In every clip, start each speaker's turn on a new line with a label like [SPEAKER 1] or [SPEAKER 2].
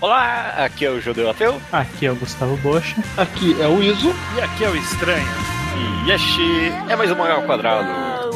[SPEAKER 1] Olá, aqui é o Judeu Ateu.
[SPEAKER 2] Aqui é o Gustavo Bocha.
[SPEAKER 3] Aqui é o Iso.
[SPEAKER 4] E aqui é o Estranho.
[SPEAKER 1] E este é mais um Mangá ao Quadrado.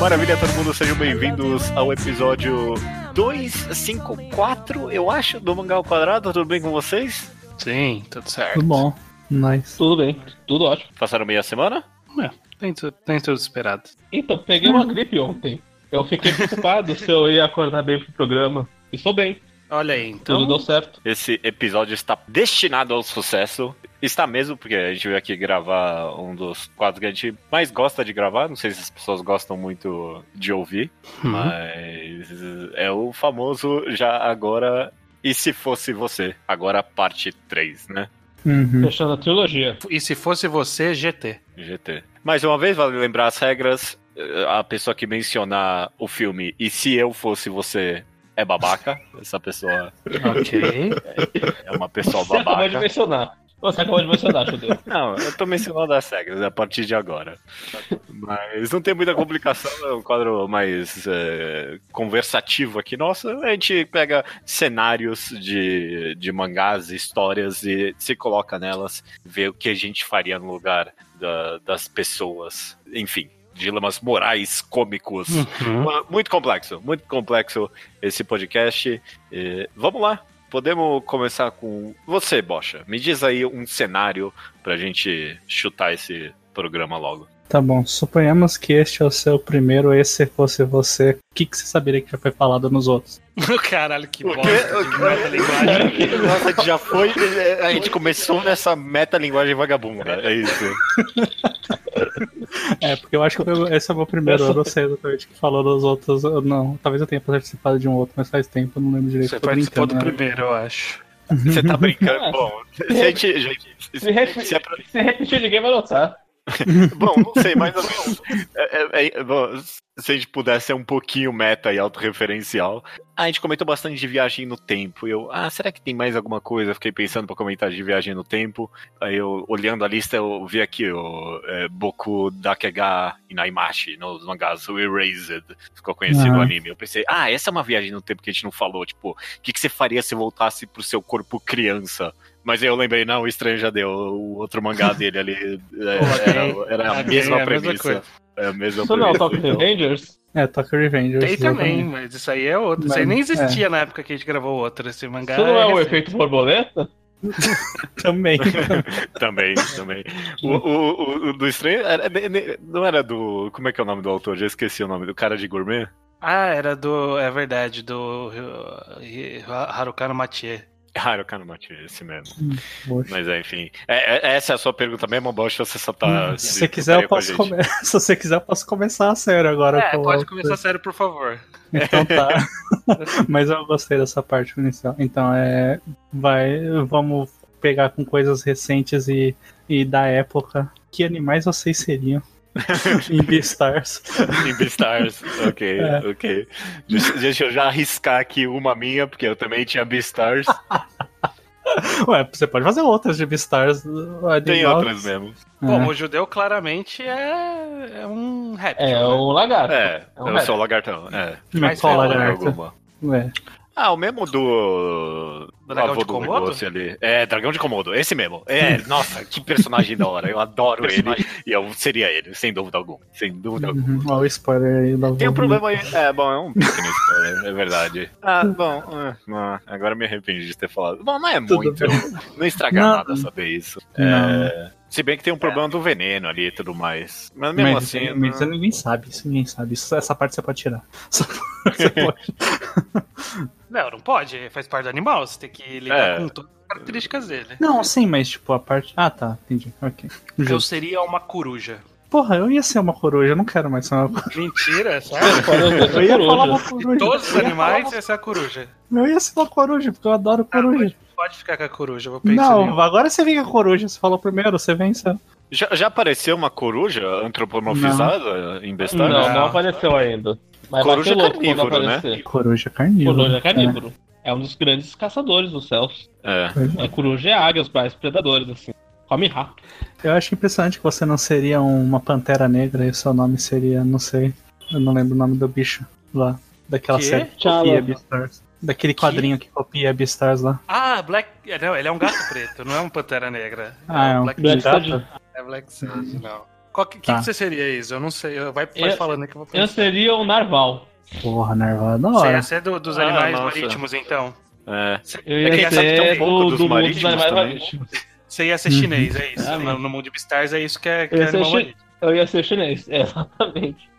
[SPEAKER 1] Maravilha, todo mundo, sejam bem-vindos ao episódio 254, eu acho, do Mangá ao Quadrado. Tudo bem com vocês?
[SPEAKER 4] Sim, tudo certo.
[SPEAKER 2] Tudo Tá bom. Nice.
[SPEAKER 3] Tudo bem, tudo ótimo.
[SPEAKER 1] Passaram meia semana?
[SPEAKER 4] É, dentro, dentro do esperado.
[SPEAKER 3] Então, peguei
[SPEAKER 2] Uhum.
[SPEAKER 3] uma gripe ontem. Eu fiquei preocupado se eu ia acordar bem pro programa. Estou bem,
[SPEAKER 4] Olha aí, então.
[SPEAKER 3] tudo deu certo.
[SPEAKER 1] Esse episódio está destinado ao sucesso. Está mesmo, porque a gente veio aqui gravar um dos quadros que a gente mais gosta de gravar. Não sei se as pessoas gostam muito de ouvir,
[SPEAKER 4] Hum.
[SPEAKER 1] mas é o famoso já agora. E se fosse você? Agora parte 3, né?
[SPEAKER 2] Uhum.
[SPEAKER 3] Fechando a trilogia.
[SPEAKER 4] E se fosse você, GT?
[SPEAKER 1] GT. Mais uma vez, vale lembrar as regras. Eh, A pessoa que mencionar o filme E se eu fosse você é babaca. Essa pessoa
[SPEAKER 4] Ok.
[SPEAKER 1] é uma pessoa
[SPEAKER 3] Você acabou de
[SPEAKER 1] babaca.
[SPEAKER 3] mencionar. Você acabou de mencionar, Judeu.
[SPEAKER 1] Não, eu tô mencionando as regras a partir de agora. Mas não tem muita complicação, é um quadro mais eh, conversativo aqui. Nossa, a gente pega cenários de, de mangás, histórias e se coloca nelas, vê o que a gente faria no lugar da- das pessoas. Enfim, dilemas morais, cômicos.
[SPEAKER 4] Uhum.
[SPEAKER 1] Muito complexo, muito complexo esse podcast. Eh, vamos lá, podemos começar com você, Bocha. Me diz aí um cenário pra gente chutar esse programa logo.
[SPEAKER 2] Tá bom, suponhamos que este é o seu primeiro e se fosse você, o que, que você saberia que já foi falado nos outros?
[SPEAKER 4] Caralho, que
[SPEAKER 1] O
[SPEAKER 4] bosta.
[SPEAKER 1] quê? O
[SPEAKER 4] de
[SPEAKER 1] quê?
[SPEAKER 4] metalinguagem.
[SPEAKER 1] Nossa, que já foi. A gente começou nessa metalinguagem vagabunda. É isso.
[SPEAKER 2] É, porque eu acho que eu- esse é o meu primeiro, eu não sei exatamente o que falou dos outros. eu Não, talvez eu tenha participado de um outro, mas faz tempo, eu não lembro direito.
[SPEAKER 4] Você
[SPEAKER 2] tô
[SPEAKER 4] participou do
[SPEAKER 2] brincando, né?
[SPEAKER 4] primeiro, eu acho.
[SPEAKER 1] Você tá brincando. Bom, se a gente. gente,
[SPEAKER 3] Se, re-
[SPEAKER 1] se é pra-
[SPEAKER 3] se repetir, ninguém vai notar.
[SPEAKER 1] Bom, não sei, mas assim, é- é- é- bom, se a gente pudesse ser um pouquinho meta e autorreferencial. A gente comentou bastante de viagem no tempo. e Eu, ah, será que tem mais alguma coisa? Eu Fiquei pensando pra comentar de viagem no tempo. Aí eu, olhando a lista, eu vi aqui o é, Boku Dakega Inaimashi, nos mangás o Erased, ficou conhecido
[SPEAKER 2] Ah.
[SPEAKER 1] o anime. Eu pensei, ah, essa é uma viagem no tempo que a gente não falou. Tipo, o que, que você faria se voltasse pro seu corpo criança? Mas aí eu lembrei, não, o estranho já deu. O outro mangá dele ali é,
[SPEAKER 4] Ok.
[SPEAKER 1] era, era a
[SPEAKER 4] Ok,
[SPEAKER 1] mesma
[SPEAKER 4] é a mesma
[SPEAKER 1] premissa.
[SPEAKER 4] coisa.
[SPEAKER 1] é a mesma
[SPEAKER 3] Isso não,
[SPEAKER 1] premissa.
[SPEAKER 3] Talking
[SPEAKER 1] então.
[SPEAKER 3] Rangers.
[SPEAKER 2] É, Tokyo Revengers.
[SPEAKER 4] Tem também,
[SPEAKER 2] exatamente.
[SPEAKER 4] mas isso aí é outro. Isso aí nem existia na época que a gente gravou outro. Esse mangá.
[SPEAKER 3] Isso não é o
[SPEAKER 4] recente.
[SPEAKER 3] efeito borboleta?
[SPEAKER 2] Também.
[SPEAKER 1] também, também. O, o- o- o do estranho era- é, ne- ne- não era do. Como é que é o nome do autor? Já esqueci o nome do cara de gourmet?
[SPEAKER 4] Ah, era do. É verdade, do uh, Harukano Matie.
[SPEAKER 1] Ah, eu quero matar esse mesmo.
[SPEAKER 2] Poxa.
[SPEAKER 1] Mas é, enfim. É- é- essa é a sua pergunta mesmo, Bosch? Você só tá.
[SPEAKER 2] Hum, se você quiser, eu
[SPEAKER 1] com a
[SPEAKER 2] posso
[SPEAKER 1] gente?
[SPEAKER 2] come... Se você quiser, eu posso começar a sério agora.
[SPEAKER 4] É,
[SPEAKER 2] com-
[SPEAKER 4] pode começar sério, por favor.
[SPEAKER 2] Então tá. Mas eu gostei dessa parte inicial. Então é. Vai. Vamos pegar com coisas recentes e, e da época. Que animais vocês seriam? em Beastars.
[SPEAKER 1] Em Beastars. ok,
[SPEAKER 2] É.
[SPEAKER 1] ok. Deixa, deixa eu já arriscar aqui uma minha, porque eu também tinha Beastars.
[SPEAKER 2] Ué, você pode fazer outras de Beastars.
[SPEAKER 1] Tem
[SPEAKER 2] animal-
[SPEAKER 1] outras né? mesmo.
[SPEAKER 2] É.
[SPEAKER 4] Bom, o judeu claramente é, é um réptil.
[SPEAKER 3] É,
[SPEAKER 4] né?
[SPEAKER 3] um lagarto.
[SPEAKER 1] É,
[SPEAKER 3] um
[SPEAKER 1] eu sou o lagartão. É.
[SPEAKER 2] Mas qual
[SPEAKER 1] Sem
[SPEAKER 2] lagarto?
[SPEAKER 1] dúvida alguma.
[SPEAKER 2] É.
[SPEAKER 1] Ah, o mesmo do.
[SPEAKER 4] Dragão
[SPEAKER 1] avô
[SPEAKER 4] de
[SPEAKER 1] do
[SPEAKER 4] Komodo?
[SPEAKER 1] negócio ali. É, Dragão de Komodo, esse mesmo. É, nossa, que personagem da hora. Eu adoro ele. E eu seria ele, sem dúvida alguma. Sem dúvida alguma.
[SPEAKER 2] Uhum, Olha o spoiler aí da
[SPEAKER 1] Tem um
[SPEAKER 2] Vogue.
[SPEAKER 1] problema aí. É, bom, é um pequeno spoiler, é verdade. Ah, bom, ah, ah, agora me arrependi de ter falado. Bom, não é
[SPEAKER 2] Tudo
[SPEAKER 1] muito. Não estragar
[SPEAKER 2] Não.
[SPEAKER 1] nada saber isso.
[SPEAKER 2] Não.
[SPEAKER 1] É, se bem que tem um problema do veneno ali e tudo mais. Mas mesmo
[SPEAKER 2] Mas,
[SPEAKER 1] assim.
[SPEAKER 2] mas é-
[SPEAKER 1] não-
[SPEAKER 2] ninguém sabe, isso ninguém sabe. Isso- essa parte você pode tirar. Essa parte você pode.
[SPEAKER 4] Não, não pode, faz parte do animal, você tem que lidar
[SPEAKER 1] É.
[SPEAKER 4] com todas as características dele.
[SPEAKER 2] Não, sim, mas tipo, a parte. Ah, tá, entendi. Ok.
[SPEAKER 4] Eu seria uma coruja.
[SPEAKER 2] Porra, eu ia ser uma coruja, eu não quero mais ser uma coruja.
[SPEAKER 4] Mentira, sério?
[SPEAKER 3] Você pode usar
[SPEAKER 2] Eu ia
[SPEAKER 3] coruja.
[SPEAKER 2] falar uma
[SPEAKER 4] De
[SPEAKER 2] coruja.
[SPEAKER 4] todos os
[SPEAKER 2] Eu ia
[SPEAKER 4] animais,
[SPEAKER 2] falar
[SPEAKER 4] essa é a coruja.
[SPEAKER 2] uma- Eu ia ser uma coruja, porque eu adoro
[SPEAKER 4] Ah,
[SPEAKER 2] coruja.
[SPEAKER 4] pode, pode ficar com a coruja, eu vou pensar um.
[SPEAKER 2] não,
[SPEAKER 4] nisso.
[SPEAKER 2] agora você vem com a coruja, você falou primeiro, você venceu.
[SPEAKER 1] Já, já apareceu uma coruja antropomorfizada em Bestar?
[SPEAKER 3] Não, não
[SPEAKER 4] Não.
[SPEAKER 3] apareceu ainda. Mas
[SPEAKER 1] Coruja
[SPEAKER 3] vai ser louco quando
[SPEAKER 1] carnívoro, né?
[SPEAKER 3] aparecer.
[SPEAKER 2] Coruja carnívora.
[SPEAKER 3] Coruja é carnívoro. É. um dos grandes caçadores dos céus.
[SPEAKER 1] É.
[SPEAKER 3] A coruja é águia, os mais predadores, assim. Come rato.
[SPEAKER 2] Eu acho impressionante que você não seria uma pantera negra e o seu nome seria, não sei, eu não lembro o nome do bicho lá, daquela
[SPEAKER 4] Quê?
[SPEAKER 2] série que
[SPEAKER 3] Tchala.
[SPEAKER 2] copia Beastars. Daquele quadrinho que copia Beastars lá.
[SPEAKER 4] Ah, Black. é, Não, ele é um gato preto, não é um pantera negra.
[SPEAKER 2] Ah, é um
[SPEAKER 4] Black,
[SPEAKER 3] Black
[SPEAKER 2] gato?
[SPEAKER 3] Sabbath.
[SPEAKER 4] é Black Sage, não. Qual que, que
[SPEAKER 2] Tá.
[SPEAKER 4] que você seria, Isa? Eu não sei. eu- Vai, vai
[SPEAKER 3] Eu-
[SPEAKER 4] falando aí que eu vou pensar.
[SPEAKER 3] Eu seria o Narval.
[SPEAKER 2] Porra, Narvala, da
[SPEAKER 4] Você ia
[SPEAKER 2] hora.
[SPEAKER 4] ser do- dos
[SPEAKER 1] Ah,
[SPEAKER 4] animais
[SPEAKER 1] nossa.
[SPEAKER 4] marítimos, então.
[SPEAKER 1] É.
[SPEAKER 3] Eu
[SPEAKER 4] É que
[SPEAKER 3] ia
[SPEAKER 4] ele sabe
[SPEAKER 1] tão
[SPEAKER 3] ser
[SPEAKER 1] pouco
[SPEAKER 3] do,
[SPEAKER 1] dos
[SPEAKER 3] do mundo dos
[SPEAKER 1] marítimos
[SPEAKER 3] animais
[SPEAKER 1] também.
[SPEAKER 4] né?
[SPEAKER 3] marítimos.
[SPEAKER 4] Você ia ser
[SPEAKER 2] Uhum.
[SPEAKER 4] chinês, é isso.
[SPEAKER 3] Ah,
[SPEAKER 4] no,
[SPEAKER 3] mano.
[SPEAKER 4] no mundo de Beastars é isso que é, que
[SPEAKER 3] Eu
[SPEAKER 4] é
[SPEAKER 3] ia ser
[SPEAKER 4] animal
[SPEAKER 3] chi-
[SPEAKER 4] marítimo.
[SPEAKER 3] Eu ia ser chinês, é, exatamente.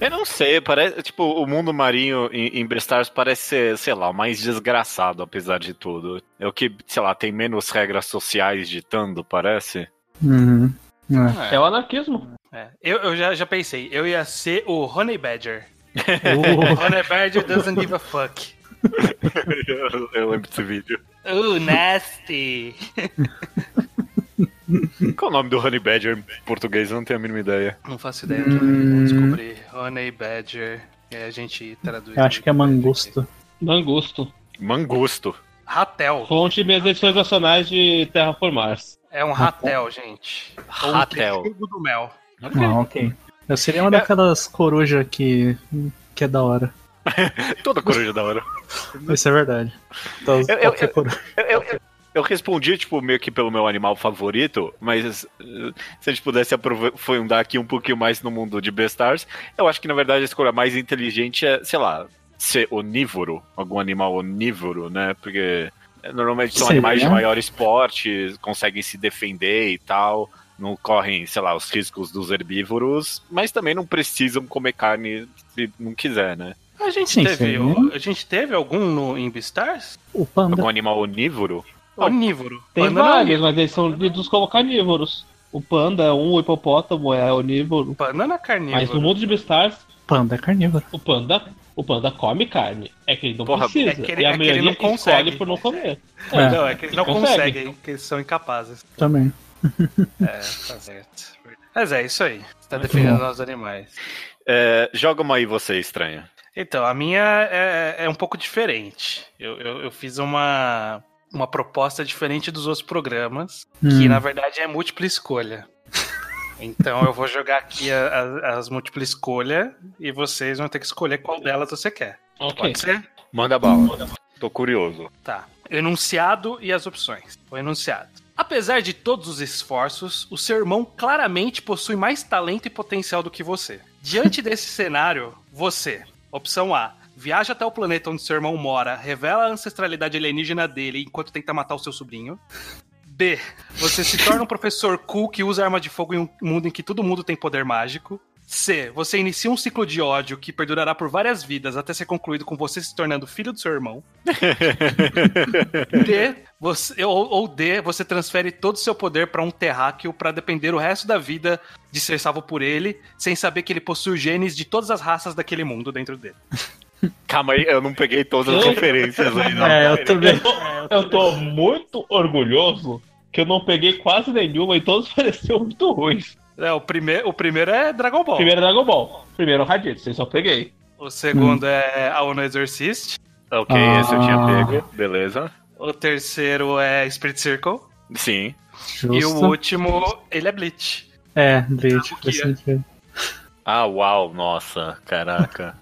[SPEAKER 1] Eu não sei, parece. Tipo, o mundo marinho em, em Bestars parece ser, sei lá, o mais desgraçado, apesar de tudo. É o que, sei lá, tem menos regras sociais ditando, parece.
[SPEAKER 2] Uhum. É.
[SPEAKER 4] Ah,
[SPEAKER 3] É o anarquismo.
[SPEAKER 4] é. Eu, eu já, já pensei, eu ia ser o Honey Badger.
[SPEAKER 2] Uh,
[SPEAKER 4] Honey Badger doesn't give a fuck.
[SPEAKER 1] eu, eu lembro desse vídeo.
[SPEAKER 4] Oh, nasty.
[SPEAKER 1] Qual o nome do Honey Badger em português? Eu não tenho a mínima ideia.
[SPEAKER 4] Não faço ideia
[SPEAKER 2] Hum.
[SPEAKER 4] de onde eu descobri. Honey Badger. E aí a gente traduz.
[SPEAKER 2] eu acho que é mangusto.
[SPEAKER 3] Mangusto.
[SPEAKER 1] Mangusto.
[SPEAKER 4] Ratel.
[SPEAKER 3] Fonte minhas edições nacionais de Terraformars.
[SPEAKER 4] É um ratel, gente. Ou um
[SPEAKER 1] Ratel.
[SPEAKER 4] texugo do mel.
[SPEAKER 2] Ah, ok. Eu seria uma daquelas corujas que, que é da hora.
[SPEAKER 1] Toda coruja da hora.
[SPEAKER 2] Isso é verdade. Então,
[SPEAKER 1] Eu- eu-
[SPEAKER 2] qualquer
[SPEAKER 1] eu-
[SPEAKER 2] coruja.
[SPEAKER 1] Eu, eu- eu- eu respondi, tipo, meio que pelo meu animal favorito, mas eh, se a gente pudesse aprofundar aqui um pouquinho mais no mundo de Bestars, eu acho que, na verdade, a escolha mais inteligente é, sei lá, ser onívoro, algum animal onívoro, né? Porque eh, normalmente são
[SPEAKER 2] Seria?
[SPEAKER 1] animais de maiores porte, conseguem se defender e tal, não correm, sei lá, os riscos dos herbívoros, mas também não precisam comer carne se não quiser, né?
[SPEAKER 4] A gente,
[SPEAKER 2] Sim,
[SPEAKER 4] teve,
[SPEAKER 2] sim.
[SPEAKER 4] o- a gente teve algum no, em Beastars?
[SPEAKER 2] O panda.
[SPEAKER 1] Algum animal onívoro?
[SPEAKER 4] Onívoro.
[SPEAKER 3] Tem
[SPEAKER 4] Panda não é
[SPEAKER 3] vários, mas eles são lidos como carnívoros. O panda é um, o hipopótamo é onívoro.
[SPEAKER 4] Banana carnívoro.
[SPEAKER 3] Mas no mundo de Beastars,
[SPEAKER 2] Panda é carnívoro.
[SPEAKER 3] o panda, o panda come carne. É que ele não
[SPEAKER 1] Porra,
[SPEAKER 3] precisa.
[SPEAKER 4] é que ele-
[SPEAKER 3] e a
[SPEAKER 4] é que ele
[SPEAKER 3] maioria
[SPEAKER 4] não consegue.
[SPEAKER 3] escolhe por não comer.
[SPEAKER 2] É.
[SPEAKER 4] Não, é que eles não
[SPEAKER 3] Consegue.
[SPEAKER 4] conseguem, que eles são incapazes.
[SPEAKER 2] Também.
[SPEAKER 4] É, tá certo. Mas é isso aí. Você tá defendendo os animais.
[SPEAKER 1] É, joga uma aí, você estranha.
[SPEAKER 4] Então, a minha é, é um pouco diferente. Eu, eu, eu fiz uma, uma proposta diferente dos outros programas, que
[SPEAKER 2] Hum.
[SPEAKER 4] na verdade é múltipla escolha. Então eu vou jogar aqui a- a- as múltipla escolha e vocês vão ter que escolher qual delas você quer.
[SPEAKER 3] Ok.
[SPEAKER 4] Pode ser?
[SPEAKER 1] Manda bala. Tô curioso.
[SPEAKER 4] Tá. Enunciado e as opções. O enunciado. Apesar de todos os esforços, o seu irmão claramente possui mais talento e potencial do que você. Diante desse cenário, você. Opção A. Viaja até o planeta onde seu irmão mora, revela a ancestralidade alienígena dele enquanto tenta matar o seu sobrinho. B. Você se torna um professor cool que usa arma de fogo em um mundo em que todo mundo tem poder mágico. C. Você inicia um ciclo de ódio que perdurará por várias vidas até ser concluído com você se tornando filho do seu irmão. D, você, ou, ou D, você transfere todo o seu poder pra um terráqueo pra depender o resto da vida de ser salvo por ele, sem saber que ele possui os genes de todas as raças daquele mundo dentro dele.
[SPEAKER 1] Calma aí, eu não peguei todas as
[SPEAKER 3] Eu-
[SPEAKER 1] referências ainda.
[SPEAKER 2] É, eu também.
[SPEAKER 3] Eu tô, eu tô muito orgulhoso que eu não peguei quase nenhuma e todos pareciam muito ruins.
[SPEAKER 4] É, o, prime, o primeiro é Dragon Ball.
[SPEAKER 3] Primeiro Dragon Ball, primeiro Raditz, eu só peguei.
[SPEAKER 4] O segundo é A Ono Exorcist.
[SPEAKER 1] Ok,
[SPEAKER 2] Ah.
[SPEAKER 1] esse eu tinha pego. Beleza.
[SPEAKER 4] O terceiro é Spirit Circle.
[SPEAKER 1] Sim.
[SPEAKER 4] E o
[SPEAKER 2] Justo.
[SPEAKER 4] último, ele é Bleach.
[SPEAKER 2] É, Blade,
[SPEAKER 4] Trabuquia.
[SPEAKER 2] faz sentido.
[SPEAKER 1] Ah, uau, nossa, caraca.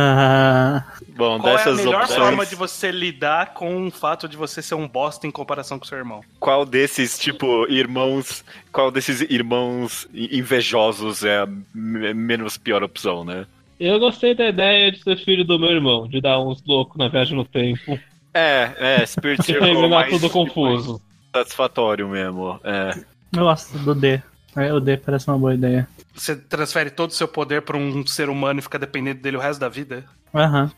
[SPEAKER 2] Ah,
[SPEAKER 1] Bom,
[SPEAKER 4] Qual é a
[SPEAKER 1] dessas
[SPEAKER 4] melhor
[SPEAKER 1] opções,
[SPEAKER 4] forma de você lidar com o fato de você ser um bosta em comparação com seu irmão?
[SPEAKER 1] qual desses, tipo, irmãos, qual desses irmãos i- invejosos é a me- menos pior opção, né?
[SPEAKER 3] Eu gostei da ideia de ser filho do meu irmão, de dar uns loucos na viagem no tempo
[SPEAKER 1] É, é, Spirit
[SPEAKER 3] e
[SPEAKER 1] Circle
[SPEAKER 3] terminar
[SPEAKER 1] mais tipo,
[SPEAKER 3] tudo confuso.
[SPEAKER 1] satisfatório mesmo. É.
[SPEAKER 2] eu gosto do D. É, O D parece uma boa ideia.
[SPEAKER 4] Você transfere todo o seu poder pra um ser humano e fica dependendo dele o resto da vida?
[SPEAKER 2] Aham.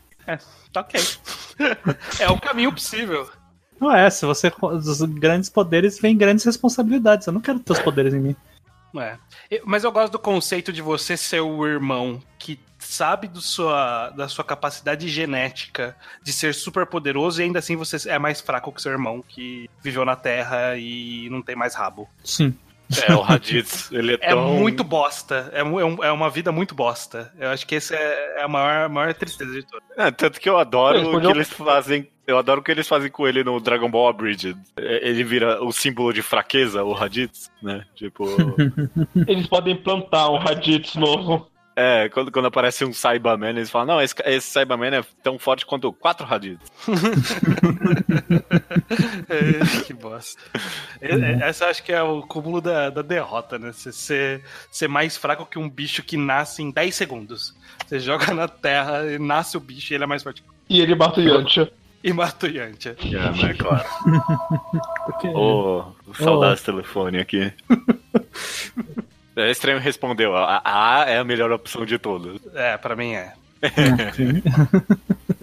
[SPEAKER 4] Tá ok. é o caminho possível.
[SPEAKER 2] Não é, se você. Os grandes poderes vêm grandes responsabilidades. Eu não quero teus poderes em mim.
[SPEAKER 4] É. E- Mas eu gosto do conceito de você ser o irmão que sabe do sua, da sua capacidade genética de ser super poderoso e ainda assim você é mais fraco que seu irmão que viveu na Terra e não tem mais rabo.
[SPEAKER 2] Sim.
[SPEAKER 1] É, o Raditz, ele é,
[SPEAKER 4] É
[SPEAKER 1] tão.
[SPEAKER 4] muito bosta. É, mu- é um- é uma vida muito bosta. Eu acho que essa é é a maior, maior tristeza de todas.
[SPEAKER 1] É, tanto que eu
[SPEAKER 3] Eles
[SPEAKER 1] adoro o que
[SPEAKER 3] podiam-
[SPEAKER 1] eles fazem. Eu adoro o que eles fazem com ele no Dragon Ball Abridged. É, Ele vira o símbolo de fraqueza, o Raditz, né? Tipo.
[SPEAKER 3] Eles podem plantar um Raditz novo.
[SPEAKER 1] é, quando, quando aparece um Cyberman, eles falam: não, esse, ca- esse Cyberman é tão forte quanto quatro Raditz.
[SPEAKER 4] É, que bosta. É, é, Essa eu acho que é o cúmulo da, da derrota, né? Você ser, ser mais fraco que um bicho que nasce em 10 segundos. Você joga na terra e nasce o bicho e ele é mais forte.
[SPEAKER 3] E ele mata o Yantia.
[SPEAKER 4] E mata o Yantia.
[SPEAKER 1] É, mas claro.
[SPEAKER 2] Porque...
[SPEAKER 1] Ô, oh, saudades telefone aqui. É, Extremo respondeu: a a A é a melhor opção de todas.
[SPEAKER 4] É, pra mim é.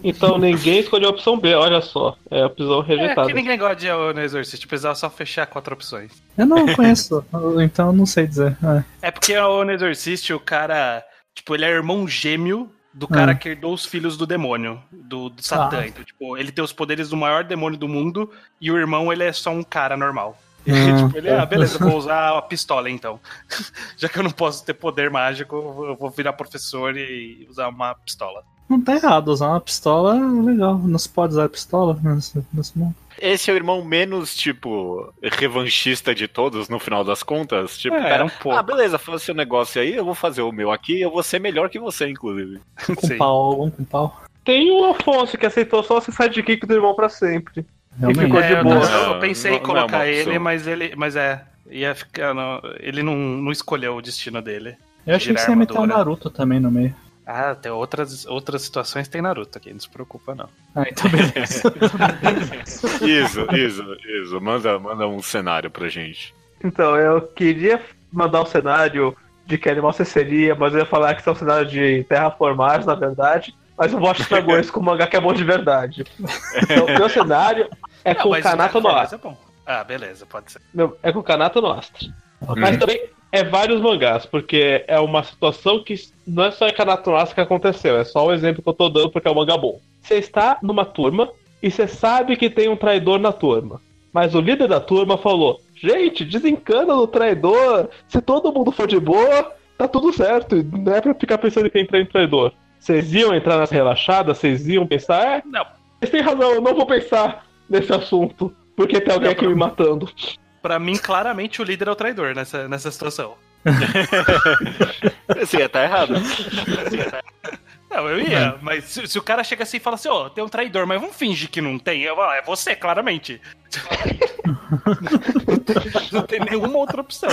[SPEAKER 3] Então ninguém escolheu a opção B, olha só. É a opção
[SPEAKER 4] É
[SPEAKER 3] rejeitada.
[SPEAKER 4] que ninguém gosta de Ao no Exorcist. Precisava só fechar quatro opções.
[SPEAKER 2] Eu não conheço, então eu não sei dizer. É.
[SPEAKER 4] É porque Ao no Exorcist, o cara... Tipo, ele é irmão gêmeo do cara
[SPEAKER 2] Ah.
[SPEAKER 4] que herdou os filhos do demônio, do,
[SPEAKER 3] Tá.
[SPEAKER 4] do Satã.
[SPEAKER 2] Ah.
[SPEAKER 4] Então, tipo, ele tem os poderes do maior demônio do mundo e o irmão, ele é só um cara normal.
[SPEAKER 2] Ah,
[SPEAKER 4] tipo, ele, ah, beleza, vou usar a pistola então. Já que eu não posso ter poder mágico, eu vou- eu vou virar professor e usar uma pistola.
[SPEAKER 2] Não tá errado, usar uma pistola é legal. Não se pode usar pistola nesse, nesse mundo.
[SPEAKER 1] Esse é o irmão menos, tipo, revanchista de todos, no final das contas. Tipo,
[SPEAKER 4] É,
[SPEAKER 1] cara,
[SPEAKER 4] um pouco.
[SPEAKER 1] ah, beleza, faz seu negócio aí, eu vou fazer o meu aqui, eu vou ser melhor que você, inclusive.
[SPEAKER 2] Com
[SPEAKER 4] Sim.
[SPEAKER 2] pau, algum com pau.
[SPEAKER 3] Tem o Afonso que aceitou só ser sidekick do irmão pra sempre.
[SPEAKER 2] Realmente.
[SPEAKER 3] ficou de
[SPEAKER 4] eu
[SPEAKER 3] boa.
[SPEAKER 4] É, não- Eu
[SPEAKER 1] Não,
[SPEAKER 4] pensei em
[SPEAKER 1] não- não é uma
[SPEAKER 4] colocar
[SPEAKER 1] opção.
[SPEAKER 4] ele, mas ele. Mas é. Ia ficar. no- ele não, não escolheu o destino dele.
[SPEAKER 2] Eu achei que você ia meter o
[SPEAKER 4] armadura.
[SPEAKER 2] Naruto também no meio.
[SPEAKER 4] Ah, tem outras, outras situações tem Naruto aqui, não se preocupa, não.
[SPEAKER 2] Ah, então beleza.
[SPEAKER 1] Isso, isso, isso. Manda, manda um cenário pra gente.
[SPEAKER 3] Então, eu queria mandar um cenário de que animal você seria, mas eu ia falar que isso é um cenário de terraformagem, na verdade. Mas eu vou achar dragões com mangá que é bom de verdade. Então, meu cenário é
[SPEAKER 4] Não,
[SPEAKER 3] com
[SPEAKER 4] mas
[SPEAKER 3] Kanata
[SPEAKER 4] o Kanata
[SPEAKER 3] Noastra.
[SPEAKER 4] é bom. Ah, beleza, pode ser.
[SPEAKER 3] Meu, É com Kanata Noastra.
[SPEAKER 2] Ok.
[SPEAKER 3] Mas também é vários mangás, porque é uma situação que não é só em Kanata Noastra que aconteceu, é só um exemplo que eu tô dando porque é um mangá bom. Você está numa turma e você sabe que tem um traidor na turma. Mas o líder da turma falou: gente, desencana do traidor, se todo mundo for de boa, tá tudo certo, e não é pra ficar pensando em quem tem traidor. Vocês iam entrar nessa relaxada, vocês iam pensar, é,
[SPEAKER 4] Não,
[SPEAKER 3] vocês têm razão, eu não vou pensar nesse assunto, porque tem alguém aqui me matando.
[SPEAKER 4] pra mim, claramente o líder é o traidor nessa, nessa situação.
[SPEAKER 1] Você ia tá errado.
[SPEAKER 4] Não, eu ia, mas se, se o cara chega assim e fala assim, ó, tem um traidor, mas vamos fingir que não tem, eu falo, é você, claramente. não tem nenhuma outra opção.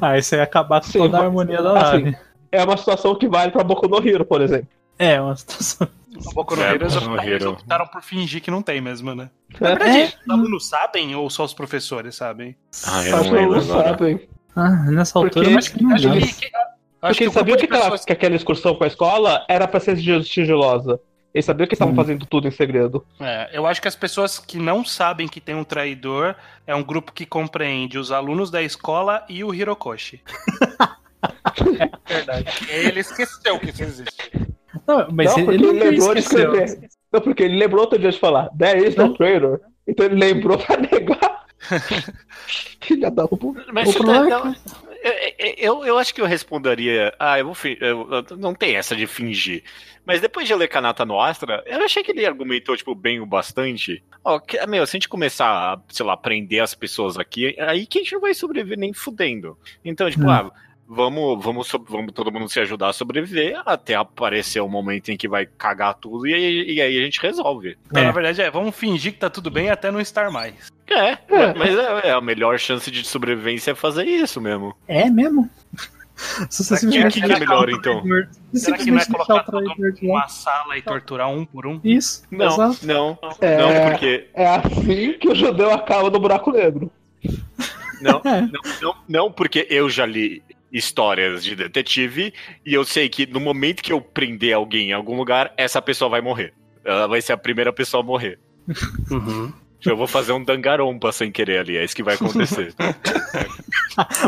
[SPEAKER 2] Ah, isso aí ia acabar com
[SPEAKER 3] Sim,
[SPEAKER 2] toda a
[SPEAKER 3] mas-
[SPEAKER 2] harmonia da
[SPEAKER 3] assim,
[SPEAKER 2] nave.
[SPEAKER 3] é uma situação que vale pra Boku no Hero, por exemplo.
[SPEAKER 2] É, uma situação.
[SPEAKER 4] O Boku no
[SPEAKER 1] É,
[SPEAKER 4] Hero, eles
[SPEAKER 1] Boku no
[SPEAKER 4] optaram- eles
[SPEAKER 1] Hero.
[SPEAKER 4] optaram por fingir que não tem mesmo, né?
[SPEAKER 3] É.
[SPEAKER 4] Na verdade, os alunos sabem ou só os professores sabem?
[SPEAKER 1] Ah, eu
[SPEAKER 3] Acho
[SPEAKER 1] não
[SPEAKER 3] que
[SPEAKER 1] lembro
[SPEAKER 3] não
[SPEAKER 1] agora.
[SPEAKER 3] sabem.
[SPEAKER 2] Ah, nessa
[SPEAKER 3] Porque-
[SPEAKER 2] altura, eu acho que não
[SPEAKER 4] Acho
[SPEAKER 2] dá.
[SPEAKER 4] que, que- acho
[SPEAKER 3] Porque
[SPEAKER 4] que o
[SPEAKER 3] eles
[SPEAKER 4] grupo um
[SPEAKER 3] sabiam que,
[SPEAKER 4] de
[SPEAKER 3] aquela,
[SPEAKER 4] pessoas...
[SPEAKER 3] que aquela excursão com a escola era pra ser sigilosa. Eles sabiam que estavam fazendo tudo em segredo.
[SPEAKER 4] É, eu acho que as pessoas que não sabem que tem um traidor é um grupo que compreende os alunos da escola e o Hirokoshi. é verdade. Ele esqueceu que isso existe.
[SPEAKER 2] Não, mas
[SPEAKER 3] não,
[SPEAKER 2] ele,
[SPEAKER 3] porque
[SPEAKER 2] ele
[SPEAKER 3] ele,
[SPEAKER 2] nunca
[SPEAKER 3] lembrou de
[SPEAKER 2] esqueceu.
[SPEAKER 3] escrever. Não, porque ele lembrou outro dia de falar, there is no traitor. Então ele lembrou pra negar. Filha da puta.
[SPEAKER 1] Mas
[SPEAKER 2] O
[SPEAKER 1] você
[SPEAKER 2] problema é
[SPEAKER 1] tá- eu, eu, eu acho que eu responderia. Ah, eu vou fin- eu- eu- não tem essa de fingir. Mas depois de ler Kanata no Astra, eu achei que ele argumentou, tipo, bem o bastante. Ó, que- meu, se a gente começar a, sei lá, prender as pessoas aqui, aí que a gente não vai sobreviver nem fudendo. Então, tipo,
[SPEAKER 2] Hum.
[SPEAKER 1] ah, vamos, vamos, so- vamos todo mundo se ajudar a sobreviver até aparecer o momento em que vai cagar tudo e, aí- e aí a gente resolve.
[SPEAKER 4] Não,
[SPEAKER 2] É.
[SPEAKER 4] Na verdade, é, vamos fingir que tá tudo bem até não estar mais.
[SPEAKER 1] É, mas é, é a melhor chance de sobrevivência é fazer isso mesmo.
[SPEAKER 2] É mesmo? Se você
[SPEAKER 4] Será que-
[SPEAKER 2] simplesmente
[SPEAKER 4] que que é
[SPEAKER 2] deixar
[SPEAKER 1] melhor,
[SPEAKER 2] o
[SPEAKER 1] então?
[SPEAKER 2] traidor- se
[SPEAKER 4] Será que não é
[SPEAKER 2] simplesmente deixar
[SPEAKER 4] colocar
[SPEAKER 2] o
[SPEAKER 4] todo
[SPEAKER 2] traidor
[SPEAKER 4] mundo
[SPEAKER 2] de lado.
[SPEAKER 4] numa sala e torturar um por um?
[SPEAKER 2] Isso,
[SPEAKER 1] Não,
[SPEAKER 2] exato.
[SPEAKER 1] não,
[SPEAKER 3] É.
[SPEAKER 1] não, porque
[SPEAKER 3] É assim que o judeu acaba no buraco negro.
[SPEAKER 1] Não,
[SPEAKER 2] É.
[SPEAKER 1] não, não, não, porque eu já li histórias de detetive e eu sei que no momento que eu prender alguém em algum lugar, essa pessoa vai morrer. Ela vai ser a primeira pessoa a morrer. Tipo, Eu vou fazer um dangarompa sem querer ali, é isso que vai acontecer.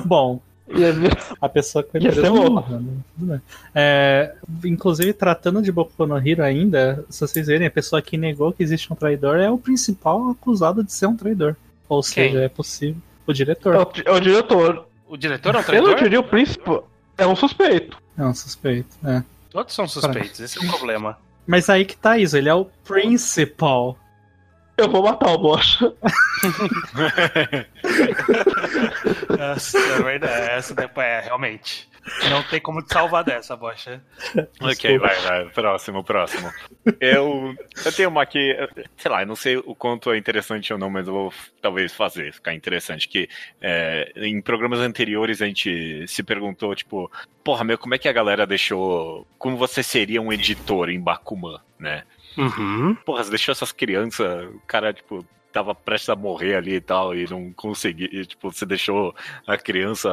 [SPEAKER 2] Bom,
[SPEAKER 3] E é aí,
[SPEAKER 2] a pessoa que foi
[SPEAKER 3] Ia ser
[SPEAKER 2] presa
[SPEAKER 3] louco.
[SPEAKER 2] morra, né? Tudo bem. É, inclusive, tratando de Boku no Hero ainda, se vocês verem, a pessoa que negou que existe um traidor é o principal acusado de ser um traidor. Ou
[SPEAKER 4] Quem? Então.
[SPEAKER 2] seja, é possível. O
[SPEAKER 3] é
[SPEAKER 2] diretor.
[SPEAKER 3] o, é o diretor.
[SPEAKER 4] O O diretor é um
[SPEAKER 3] Eu não
[SPEAKER 4] traidor?
[SPEAKER 3] diria o príncipe. É um suspeito.
[SPEAKER 2] É um suspeito, é.
[SPEAKER 4] Todos são suspeitos, esse é o problema.
[SPEAKER 2] Mas aí que tá isso, ele é o principal.
[SPEAKER 3] Eu vou matar o Bocha.
[SPEAKER 4] Essa é verdade, essa depois é, realmente. Não tem como te salvar dessa, bocha.
[SPEAKER 1] Ok, vai, vai. Próximo, próximo. Eu, eu tenho uma aqui, sei lá, eu não sei o quanto é interessante ou não, mas eu vou f- talvez fazer ficar interessante. Que é, em programas anteriores a gente se perguntou, tipo, porra, meu, como é que a galera deixou. Como você seria um editor em Bakuman, né?
[SPEAKER 4] Uhum.
[SPEAKER 1] Porra, você deixou essas crianças, o cara, tipo. Tava prestes a morrer ali e tal, e não consegui. e, Tipo, você deixou a criança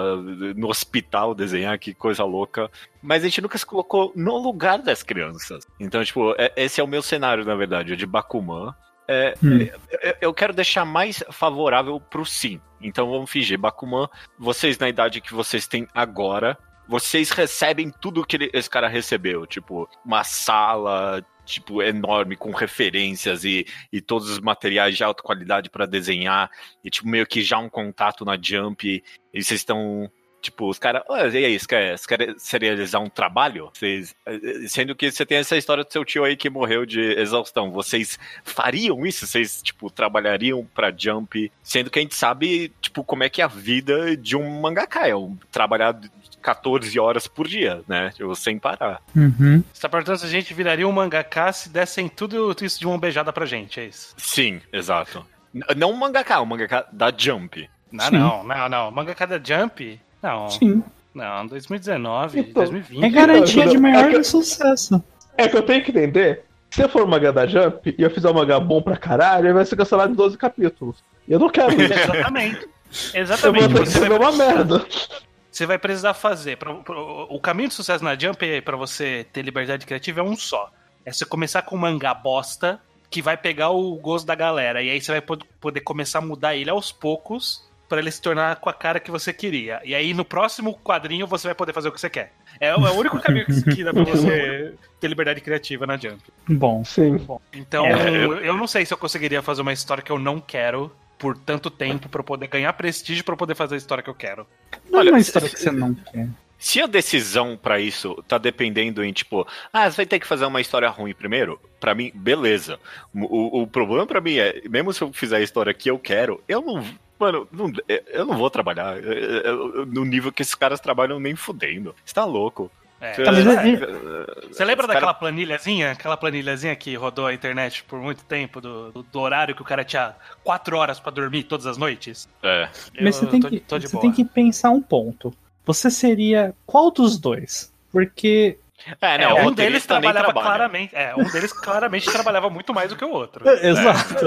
[SPEAKER 1] no hospital desenhar, que coisa louca. Mas a gente nunca se colocou no lugar das crianças. Então, tipo, é- esse é o meu cenário, na verdade, o de Bakuman. É,
[SPEAKER 2] Hum.
[SPEAKER 1] eu- eu quero deixar mais favorável pro sim. Então vamos fingir, Bakuman, vocês na idade que vocês têm agora, vocês recebem tudo que ele- esse cara recebeu. Tipo, uma sala, tipo, enorme, com referências e, e todos os materiais de alta qualidade pra desenhar. E, tipo, meio que já um contato na Jump. E vocês estão Tipo, os caras, "Ué, e aí, você quer, você quer serializar um trabalho? Vocês, eh, sendo que você tem essa história do seu tio aí que morreu de exaustão. Vocês fariam isso? Vocês, tipo, trabalhariam pra Jump? Sendo que a gente sabe, tipo, como é que é a vida de um mangaka. É um trabalhar 14 horas por dia, né? Tipo, sem parar.
[SPEAKER 2] Uhum.
[SPEAKER 4] Você tá perguntando se a gente viraria um mangaka se dessem tudo isso de uma beijada pra gente, é isso?
[SPEAKER 1] Sim, exato. N- Não um mangaka, um mangaka da Jump.
[SPEAKER 4] Não,
[SPEAKER 2] Sim.
[SPEAKER 4] não, não, não. Mangaka da Jump? Não,
[SPEAKER 2] Sim.
[SPEAKER 4] não, 2019,
[SPEAKER 3] Então,
[SPEAKER 4] 2020.
[SPEAKER 2] É garantia de maior sucesso.
[SPEAKER 3] É que eu tenho que entender. Se eu for uma da Jump e eu fizer uma bom pra caralho, ele vai ser cancelado em 12 capítulos. Eu não quero isso.
[SPEAKER 4] Exatamente.
[SPEAKER 3] Eu vou
[SPEAKER 4] Exatamente.
[SPEAKER 3] ter que
[SPEAKER 4] Você vai,
[SPEAKER 3] escrever uma merda.
[SPEAKER 4] você vai precisar fazer. Pra- pra- o caminho de sucesso na Jump para você ter liberdade criativa é um só. É você começar com um mangá bosta que vai pegar o gosto da galera. E aí você vai pod- poder começar a mudar ele aos poucos pra ele se tornar com a cara que você queria. E aí no próximo quadrinho você vai poder fazer o que você quer. É, o é o único caminho que, que dá pra você ter liberdade criativa na Jump.
[SPEAKER 2] Bom.
[SPEAKER 3] Sim.
[SPEAKER 4] Então,
[SPEAKER 1] É,
[SPEAKER 4] eu... não sei se eu conseguiria fazer uma história que eu não quero por tanto tempo pra eu poder ganhar prestígio pra eu poder fazer a história que eu quero.
[SPEAKER 2] Não
[SPEAKER 1] Olha,
[SPEAKER 2] é uma história que você não quer.
[SPEAKER 1] Se a decisão pra isso tá dependendo em, tipo, ah, você vai ter que fazer uma história ruim primeiro, pra mim, beleza. O, o- o problema pra mim é, mesmo se eu fizer a história que eu quero, eu não. Mano, não- é, eu não vou trabalhar eu- eu- eu- no nível que esses caras trabalham nem fudendo. Você tá louco.
[SPEAKER 4] É.
[SPEAKER 1] Você-
[SPEAKER 2] Talvez
[SPEAKER 1] é,
[SPEAKER 4] Você lembra
[SPEAKER 1] Os
[SPEAKER 4] daquela
[SPEAKER 1] cara-
[SPEAKER 4] planilhazinha? Aquela planilhazinha que rodou a internet por muito tempo, do, do- do horário que o cara tinha quatro horas pra dormir todas as noites?
[SPEAKER 1] é.
[SPEAKER 2] Mas
[SPEAKER 4] Eu-
[SPEAKER 2] você, tem,
[SPEAKER 4] tô de-
[SPEAKER 2] que,
[SPEAKER 4] tô de
[SPEAKER 2] você
[SPEAKER 4] boa.
[SPEAKER 2] tem que pensar um ponto. Você seria qual dos dois? Porque
[SPEAKER 1] É,
[SPEAKER 4] É,
[SPEAKER 1] não, o
[SPEAKER 4] um deles
[SPEAKER 1] roteirista nem
[SPEAKER 4] trabalhava
[SPEAKER 1] trabalha. né?
[SPEAKER 4] claramente. É, um deles claramente trabalhava muito mais do que o outro.
[SPEAKER 2] Exato.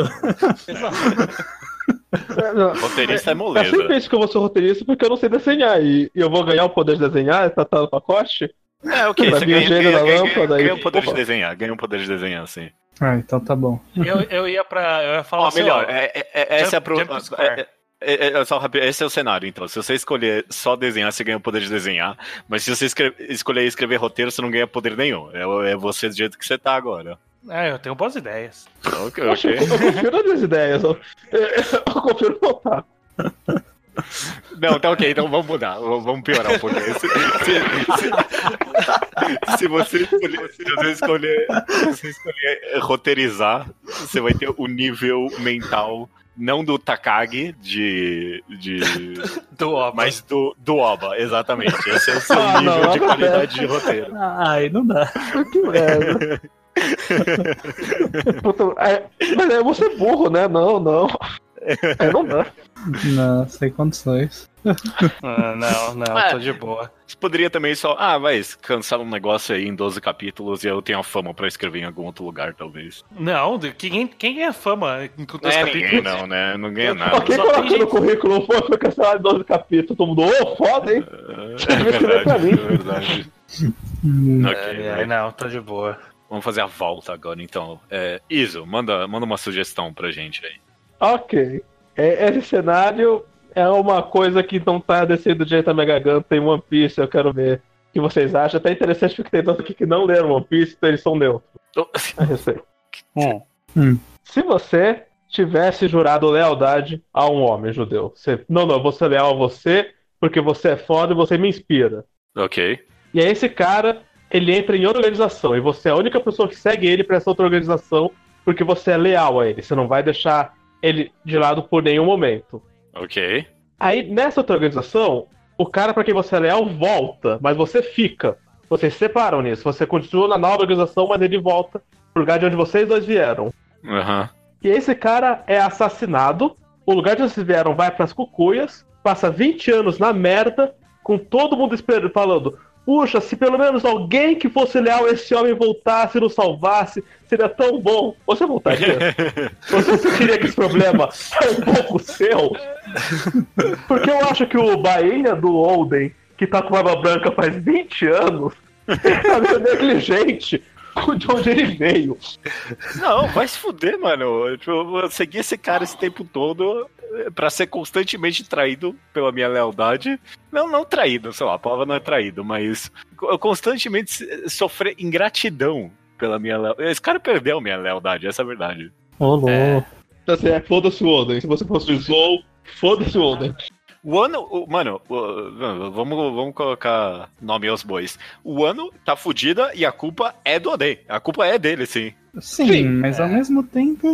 [SPEAKER 1] O roteirista é
[SPEAKER 3] Eu
[SPEAKER 1] moleza.
[SPEAKER 3] sempre penso que eu vou ser roteirista porque eu não sei desenhar. E e eu vou ganhar o poder de desenhar, tá, tá no pacote?
[SPEAKER 1] É, ok,
[SPEAKER 3] Pra
[SPEAKER 1] você
[SPEAKER 3] mim, o
[SPEAKER 1] ganha,
[SPEAKER 3] gênio
[SPEAKER 1] ganha,
[SPEAKER 3] da
[SPEAKER 1] ganha-
[SPEAKER 3] lâmpada,
[SPEAKER 1] ganha
[SPEAKER 3] aí-
[SPEAKER 1] um poder de
[SPEAKER 3] opa.
[SPEAKER 1] desenhar, ganha um poder de desenhar, assim.
[SPEAKER 2] Ah, então tá bom.
[SPEAKER 4] Eu, eu ia pra. Eu ia falar
[SPEAKER 1] Ó,
[SPEAKER 4] assim,
[SPEAKER 1] melhor,
[SPEAKER 4] ó,
[SPEAKER 1] é, é- é- essa é a pro...
[SPEAKER 4] Jump Square.
[SPEAKER 1] é- é- é- é só rápido, esse é o cenário, então. Se você escolher só desenhar, você ganha o poder de desenhar. Mas se você escre- escolher escrever roteiro, você não ganha poder nenhum. É, é você do jeito que você tá agora. Tá
[SPEAKER 4] É, eu tenho boas ideias.
[SPEAKER 1] Ok,
[SPEAKER 3] Poxa, eu,
[SPEAKER 1] ok.
[SPEAKER 3] eu confio nas minhas ideias. Eu, eu confio no Otaku.
[SPEAKER 1] Não, tá ok, então vamos mudar. v- Vamos piorar um pouquinho. Se, se- se- se você escolher, se você escolher, se você escolher eh, roteirizar, você vai ter o nível mental. Não do Takagi, de. de
[SPEAKER 4] Do ó,
[SPEAKER 1] Mas do, do Oba, exatamente. Esse é o seu
[SPEAKER 3] Ah,
[SPEAKER 1] nível
[SPEAKER 3] não,
[SPEAKER 1] de
[SPEAKER 3] não
[SPEAKER 1] qualidade de roteiro.
[SPEAKER 2] Ah, Aí não dá.
[SPEAKER 3] Que merda. Puta, é, mas eu vou ser burro, né? Não, não. É, não dá.
[SPEAKER 2] Não, sem condições.
[SPEAKER 4] Ah, não, não,
[SPEAKER 1] Ah.
[SPEAKER 4] tô de boa.
[SPEAKER 1] Você poderia também só. Ah, vai, cancela um negócio aí em 12 capítulos e eu tenho a fama pra escrever em algum outro lugar, talvez.
[SPEAKER 4] Não, de- quem, quem ganha fama com
[SPEAKER 1] Não
[SPEAKER 4] dois
[SPEAKER 1] é
[SPEAKER 4] capítulos?
[SPEAKER 1] ninguém, não, né? Não ganha nada.
[SPEAKER 3] Quem
[SPEAKER 4] Ah, só tem
[SPEAKER 3] colocou no
[SPEAKER 4] gente-
[SPEAKER 3] currículo foi, foi cancelado em 12 capítulos. Todo mundo, ô, foda, hein?
[SPEAKER 1] É verdade, é verdade.
[SPEAKER 2] Hum,
[SPEAKER 1] Ok,
[SPEAKER 4] É,
[SPEAKER 1] vai.
[SPEAKER 4] não, tô de boa.
[SPEAKER 1] Vamos fazer a volta agora, então. É, Iso, manda, manda uma sugestão pra gente aí.
[SPEAKER 3] Ok. É, esse cenário é uma coisa que não tá descendo direito a Mega Gun, tem One Piece, eu quero ver o que vocês acham. Até interessante porque tem tanto aqui que não leram One Piece, então eles são neutros
[SPEAKER 4] Oh.
[SPEAKER 1] Então,
[SPEAKER 3] a respeito.
[SPEAKER 4] Hum.
[SPEAKER 3] Se você tivesse jurado lealdade a um homem judeu, você, não, não, eu vou ser leal a você porque você é foda e você me inspira.
[SPEAKER 1] Ok.
[SPEAKER 3] E aí esse cara, ele entra em outra organização e você é a única pessoa que segue ele pra essa outra organização porque você é leal a ele, você não vai deixar ele de lado por nenhum momento.
[SPEAKER 1] Ok.
[SPEAKER 3] Aí nessa outra organização, o cara pra quem você é leal volta, mas você fica. Vocês se separam nisso, você continua na nova organização, mas ele volta pro lugar de onde vocês dois vieram.
[SPEAKER 1] Aham.
[SPEAKER 3] E esse cara é assassinado. O lugar de onde vocês vieram vai pras cucuias. Passa 20 anos na merda, com todo mundo esperando, falando: Puxa, se pelo menos alguém que fosse leal a esse homem voltasse e nos salvasse, seria tão bom. Você voltaria? Você sentiria que esse problema é um pouco seu? Porque eu acho que o Bahia do Olden, que tá com barba branca faz 20 anos, tá meio negligente com de onde ele veio.
[SPEAKER 1] Não, vai se fuder, mano. Tipo, eu segui esse cara esse tempo todo eh, pra ser constantemente traído pela minha lealdade. Não, não traído, sei lá, a palavra não é traído, mas eu constantemente se- sofrer ingratidão pela minha lealdade. Esse cara perdeu minha lealdade, essa é a verdade.
[SPEAKER 2] Ô, louco.
[SPEAKER 3] Tá certo, foda-se o Oden. Se você fosse o Zou, foda-se o Oden.
[SPEAKER 1] O ano, o- mano, o- vamos, vamos colocar nome aos bois. O ano tá fudida e a culpa é do Odei. A culpa é dele, sim.
[SPEAKER 2] Sim, É.
[SPEAKER 3] Sim.
[SPEAKER 2] mas ao mesmo tempo.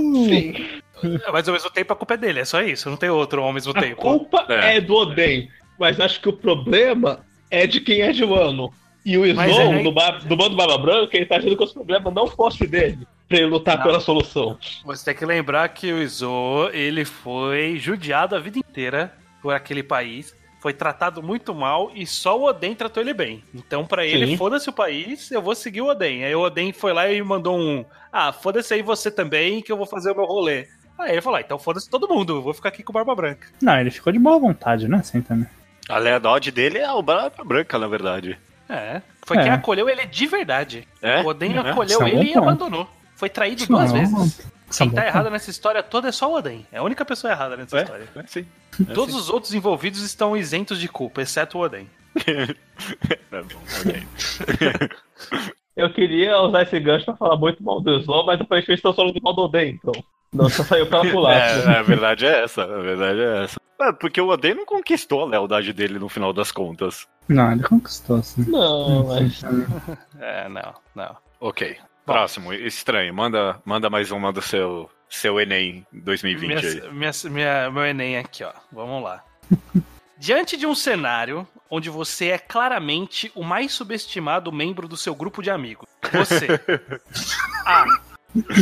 [SPEAKER 4] Mas ao mesmo tempo a culpa é dele, é só isso. Não tem outro ao mesmo
[SPEAKER 3] A
[SPEAKER 4] tempo.
[SPEAKER 3] culpa
[SPEAKER 1] É.
[SPEAKER 3] é. do Oden, mas acho que o problema é de quem é de Wano. E o
[SPEAKER 4] Mas é
[SPEAKER 3] Snow,
[SPEAKER 4] aí-
[SPEAKER 3] do, ba do bando Barba Branca, ele tá agindo com os problemas não fosse dele, pra ele lutar
[SPEAKER 4] Não.
[SPEAKER 3] pela solução.
[SPEAKER 4] Você tem que lembrar que o Izo, ele foi judiado a vida inteira por aquele país, foi tratado muito mal e só o Oden tratou ele bem. Então, pra ele,
[SPEAKER 3] Sim.
[SPEAKER 4] foda-se o país, eu vou seguir o Oden. Aí o Oden foi lá e mandou um: Ah, foda-se aí você também, que eu vou fazer o meu rolê. Aí ele falou: "Ah, Então foda-se todo mundo, eu vou ficar aqui com Barba Branca.
[SPEAKER 2] Não, ele ficou de boa vontade, né? Assim também.
[SPEAKER 1] A lealdade dele é o Barba Branca, na verdade.
[SPEAKER 4] É, foi
[SPEAKER 2] É.
[SPEAKER 4] quem acolheu ele de verdade.
[SPEAKER 1] É?
[SPEAKER 4] O Oden
[SPEAKER 1] Uhum.
[SPEAKER 4] acolheu
[SPEAKER 2] Isso é um bom
[SPEAKER 4] ele e
[SPEAKER 2] ponto.
[SPEAKER 4] abandonou. Foi traído duas
[SPEAKER 2] Não,
[SPEAKER 4] vezes.
[SPEAKER 2] isso é
[SPEAKER 4] Quem
[SPEAKER 2] bom.
[SPEAKER 4] tá errado nessa história toda é só o Oden. É a única pessoa errada nessa
[SPEAKER 1] É?
[SPEAKER 4] história.
[SPEAKER 1] É, sim.
[SPEAKER 4] Todos os outros envolvidos estão isentos de culpa, exceto o Oden.
[SPEAKER 1] Tá bom, ok.
[SPEAKER 3] Eu queria usar esse gancho pra falar muito mal do Snow, mas aparentemente estão falando mal do Oden, então. Não, só saiu pra pular.
[SPEAKER 1] É, a verdade é essa, a verdade é essa. É, porque o Oden não conquistou a lealdade dele no final das contas.
[SPEAKER 2] Não, ele conquistou, assim.
[SPEAKER 3] Não, mas.
[SPEAKER 4] É, não, não.
[SPEAKER 1] Ok. Próximo, estranho. Manda, manda mais uma do seu, seu Enem 2020 aí.
[SPEAKER 4] Minha, minha, minha- meu Enem aqui, ó. Vamos lá. Diante de um cenário onde você é claramente o mais subestimado membro do seu grupo de amigos, você A.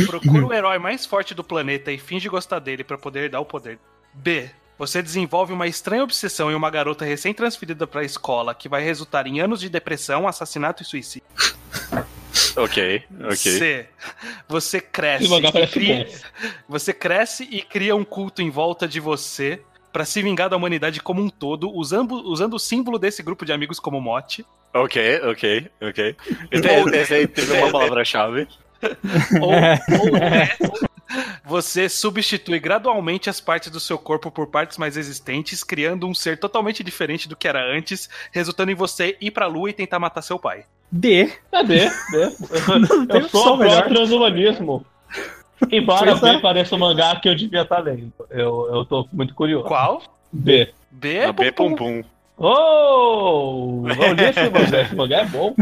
[SPEAKER 4] Procura o herói mais forte do planeta e finge gostar dele pra poder dar o poder. B. Você desenvolve uma estranha obsessão em uma garota recém-transferida pra escola que vai resultar em anos de depressão, assassinato e suicídio.
[SPEAKER 1] Ok, ok.
[SPEAKER 4] C. Você cresce.
[SPEAKER 3] Esse mangá
[SPEAKER 4] e
[SPEAKER 3] parece
[SPEAKER 4] cria-
[SPEAKER 3] bom.
[SPEAKER 4] Você cresce e cria um culto em volta de você pra se vingar da humanidade como um todo, usando, usando o símbolo desse grupo de amigos como mote.
[SPEAKER 1] Ok, ok, ok. Esse, esse aí teve uma palavra-chave.
[SPEAKER 4] Ou,
[SPEAKER 2] É.
[SPEAKER 4] ou D, você substitui gradualmente as partes do seu corpo por partes mais existentes, criando um ser totalmente diferente do que era antes, resultando em você ir pra lua e tentar matar seu pai.
[SPEAKER 2] D.
[SPEAKER 3] Cadê? Né?
[SPEAKER 2] tem
[SPEAKER 3] Eu sou
[SPEAKER 2] opção melhor.
[SPEAKER 3] pró-transhumanismo. Embora
[SPEAKER 2] Pois é.
[SPEAKER 3] B pareça um mangá que eu devia estar lendo. Eu, eu tô muito curioso.
[SPEAKER 4] Qual?
[SPEAKER 3] B.
[SPEAKER 4] B. é
[SPEAKER 1] Na B é Pum Pum.
[SPEAKER 3] Oh! Não li esse mangá, esse mangá é bom.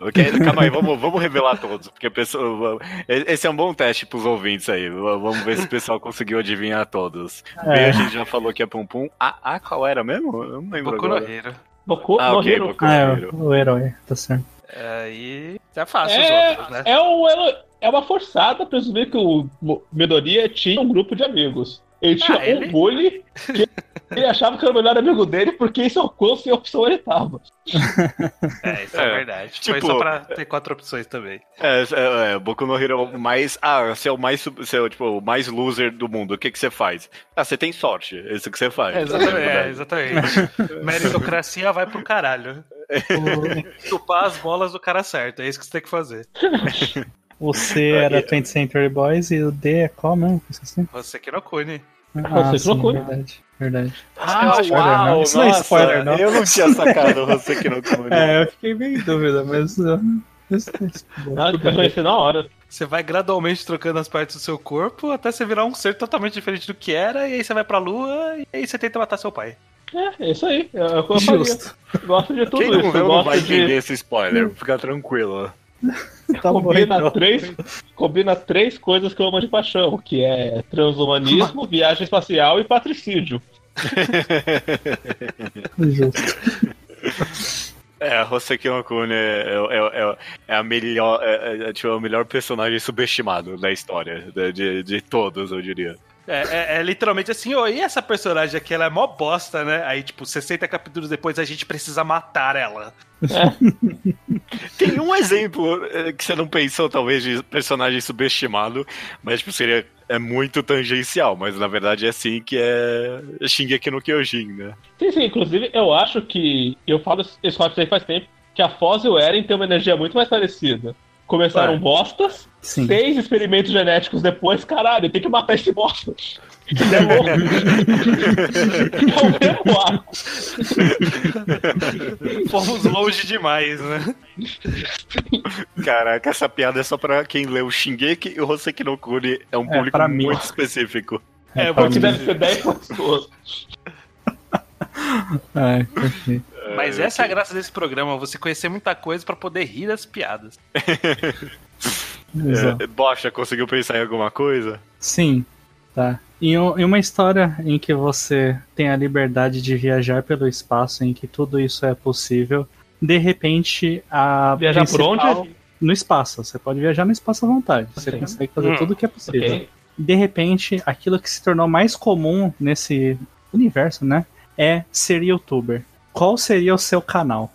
[SPEAKER 1] Ok, calma aí, vamos, vamos revelar todos. Porque a pessoa- esse é um bom teste pros ouvintes aí. Vamos ver se o pessoal conseguiu adivinhar todos. B, a
[SPEAKER 2] É.
[SPEAKER 1] gente já falou que é Pum Pum. A, a qual era mesmo? Eu não lembro
[SPEAKER 4] Boku no
[SPEAKER 1] agora.
[SPEAKER 4] Hero.
[SPEAKER 3] Boku
[SPEAKER 1] Ah,
[SPEAKER 3] no
[SPEAKER 1] ok,
[SPEAKER 3] Hero.
[SPEAKER 1] Boku no
[SPEAKER 2] Ah,
[SPEAKER 1] Hero.
[SPEAKER 2] é, o herói, tá certo.
[SPEAKER 4] Aí. É fácil os outros, né?
[SPEAKER 3] É, é, um, elo- é uma forçada presumir que o Mo- Midoriya tinha um grupo de amigos. Ele tinha
[SPEAKER 4] Ah,
[SPEAKER 3] um
[SPEAKER 4] ele-
[SPEAKER 3] bully que ele achava que era o melhor amigo dele porque isso é o quão sem opção ele tava.
[SPEAKER 4] É, isso
[SPEAKER 1] É,
[SPEAKER 4] é, verdade. Foi
[SPEAKER 1] tipo-
[SPEAKER 4] só pra ter quatro opções também.
[SPEAKER 1] É, é, é, Boku no Hero é o mais. Ah, você é o mais, sub- você é o, tipo, o mais loser do mundo. O que, que você faz? Ah, você tem sorte. É isso que você faz.
[SPEAKER 4] É, exatamente.
[SPEAKER 1] É,
[SPEAKER 4] é, exatamente. Meritocracia vai pro caralho. Chupar as bolas do cara certo, é isso que você tem que fazer.
[SPEAKER 2] O C era 20th Century Boys e o D é qual mesmo? Esqueci.
[SPEAKER 4] Você que é não cune.
[SPEAKER 2] Ah,
[SPEAKER 3] você
[SPEAKER 2] sim,
[SPEAKER 3] trocou.
[SPEAKER 2] verdade, verdade.
[SPEAKER 4] Ah,
[SPEAKER 2] acho que- spoiler, não. Isso não é spoiler, não.
[SPEAKER 1] Eu não tinha sacado você que não comeu.
[SPEAKER 2] É, eu fiquei meio em dúvida, mas... uh, isso- isso-
[SPEAKER 3] Ah, eu conheci na hora.
[SPEAKER 4] Você vai gradualmente trocando as partes do seu corpo até você virar um ser totalmente diferente do que era, e aí você vai pra lua, e aí você tenta matar seu pai.
[SPEAKER 3] É, é isso aí. É o que eu faria.
[SPEAKER 2] Justo.
[SPEAKER 3] Gosto de tudo
[SPEAKER 1] Quem não
[SPEAKER 3] isso.
[SPEAKER 1] viu não
[SPEAKER 3] gosto
[SPEAKER 1] vai entender
[SPEAKER 3] de...
[SPEAKER 1] esse spoiler, fica tranquilo.
[SPEAKER 2] Tá bom,
[SPEAKER 3] combina,
[SPEAKER 2] então.
[SPEAKER 3] três, combina três coisas que eu amo de paixão, que é transhumanismo, viagem espacial e patricídio.
[SPEAKER 2] Justo.
[SPEAKER 1] É, a Hoseki no Kune é, é- é- é a melhor, é, é, tipo, o melhor personagem subestimado da história, de, de, de todos, eu diria.
[SPEAKER 4] É, é- é literalmente assim, ó, e essa personagem aqui, ela é mó bosta, né? Aí, tipo, 60 capítulos depois a gente precisa matar ela.
[SPEAKER 1] Tem um exemplo é, que você não pensou, talvez, de personagem subestimado, mas tipo, seria é muito tangencial, mas na verdade é assim que é Shingeki no Kyojin, né?
[SPEAKER 3] Sim, sim, inclusive eu acho que. Eu falo esse esse fato aí faz tempo, que a Foz e o Eren têm uma energia muito mais parecida. Começaram
[SPEAKER 2] Ué.
[SPEAKER 3] bostas,
[SPEAKER 2] É. Sim.
[SPEAKER 3] seis experimentos genéticos depois, caralho, tem que matar esse bosta. É louco. é o mesmo arco.
[SPEAKER 4] Fomos longe demais, né?
[SPEAKER 1] Caraca, essa piada é só pra quem leu Shingeki e o Hoseki no Kune é um
[SPEAKER 2] É,
[SPEAKER 1] público
[SPEAKER 2] pra mim.
[SPEAKER 1] muito específico.
[SPEAKER 3] É, eu
[SPEAKER 2] pra
[SPEAKER 3] vou que
[SPEAKER 2] mim.
[SPEAKER 3] deve ser 10 pessoas.
[SPEAKER 2] Ai, ah, perfeito.
[SPEAKER 4] Mas essa é a graça desse programa, você conhecer muita coisa pra poder rir das piadas.
[SPEAKER 2] Exato.
[SPEAKER 1] É, Bocha, conseguiu pensar em alguma coisa?
[SPEAKER 2] Sim, tá. Em, um- em uma história em que você tem a liberdade de viajar pelo espaço, em que tudo isso é possível, de repente a.
[SPEAKER 3] Viajar por
[SPEAKER 2] principal-
[SPEAKER 3] onde?
[SPEAKER 2] No espaço. Você pode viajar no espaço à vontade. Você
[SPEAKER 3] Sim.
[SPEAKER 2] consegue fazer
[SPEAKER 4] Hum,
[SPEAKER 2] tudo o que é possível.
[SPEAKER 3] Ok.
[SPEAKER 2] De repente, aquilo que se tornou mais comum nesse universo, né? É ser youtuber. Qual seria o seu canal?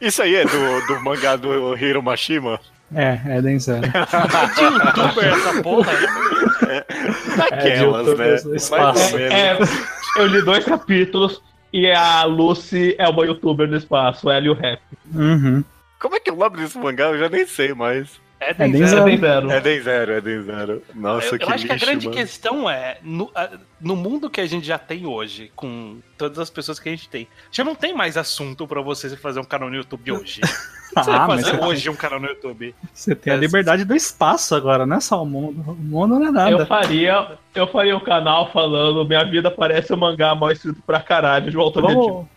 [SPEAKER 1] Isso aí é do, do mangá do Hiro Mashima?
[SPEAKER 2] É, Eden Zero.
[SPEAKER 4] De youtuber essa porra? né?
[SPEAKER 2] É,
[SPEAKER 1] Daquelas, né?
[SPEAKER 2] youtubers no espaço.
[SPEAKER 1] menos.
[SPEAKER 3] É, eu li dois capítulos e a Lucy é uma youtuber do espaço, ela e o rap.
[SPEAKER 2] Uhum.
[SPEAKER 1] Como é que é o nome desse mangá? Eu já nem sei mais.
[SPEAKER 4] É,
[SPEAKER 2] É
[SPEAKER 4] tem
[SPEAKER 2] bem
[SPEAKER 4] zero.
[SPEAKER 2] zero.
[SPEAKER 3] Tem zero.
[SPEAKER 1] É Den Zero, é Den Zero. Nossa,
[SPEAKER 4] eu,
[SPEAKER 1] que
[SPEAKER 4] eu acho que a
[SPEAKER 1] lixo,
[SPEAKER 4] grande
[SPEAKER 1] mano.
[SPEAKER 4] questão é, no, a- no mundo que a gente já tem hoje, com todas as pessoas que a gente tem, já não tem mais assunto pra você fazer um canal no YouTube hoje. Você
[SPEAKER 2] Ah,
[SPEAKER 4] vai
[SPEAKER 2] mas
[SPEAKER 4] fazer
[SPEAKER 2] você-
[SPEAKER 4] hoje um canal no YouTube.
[SPEAKER 3] um
[SPEAKER 2] você
[SPEAKER 3] é.
[SPEAKER 2] tem a liberdade do espaço agora, não é só o mundo. O mundo não é nada.
[SPEAKER 3] Eu faria, eu faria um canal falando Minha vida parece um mangá mal escrito pra caralho de volta de
[SPEAKER 2] Então Vamos...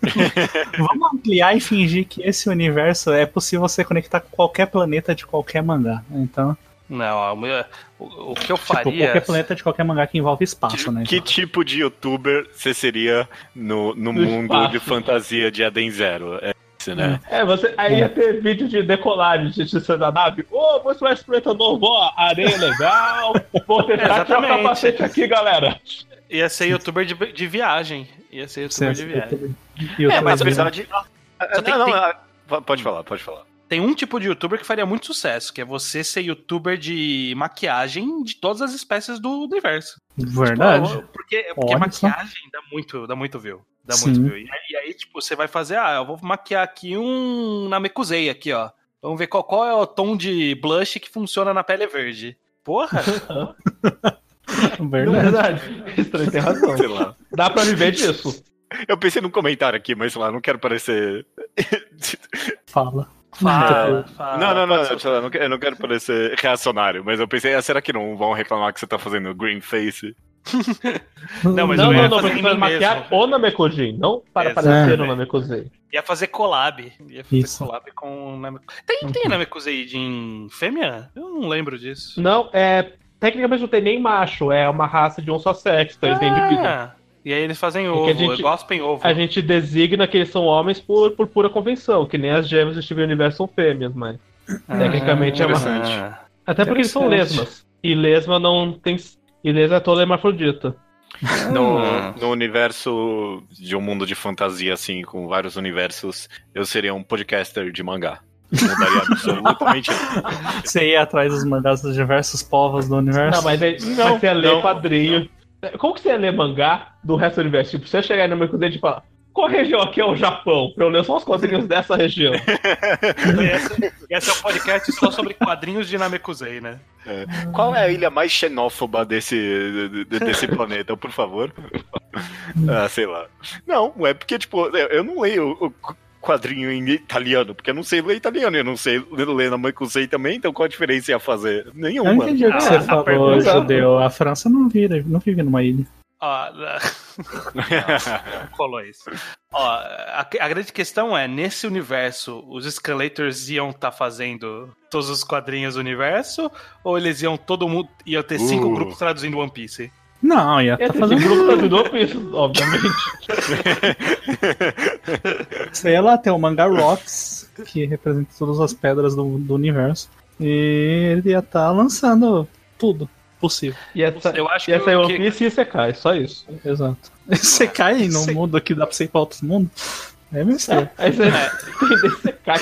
[SPEAKER 2] Vamos ampliar e fingir que esse universo é possível você conectar com qualquer planeta de qualquer mangá. Então,
[SPEAKER 4] Não, a mulher- o, o que eu
[SPEAKER 2] tipo,
[SPEAKER 4] faria.
[SPEAKER 2] qualquer planeta de qualquer mangá que envolve espaço, né?
[SPEAKER 1] Que tipo de youtuber você seria no, no
[SPEAKER 3] No
[SPEAKER 1] mundo
[SPEAKER 3] espaço.
[SPEAKER 1] de fantasia de Aden Zero? É isso, né?
[SPEAKER 3] É, você aí ia ter vídeo de decolagem de de- da nave. Ô, você vai experimentar novo, ó, areia legal. Vou tentar tirar o
[SPEAKER 4] Exatamente.
[SPEAKER 3] capacete aqui, galera.
[SPEAKER 4] Ia ser youtuber de, de viagem. Ia ser youtuber tipo de viagem.
[SPEAKER 2] YouTube,
[SPEAKER 1] É, mas
[SPEAKER 2] né?
[SPEAKER 1] apesar de.
[SPEAKER 4] Só tem-
[SPEAKER 1] não, não,
[SPEAKER 4] tem-
[SPEAKER 1] ah, po- pode falar, pode falar.
[SPEAKER 4] Tem um tipo de youtuber que faria muito sucesso, que é você ser youtuber de maquiagem de todas as espécies do universo.
[SPEAKER 2] Verdade.
[SPEAKER 4] Tipo, Porque, porque
[SPEAKER 2] Olha só.
[SPEAKER 4] maquiagem dá muito, dá muito view. Dá
[SPEAKER 2] Sim.
[SPEAKER 4] muito view. E aí, e aí, tipo, você vai fazer, ah, eu vou maquiar aqui um Namekusei aqui, ó. Vamos ver qual, qual é o tom de blush que funciona na pele verde. Porra! tipo,
[SPEAKER 2] É Verdade.
[SPEAKER 3] Estranho, tem razão.
[SPEAKER 1] Sei lá.
[SPEAKER 3] Dá pra viver disso.
[SPEAKER 1] Eu pensei num comentário aqui, mas sei lá, não quero parecer.
[SPEAKER 2] Fala.
[SPEAKER 4] Fala, fala.
[SPEAKER 1] não, não, não, não, sei lá, não que- eu não quero parecer reacionário, mas eu pensei, ah, será que não vão reclamar que você tá fazendo green face?
[SPEAKER 4] Não, mas
[SPEAKER 2] é.
[SPEAKER 4] eu
[SPEAKER 3] não, não,
[SPEAKER 4] ia
[SPEAKER 3] não,
[SPEAKER 4] fazer
[SPEAKER 3] você
[SPEAKER 4] em
[SPEAKER 3] vai
[SPEAKER 4] mim
[SPEAKER 3] maquiar
[SPEAKER 4] mesmo.
[SPEAKER 3] o Namekojin, não para
[SPEAKER 4] Exatamente.
[SPEAKER 3] parecer o Namekojin.
[SPEAKER 4] Ia fazer collab. Ia fazer
[SPEAKER 2] Isso.
[SPEAKER 4] collab com o Name- Tem,
[SPEAKER 3] Uhum.
[SPEAKER 4] tem Namekusei de em fêmea? Eu não lembro disso.
[SPEAKER 3] Não, é. Tecnicamente não tem nem macho, é uma raça de um só sexo, então eles têm indivíduo.
[SPEAKER 4] Ah, e aí eles fazem
[SPEAKER 3] que a
[SPEAKER 4] ovo,
[SPEAKER 3] gente-
[SPEAKER 4] gospem ovo.
[SPEAKER 3] A gente designa que eles são homens por, por pura convenção, que nem as gêmeas do Steven Universo são fêmeas, mas.
[SPEAKER 4] Ah,
[SPEAKER 3] tecnicamente é uma-
[SPEAKER 4] interessante.
[SPEAKER 3] Até porque eles são
[SPEAKER 2] Interessante.
[SPEAKER 3] lesmas. E lesma não tem. E lesma é toda hermafrodita.
[SPEAKER 1] No,
[SPEAKER 4] Ah.
[SPEAKER 1] no universo de um mundo de fantasia, assim, com vários universos, eu seria um podcaster de mangá. Não Mudaria absolutamente. nada.
[SPEAKER 4] é.
[SPEAKER 2] Você ia atrás dos mandatos dos diversos povos do universo.
[SPEAKER 3] Não, mas, é, aí,
[SPEAKER 1] Não,
[SPEAKER 3] mas você ia ler
[SPEAKER 1] não.
[SPEAKER 3] quadrinho. Como que você ia ler mangá do resto do universo? Tipo, se eu chegar no meu cozinho e falar, qual região aqui é o Japão? Pra eu ler só os quadrinhos dessa região.
[SPEAKER 4] Esse- Esse é o podcast só sobre quadrinhos de Namekusei, né?
[SPEAKER 1] Qual é a ilha mais xenófoba desse, de- de- desse planeta, por favor? ah, sei lá. Não, é porque, tipo, eu eu não leio o qu- quadrinho em italiano, porque eu não sei ler italiano, eu não sei ler na Mancusei também, então qual a diferença ia fazer?
[SPEAKER 2] Eu não
[SPEAKER 1] Nenhuma.
[SPEAKER 2] entendi o que
[SPEAKER 4] Ah,
[SPEAKER 2] você
[SPEAKER 4] a
[SPEAKER 2] falou,
[SPEAKER 4] pergunta-
[SPEAKER 2] judeu. A França não vira, não vive numa ilha.
[SPEAKER 4] Ah, Não, não colou isso. Ó, a, a grande questão é, nesse universo, os Scalators iam estar fazendo todos os quadrinhos do universo? Ou eles iam todo mundo. ia ter cinco
[SPEAKER 1] Uh.
[SPEAKER 4] grupos traduzindo One Piece?
[SPEAKER 2] Não, ia tá
[SPEAKER 3] Esse fazendo...
[SPEAKER 2] fazendo.
[SPEAKER 3] grupo tá de novo isso, obviamente.
[SPEAKER 2] Sei lá, tem o manga Rocks, que representa todas as pedras do, do universo. E ele ia estar lançando tudo possível.
[SPEAKER 3] E essa,
[SPEAKER 4] Eu acho
[SPEAKER 3] e essa é
[SPEAKER 4] que-
[SPEAKER 3] One Piece e Sekai, só isso.
[SPEAKER 2] Exato. Você cai num
[SPEAKER 4] Sei.
[SPEAKER 2] mundo que dá pra você ir pra outro mundo? É mistério.
[SPEAKER 3] Aí você
[SPEAKER 4] É.
[SPEAKER 3] tem Sekai.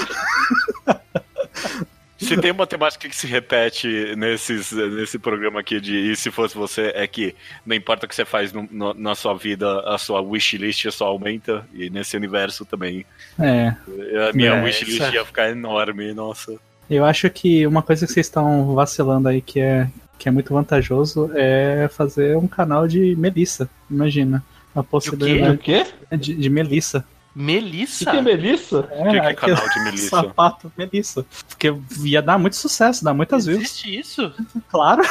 [SPEAKER 1] Se tem uma temática que se repete nesses, nesse programa aqui de E se fosse você, é que não importa o que você faz no- no- na sua vida, a sua wishlist só aumenta. E nesse universo também.
[SPEAKER 2] É.
[SPEAKER 1] A minha
[SPEAKER 2] É,
[SPEAKER 1] wishlist
[SPEAKER 2] isso é.
[SPEAKER 1] ia ficar enorme, nossa.
[SPEAKER 2] Eu acho que uma coisa que vocês estão vacilando aí que é, que é muito vantajoso é fazer um canal de Melissa. Imagina. A
[SPEAKER 3] O
[SPEAKER 2] possibilidade
[SPEAKER 3] quê?
[SPEAKER 2] de, de Melissa.
[SPEAKER 3] O que
[SPEAKER 4] Melissa?
[SPEAKER 3] que é Melissa?
[SPEAKER 2] É,
[SPEAKER 1] que é
[SPEAKER 2] aquele
[SPEAKER 1] canal de Melissa?
[SPEAKER 2] Sapato Melissa. Porque ia dar muito sucesso, dá muitas views.
[SPEAKER 4] Existe isso?
[SPEAKER 2] Claro.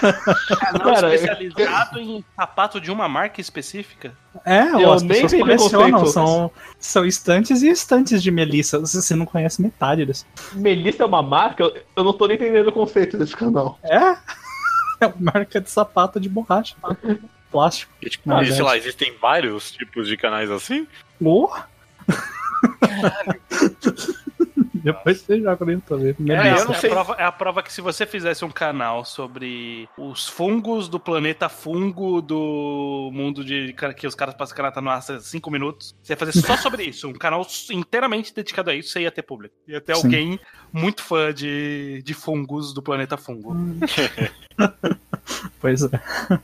[SPEAKER 4] Canal
[SPEAKER 3] Cara, é
[SPEAKER 4] especializado em sapato de uma marca específica?
[SPEAKER 2] É,
[SPEAKER 3] Eu
[SPEAKER 2] as
[SPEAKER 3] nem
[SPEAKER 2] pessoas
[SPEAKER 3] entendi o
[SPEAKER 2] colecionam.
[SPEAKER 3] conceito.
[SPEAKER 2] São, são estantes e estantes de Melissa. Você você não conhece metade desse.
[SPEAKER 3] Melissa é uma marca? Eu, eu não tô nem entendendo o conceito desse canal.
[SPEAKER 2] É? É uma marca de sapato de borracha. Plástico.
[SPEAKER 1] E, tipo,
[SPEAKER 2] Ah,
[SPEAKER 1] e, sei
[SPEAKER 2] deve.
[SPEAKER 1] lá, existem vários tipos de canais assim.
[SPEAKER 2] Oh. Depois você joga ali também.
[SPEAKER 4] É,
[SPEAKER 1] eu
[SPEAKER 2] Melissa.
[SPEAKER 1] não
[SPEAKER 4] é, a
[SPEAKER 1] sei.
[SPEAKER 4] prova, é a prova que se você fizesse um canal sobre os fungos do planeta fungo do mundo de que os caras passam canata no ar há cinco minutos, você ia fazer só sobre isso, um canal inteiramente dedicado a isso, você ia ter público. Ia ter
[SPEAKER 2] Sim.
[SPEAKER 4] alguém muito fã de, de fungos do planeta fungo.
[SPEAKER 2] Pois é.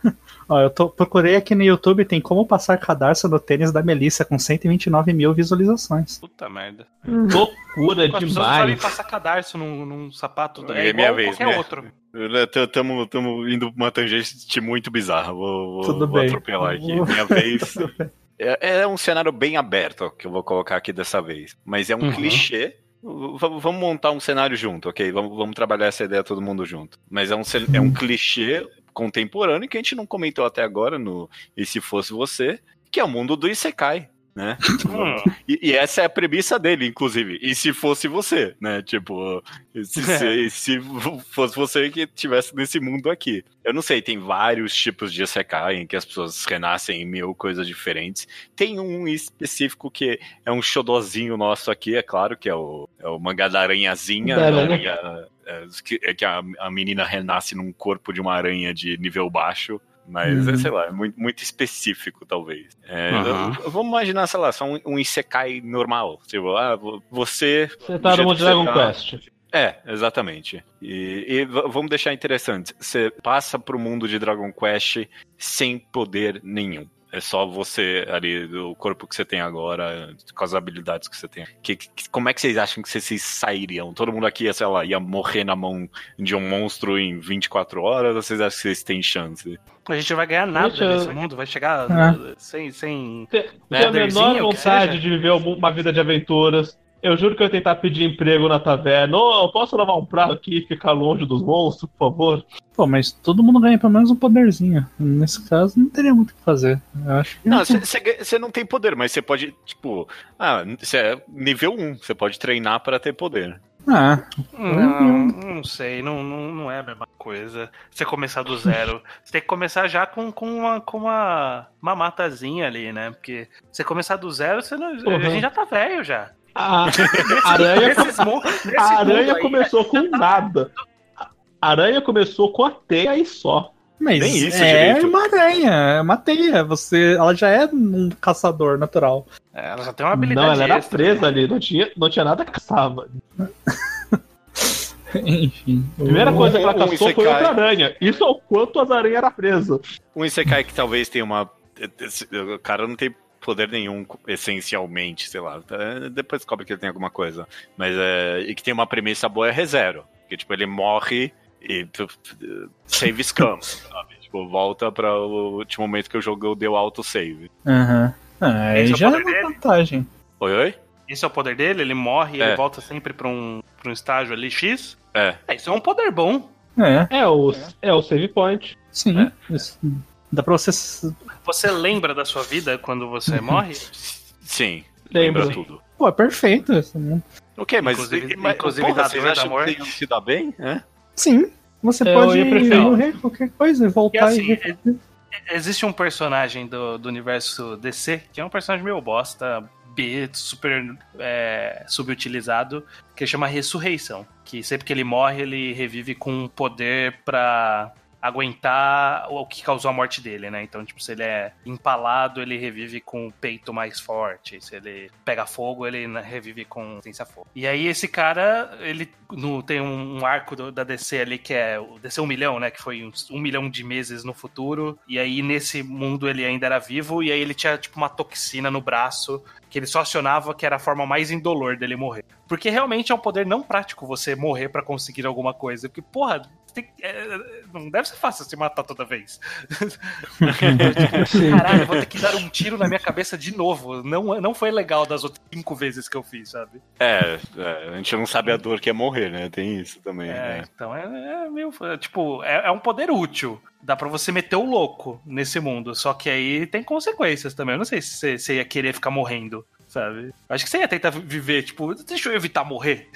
[SPEAKER 2] Ó, eu tô- procurei aqui no YouTube, tem como passar cadarço no tênis da Melissa com 129 mil visualizações.
[SPEAKER 4] Puta merda.
[SPEAKER 3] Loucura
[SPEAKER 4] As pessoas não sabem
[SPEAKER 3] É demais.
[SPEAKER 4] passar cadarço num, num sapato.
[SPEAKER 1] É
[SPEAKER 4] É, igual
[SPEAKER 1] minha vez,
[SPEAKER 4] qualquer
[SPEAKER 1] né?
[SPEAKER 4] outro.
[SPEAKER 1] Estamos indo pra uma tangente muito bizarra. Vou, vou-
[SPEAKER 2] Tudo
[SPEAKER 1] vou
[SPEAKER 2] bem.
[SPEAKER 1] atropelar aqui.
[SPEAKER 2] Vou-
[SPEAKER 1] Minha vez. É, é um cenário bem aberto que eu vou colocar aqui dessa vez. Mas é um
[SPEAKER 4] Uhum.
[SPEAKER 1] clichê. V- v- vamos montar um cenário junto, ok? Vamos, vamos trabalhar essa ideia todo mundo junto. Mas é um, ce- é
[SPEAKER 2] Uhum.
[SPEAKER 1] um clichê contemporâneo que a gente não comentou até agora no E Se Fosse Você, que é o mundo do Isekai, né?
[SPEAKER 4] Hum,
[SPEAKER 1] E, e essa é a premissa dele, inclusive. E se fosse você, né? Tipo, se, se- se fosse você que estivesse nesse mundo aqui. Eu não sei, tem vários tipos de Isekai em que as pessoas renascem em mil coisas diferentes. Tem um específico que é um xodozinho nosso aqui, é claro, que é o, é o mangá da aranhazinha.
[SPEAKER 3] Da
[SPEAKER 1] da
[SPEAKER 3] aranha.
[SPEAKER 1] aranha, é, que é que a, a menina renasce num corpo de uma aranha de nível baixo. Mas,
[SPEAKER 2] Uhum.
[SPEAKER 1] sei lá, é muito, muito específico, talvez. É,
[SPEAKER 4] Aham.
[SPEAKER 1] eu- eu- Vamos imaginar, sei lá, só um, um Isekai normal. Tipo, ah, vo- você.
[SPEAKER 3] Você
[SPEAKER 1] Do
[SPEAKER 3] tá
[SPEAKER 1] jeito
[SPEAKER 3] no
[SPEAKER 1] que
[SPEAKER 3] Dragon
[SPEAKER 1] você tá.
[SPEAKER 3] Quest.
[SPEAKER 1] É, exatamente. E, e v- vamos deixar interessante. Você passa pro mundo de Dragon Quest sem poder nenhum. É só você ali, o corpo que você tem agora, com as habilidades que você tem. Que- que- como é que vocês acham que vocês se sairiam? Todo mundo aqui, sei lá, ia morrer na mão de um monstro em 24 horas? Ou vocês acham que vocês têm chance?
[SPEAKER 4] a gente não vai ganhar nada
[SPEAKER 3] Deixa eu- Ah.
[SPEAKER 4] nesse mundo, vai chegar
[SPEAKER 2] É.
[SPEAKER 4] sem, sem.
[SPEAKER 3] Tem
[SPEAKER 1] É,
[SPEAKER 3] a
[SPEAKER 4] Derzinho,
[SPEAKER 3] menor
[SPEAKER 4] que
[SPEAKER 3] vontade
[SPEAKER 4] seja.
[SPEAKER 3] de viver uma vida de aventuras. Eu juro que eu ia tentar pedir emprego na taverna. Ô, eu posso lavar um prato aqui e ficar longe dos monstros, por favor?
[SPEAKER 2] Pô, mas todo mundo ganha pelo menos um poderzinho. Nesse caso, não teria muito o que fazer. Eu acho que
[SPEAKER 1] Não, você não tem poder, mas você pode, tipo, ah, você é nível 1, você pode treinar pra ter poder.
[SPEAKER 2] Ah,
[SPEAKER 4] Não, não sei, não, não, não é a mesma coisa. Você começar do zero. Você tem que começar já com, com, uma, com uma, uma matazinha ali, né? Porque você começar do zero, você não, a
[SPEAKER 3] Uhum.
[SPEAKER 4] gente já tá velho já.
[SPEAKER 3] A aranha,
[SPEAKER 4] Nesses mon- nesse mundo
[SPEAKER 3] a aranha
[SPEAKER 4] aí,
[SPEAKER 3] começou com nada. A aranha começou com a teia e só.
[SPEAKER 2] mas
[SPEAKER 1] Nem isso
[SPEAKER 2] é
[SPEAKER 1] direito.
[SPEAKER 2] uma aranha, é uma teia. Você, ela já é um caçador natural.
[SPEAKER 4] é, Ela já tem uma habilidade.
[SPEAKER 3] Não, ela era
[SPEAKER 4] extra. né?
[SPEAKER 3] presa ali, não tinha, não tinha nada que caçava.
[SPEAKER 2] Enfim.
[SPEAKER 3] A primeira
[SPEAKER 2] o-
[SPEAKER 3] coisa que ela
[SPEAKER 1] Um
[SPEAKER 3] caçou foi
[SPEAKER 1] isekai.
[SPEAKER 3] outra aranha. Isso é o quanto as aranhas eram presas.
[SPEAKER 1] Um Isekai que talvez tenha uma. eh, O cara não tem poder nenhum, essencialmente, sei lá. tá? Depois descobre que ele tem alguma coisa. Mas é. E que tem uma premissa boa é ReZero. Que, tipo, ele morre e tu- tu- save scam, sabe? Tipo, volta pra o último momento que o jogo deu autosave.
[SPEAKER 2] Aham. Ah, aí
[SPEAKER 4] Esse é o
[SPEAKER 2] já é
[SPEAKER 4] poder
[SPEAKER 2] uma
[SPEAKER 4] dele?
[SPEAKER 2] vantagem.
[SPEAKER 1] Oi, oi?
[SPEAKER 4] Esse é o poder dele, ele morre e
[SPEAKER 1] É.
[SPEAKER 4] ele volta sempre pra um, pra um estágio ali, X.
[SPEAKER 1] É.
[SPEAKER 4] É, isso é um poder bom.
[SPEAKER 2] É,
[SPEAKER 3] É o, é. o save point.
[SPEAKER 2] sim.
[SPEAKER 1] É.
[SPEAKER 2] Isso. Dá pra você. s-
[SPEAKER 4] Você lembra da sua vida quando você morre?
[SPEAKER 1] Sim,
[SPEAKER 3] Lembro.
[SPEAKER 1] lembra tudo.
[SPEAKER 2] Pô, é perfeito. esse mundo.
[SPEAKER 1] Ok, mas.
[SPEAKER 4] Inclusive-
[SPEAKER 1] e- mas
[SPEAKER 4] inclusive
[SPEAKER 1] porra,
[SPEAKER 4] da
[SPEAKER 1] vocês
[SPEAKER 4] dor,
[SPEAKER 1] acham
[SPEAKER 4] da morte.
[SPEAKER 1] que tem que se dar bem? É?
[SPEAKER 2] Sim. Você
[SPEAKER 3] Eu
[SPEAKER 2] pode
[SPEAKER 3] ia preferir.
[SPEAKER 2] morrer qualquer coisa e
[SPEAKER 4] E
[SPEAKER 2] voltar e.
[SPEAKER 4] assim, é- existe um personagem do, do universo DC que é um personagem meio bosta, B, super é, subutilizado, que chama Ressurreição. Que sempre que ele morre, ele revive com um poder pra aguentar o que causou a morte dele, né? Então, tipo, se ele é empalado, ele revive com o peito mais forte. Se ele pega fogo, ele né, revive com resistência a fogo. E aí esse cara, ele no, tem um, um arco do- da DC ali que é o DC 1 milhão, né? Que foi uns um milhão de meses no futuro. E aí nesse mundo ele ainda era vivo e aí ele tinha tipo uma toxina no braço que ele só acionava que era a forma mais indolor dele morrer. Porque realmente é um poder não prático você morrer pra conseguir alguma coisa. Porque, porra, tem que- é, é, não deve ser fácil se matar toda vez.
[SPEAKER 2] Sim.
[SPEAKER 4] Caralho, eu vou ter que dar um tiro na minha cabeça de novo. Não, é- não foi legal das outras cinco vezes que eu fiz, sabe?
[SPEAKER 1] É, é, a gente não sabe a dor que é morrer, né? Tem isso também.
[SPEAKER 4] É,
[SPEAKER 1] né?
[SPEAKER 4] então é, é meio. é, Tipo, é, é um poder útil. Dá pra você meter o louco nesse mundo. Só que aí tem consequências também. Eu não sei se você, você ia querer ficar morrendo, sabe? Eu Acho que você ia tentar vi- viver, tipo, deixa eu evitar morrer.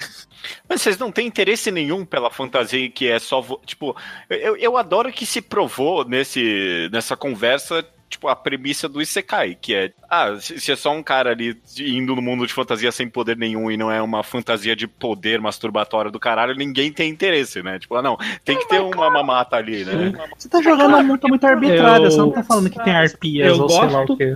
[SPEAKER 1] Mas vocês não têm interesse nenhum pela fantasia que é só. vo- Tipo, eu, eu adoro que se provou nesse, nessa conversa. Tipo, a premissa do Isekai, que é, ah, se se é só um cara ali de- indo no mundo de fantasia sem poder nenhum e não é uma fantasia de poder masturbatória do caralho, ninguém tem interesse, né? Tipo, ah, não, tem que ter uma mamata ali, né?
[SPEAKER 2] Você tá jogando uma multa muito arbitrária, você não tá
[SPEAKER 3] Eu-
[SPEAKER 2] falando que tem arpias
[SPEAKER 3] Eu
[SPEAKER 2] ou sei lá
[SPEAKER 3] gosto-
[SPEAKER 2] o que. é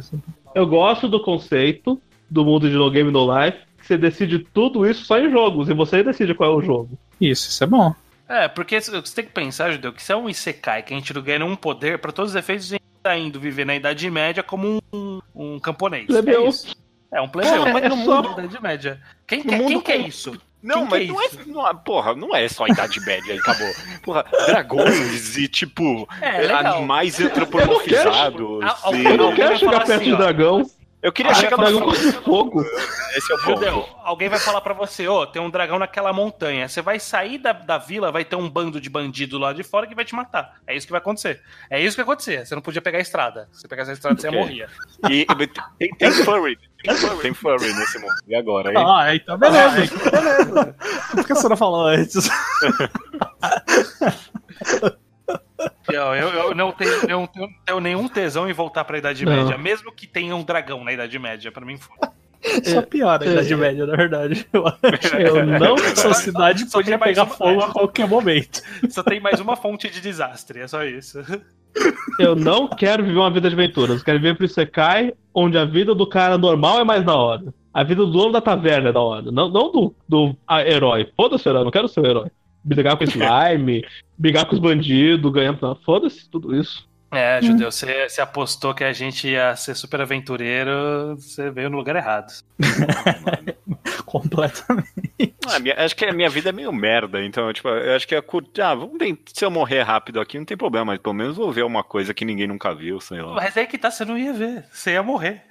[SPEAKER 3] Eu gosto do conceito do mundo de No Game No Life, que você decide tudo isso só em jogos, e você decide qual é o jogo.
[SPEAKER 2] Isso, isso é bom.
[SPEAKER 4] É, porque c- você tem que pensar, Judeu, que se é um Isekai que a gente não ganha um poder, pra todos os efeitos, a gente tá indo viver na Idade Média como um, um camponês.
[SPEAKER 3] Plebeu.
[SPEAKER 4] É, isso. É um plebeu,
[SPEAKER 1] Porra,
[SPEAKER 4] mas
[SPEAKER 1] é
[SPEAKER 4] no
[SPEAKER 1] só-
[SPEAKER 4] mundo da Idade Média. Quem,
[SPEAKER 1] No
[SPEAKER 4] quer, quem
[SPEAKER 1] mundo
[SPEAKER 4] quer
[SPEAKER 1] com-
[SPEAKER 4] isso?
[SPEAKER 1] Não,
[SPEAKER 4] Quem
[SPEAKER 1] mas
[SPEAKER 4] que é
[SPEAKER 1] não é, não é- Porra, não é só a Idade Média e acabou. Porra, dragões e, tipo,
[SPEAKER 4] É, legal.
[SPEAKER 1] animais antropomorfizados.
[SPEAKER 4] Ah, alguém-
[SPEAKER 1] e-
[SPEAKER 3] Eu não
[SPEAKER 4] alguém vai
[SPEAKER 3] quero chegar
[SPEAKER 4] falar
[SPEAKER 3] perto
[SPEAKER 4] assim,
[SPEAKER 3] de
[SPEAKER 4] ó.
[SPEAKER 3] dragão.
[SPEAKER 1] Eu queria
[SPEAKER 4] Ah,
[SPEAKER 1] chegar no
[SPEAKER 3] Dragão de fogo.
[SPEAKER 1] Esse é o ponto.
[SPEAKER 4] Judeu, alguém vai falar pra você, ô, tem um dragão naquela montanha. Você vai sair da, da vila, vai ter um bando de bandido lá de fora que vai te matar. É isso que vai acontecer. É isso que acontecia. Você não podia pegar a estrada. Se você pegasse a estrada, você
[SPEAKER 1] Ok.
[SPEAKER 4] morria.
[SPEAKER 1] E, e tem, tem furry. Tem furry, tem furry nesse mundo. E agora, hein?
[SPEAKER 2] Ah, então beleza. então beleza. Por que você não falou antes?
[SPEAKER 4] Eu, eu- eu não tenho, eu não tenho- tenho nenhum tesão em voltar pra Idade
[SPEAKER 3] Não.
[SPEAKER 4] Média, mesmo que tenha um dragão na Idade Média, pra mim foi.
[SPEAKER 2] Só piora a
[SPEAKER 3] é,
[SPEAKER 2] Idade
[SPEAKER 3] é.
[SPEAKER 2] Média, na verdade. Eu acho.
[SPEAKER 3] Eu não.
[SPEAKER 2] Essa cidade
[SPEAKER 4] Só
[SPEAKER 2] podia
[SPEAKER 4] tem mais
[SPEAKER 2] pegar
[SPEAKER 4] uma-
[SPEAKER 2] fogo a qualquer momento.
[SPEAKER 4] Só tem mais uma fonte de desastre, é só isso.
[SPEAKER 3] Eu não quero viver uma vida de aventuras. Eu Quero viver pro Isekai, onde a vida do cara normal é mais da hora. A vida do dono da taverna é da hora. Não, não do, do ah, herói. Foda-se, herói. Não quero ser o herói. Brigar com slime, brigar com os bandidos, ganhar. não, Foda-se tudo isso.
[SPEAKER 4] É, Judeu, você, você apostou que a gente ia ser super aventureiro, você veio no lugar errado.
[SPEAKER 2] Completamente.
[SPEAKER 1] Ah, minha- acho que a minha vida é meio merda, então, tipo, eu acho que é curto. Ah, vamos ver, se eu morrer rápido aqui, não tem problema, mas pelo menos vou ver uma coisa que ninguém nunca viu, sei lá.
[SPEAKER 4] Mas aí que tá, você não ia ver, você ia morrer.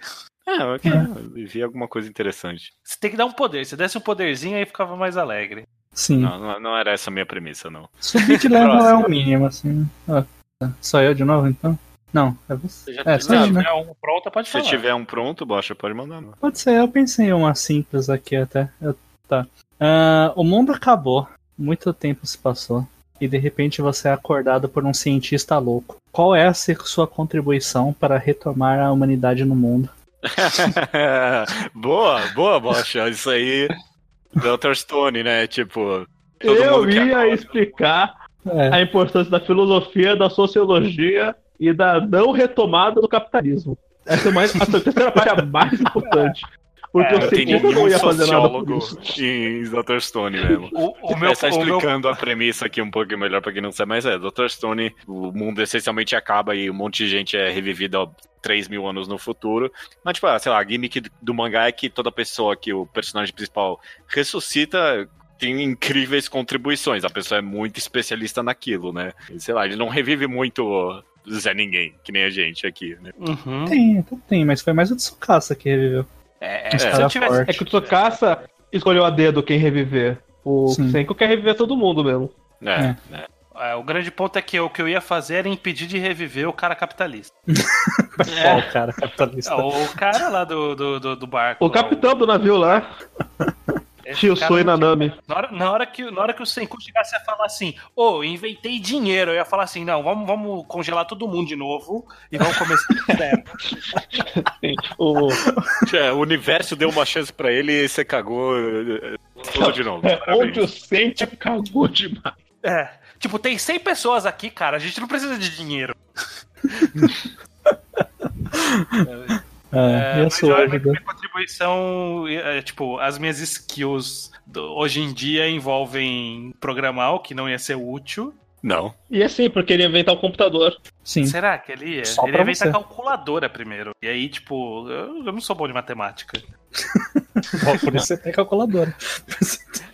[SPEAKER 1] Ah, eu queria ver alguma coisa interessante.
[SPEAKER 4] Você tem que dar um poder. Se desse um poderzinho, aí ficava mais alegre.
[SPEAKER 2] Sim.
[SPEAKER 1] Não, não, não era essa a minha premissa, não.
[SPEAKER 2] Subir de level
[SPEAKER 1] Próximo.
[SPEAKER 2] é o mínimo, assim. Ah, tá. Só eu de novo, então? Não, é você. É,
[SPEAKER 4] Se
[SPEAKER 2] sou eu, né?
[SPEAKER 4] tiver um pronto, pode
[SPEAKER 1] Se
[SPEAKER 4] falar.
[SPEAKER 1] tiver um pronto, Bocha, pode mandar. mano.
[SPEAKER 2] Pode ser, eu pensei em uma simples aqui até. Eu- tá. Ah, o mundo acabou. Muito tempo se passou. E de repente você é acordado por um cientista louco. Qual é a se- sua contribuição para retomar a humanidade no mundo?
[SPEAKER 1] boa, boa, Bocha. Isso aí. Dr. Stone, né? Tipo. Todo
[SPEAKER 3] eu
[SPEAKER 1] mundo quer
[SPEAKER 3] ia
[SPEAKER 1] agora.
[SPEAKER 3] explicar
[SPEAKER 2] É,
[SPEAKER 3] a importância da filosofia, da sociologia e da não retomada do capitalismo. Essa é mais, a terceira parte é a mais importante. Porque
[SPEAKER 4] É,
[SPEAKER 3] o
[SPEAKER 1] Não tem
[SPEAKER 3] cientista Assim, não
[SPEAKER 1] nenhum
[SPEAKER 3] ia fazer nada por
[SPEAKER 1] sociólogo
[SPEAKER 3] isso.
[SPEAKER 1] em Dr. Stone mesmo.
[SPEAKER 4] O, o meu,
[SPEAKER 1] Meu, tá
[SPEAKER 4] o, meu,
[SPEAKER 1] explicando a premissa aqui um pouco melhor pra quem não sabe, mas é, Dr. Stone, o mundo essencialmente acaba e um monte de gente é revivida há 3 mil anos no futuro. Mas, tipo, ah, sei lá, a gimmick do mangá é que toda pessoa que o personagem principal ressuscita tem incríveis contribuições. A pessoa é muito especialista naquilo, né? Sei lá, ele não revive muito Zé Ninguém, que nem a gente aqui, né?
[SPEAKER 4] Uhum.
[SPEAKER 2] tem, até tem, mas foi mais o Tsukasa que reviveu.
[SPEAKER 4] É, é,
[SPEAKER 2] Os
[SPEAKER 4] se eu
[SPEAKER 2] caras
[SPEAKER 4] tivesse.
[SPEAKER 2] fortes.
[SPEAKER 3] É que o Tsukasa escolheu a dedo quem reviver. O
[SPEAKER 2] Sim.
[SPEAKER 3] Senko quer reviver todo mundo mesmo.
[SPEAKER 1] É, né?
[SPEAKER 4] É, o grande ponto é que o que eu ia fazer era impedir de reviver o cara capitalista.
[SPEAKER 2] Qual cara capitalista?
[SPEAKER 4] É, o cara lá do, do, do, do barco.
[SPEAKER 3] O
[SPEAKER 4] lá,
[SPEAKER 3] capitão do navio lá,
[SPEAKER 4] esse
[SPEAKER 3] Tio
[SPEAKER 4] cara
[SPEAKER 3] Sui
[SPEAKER 4] não tinha-
[SPEAKER 3] Nanami.
[SPEAKER 4] Na hora, na, hora que, na hora que o Senku chegasse a falar assim, ô, inventei dinheiro, eu ia falar assim, não, vamos, vamos congelar todo mundo de novo e vamos começar do zero.
[SPEAKER 3] O,
[SPEAKER 1] É, o universo deu uma chance pra ele e você cagou eh, tudo de novo. Parabéns.
[SPEAKER 3] É, onde o Sente cagou demais.
[SPEAKER 4] É. Tipo, tem 100 pessoas aqui, cara, a gente não precisa de dinheiro.
[SPEAKER 2] É, e a
[SPEAKER 4] mas eu
[SPEAKER 2] sua
[SPEAKER 4] acho que
[SPEAKER 2] ajuda?
[SPEAKER 4] minha contribuição, é, tipo, as minhas skills do- hoje em dia envolvem programar, o que não ia ser útil.
[SPEAKER 1] Não.
[SPEAKER 3] E assim, porque ele ia inventar o computador.
[SPEAKER 2] Sim.
[SPEAKER 4] Será que ele ia?
[SPEAKER 2] Só
[SPEAKER 4] ele
[SPEAKER 2] pra
[SPEAKER 4] ia inventar
[SPEAKER 2] você.
[SPEAKER 4] calculadora primeiro. E aí, tipo, eu, eu não sou bom de matemática.
[SPEAKER 2] Bom, por isso você tem calculadora.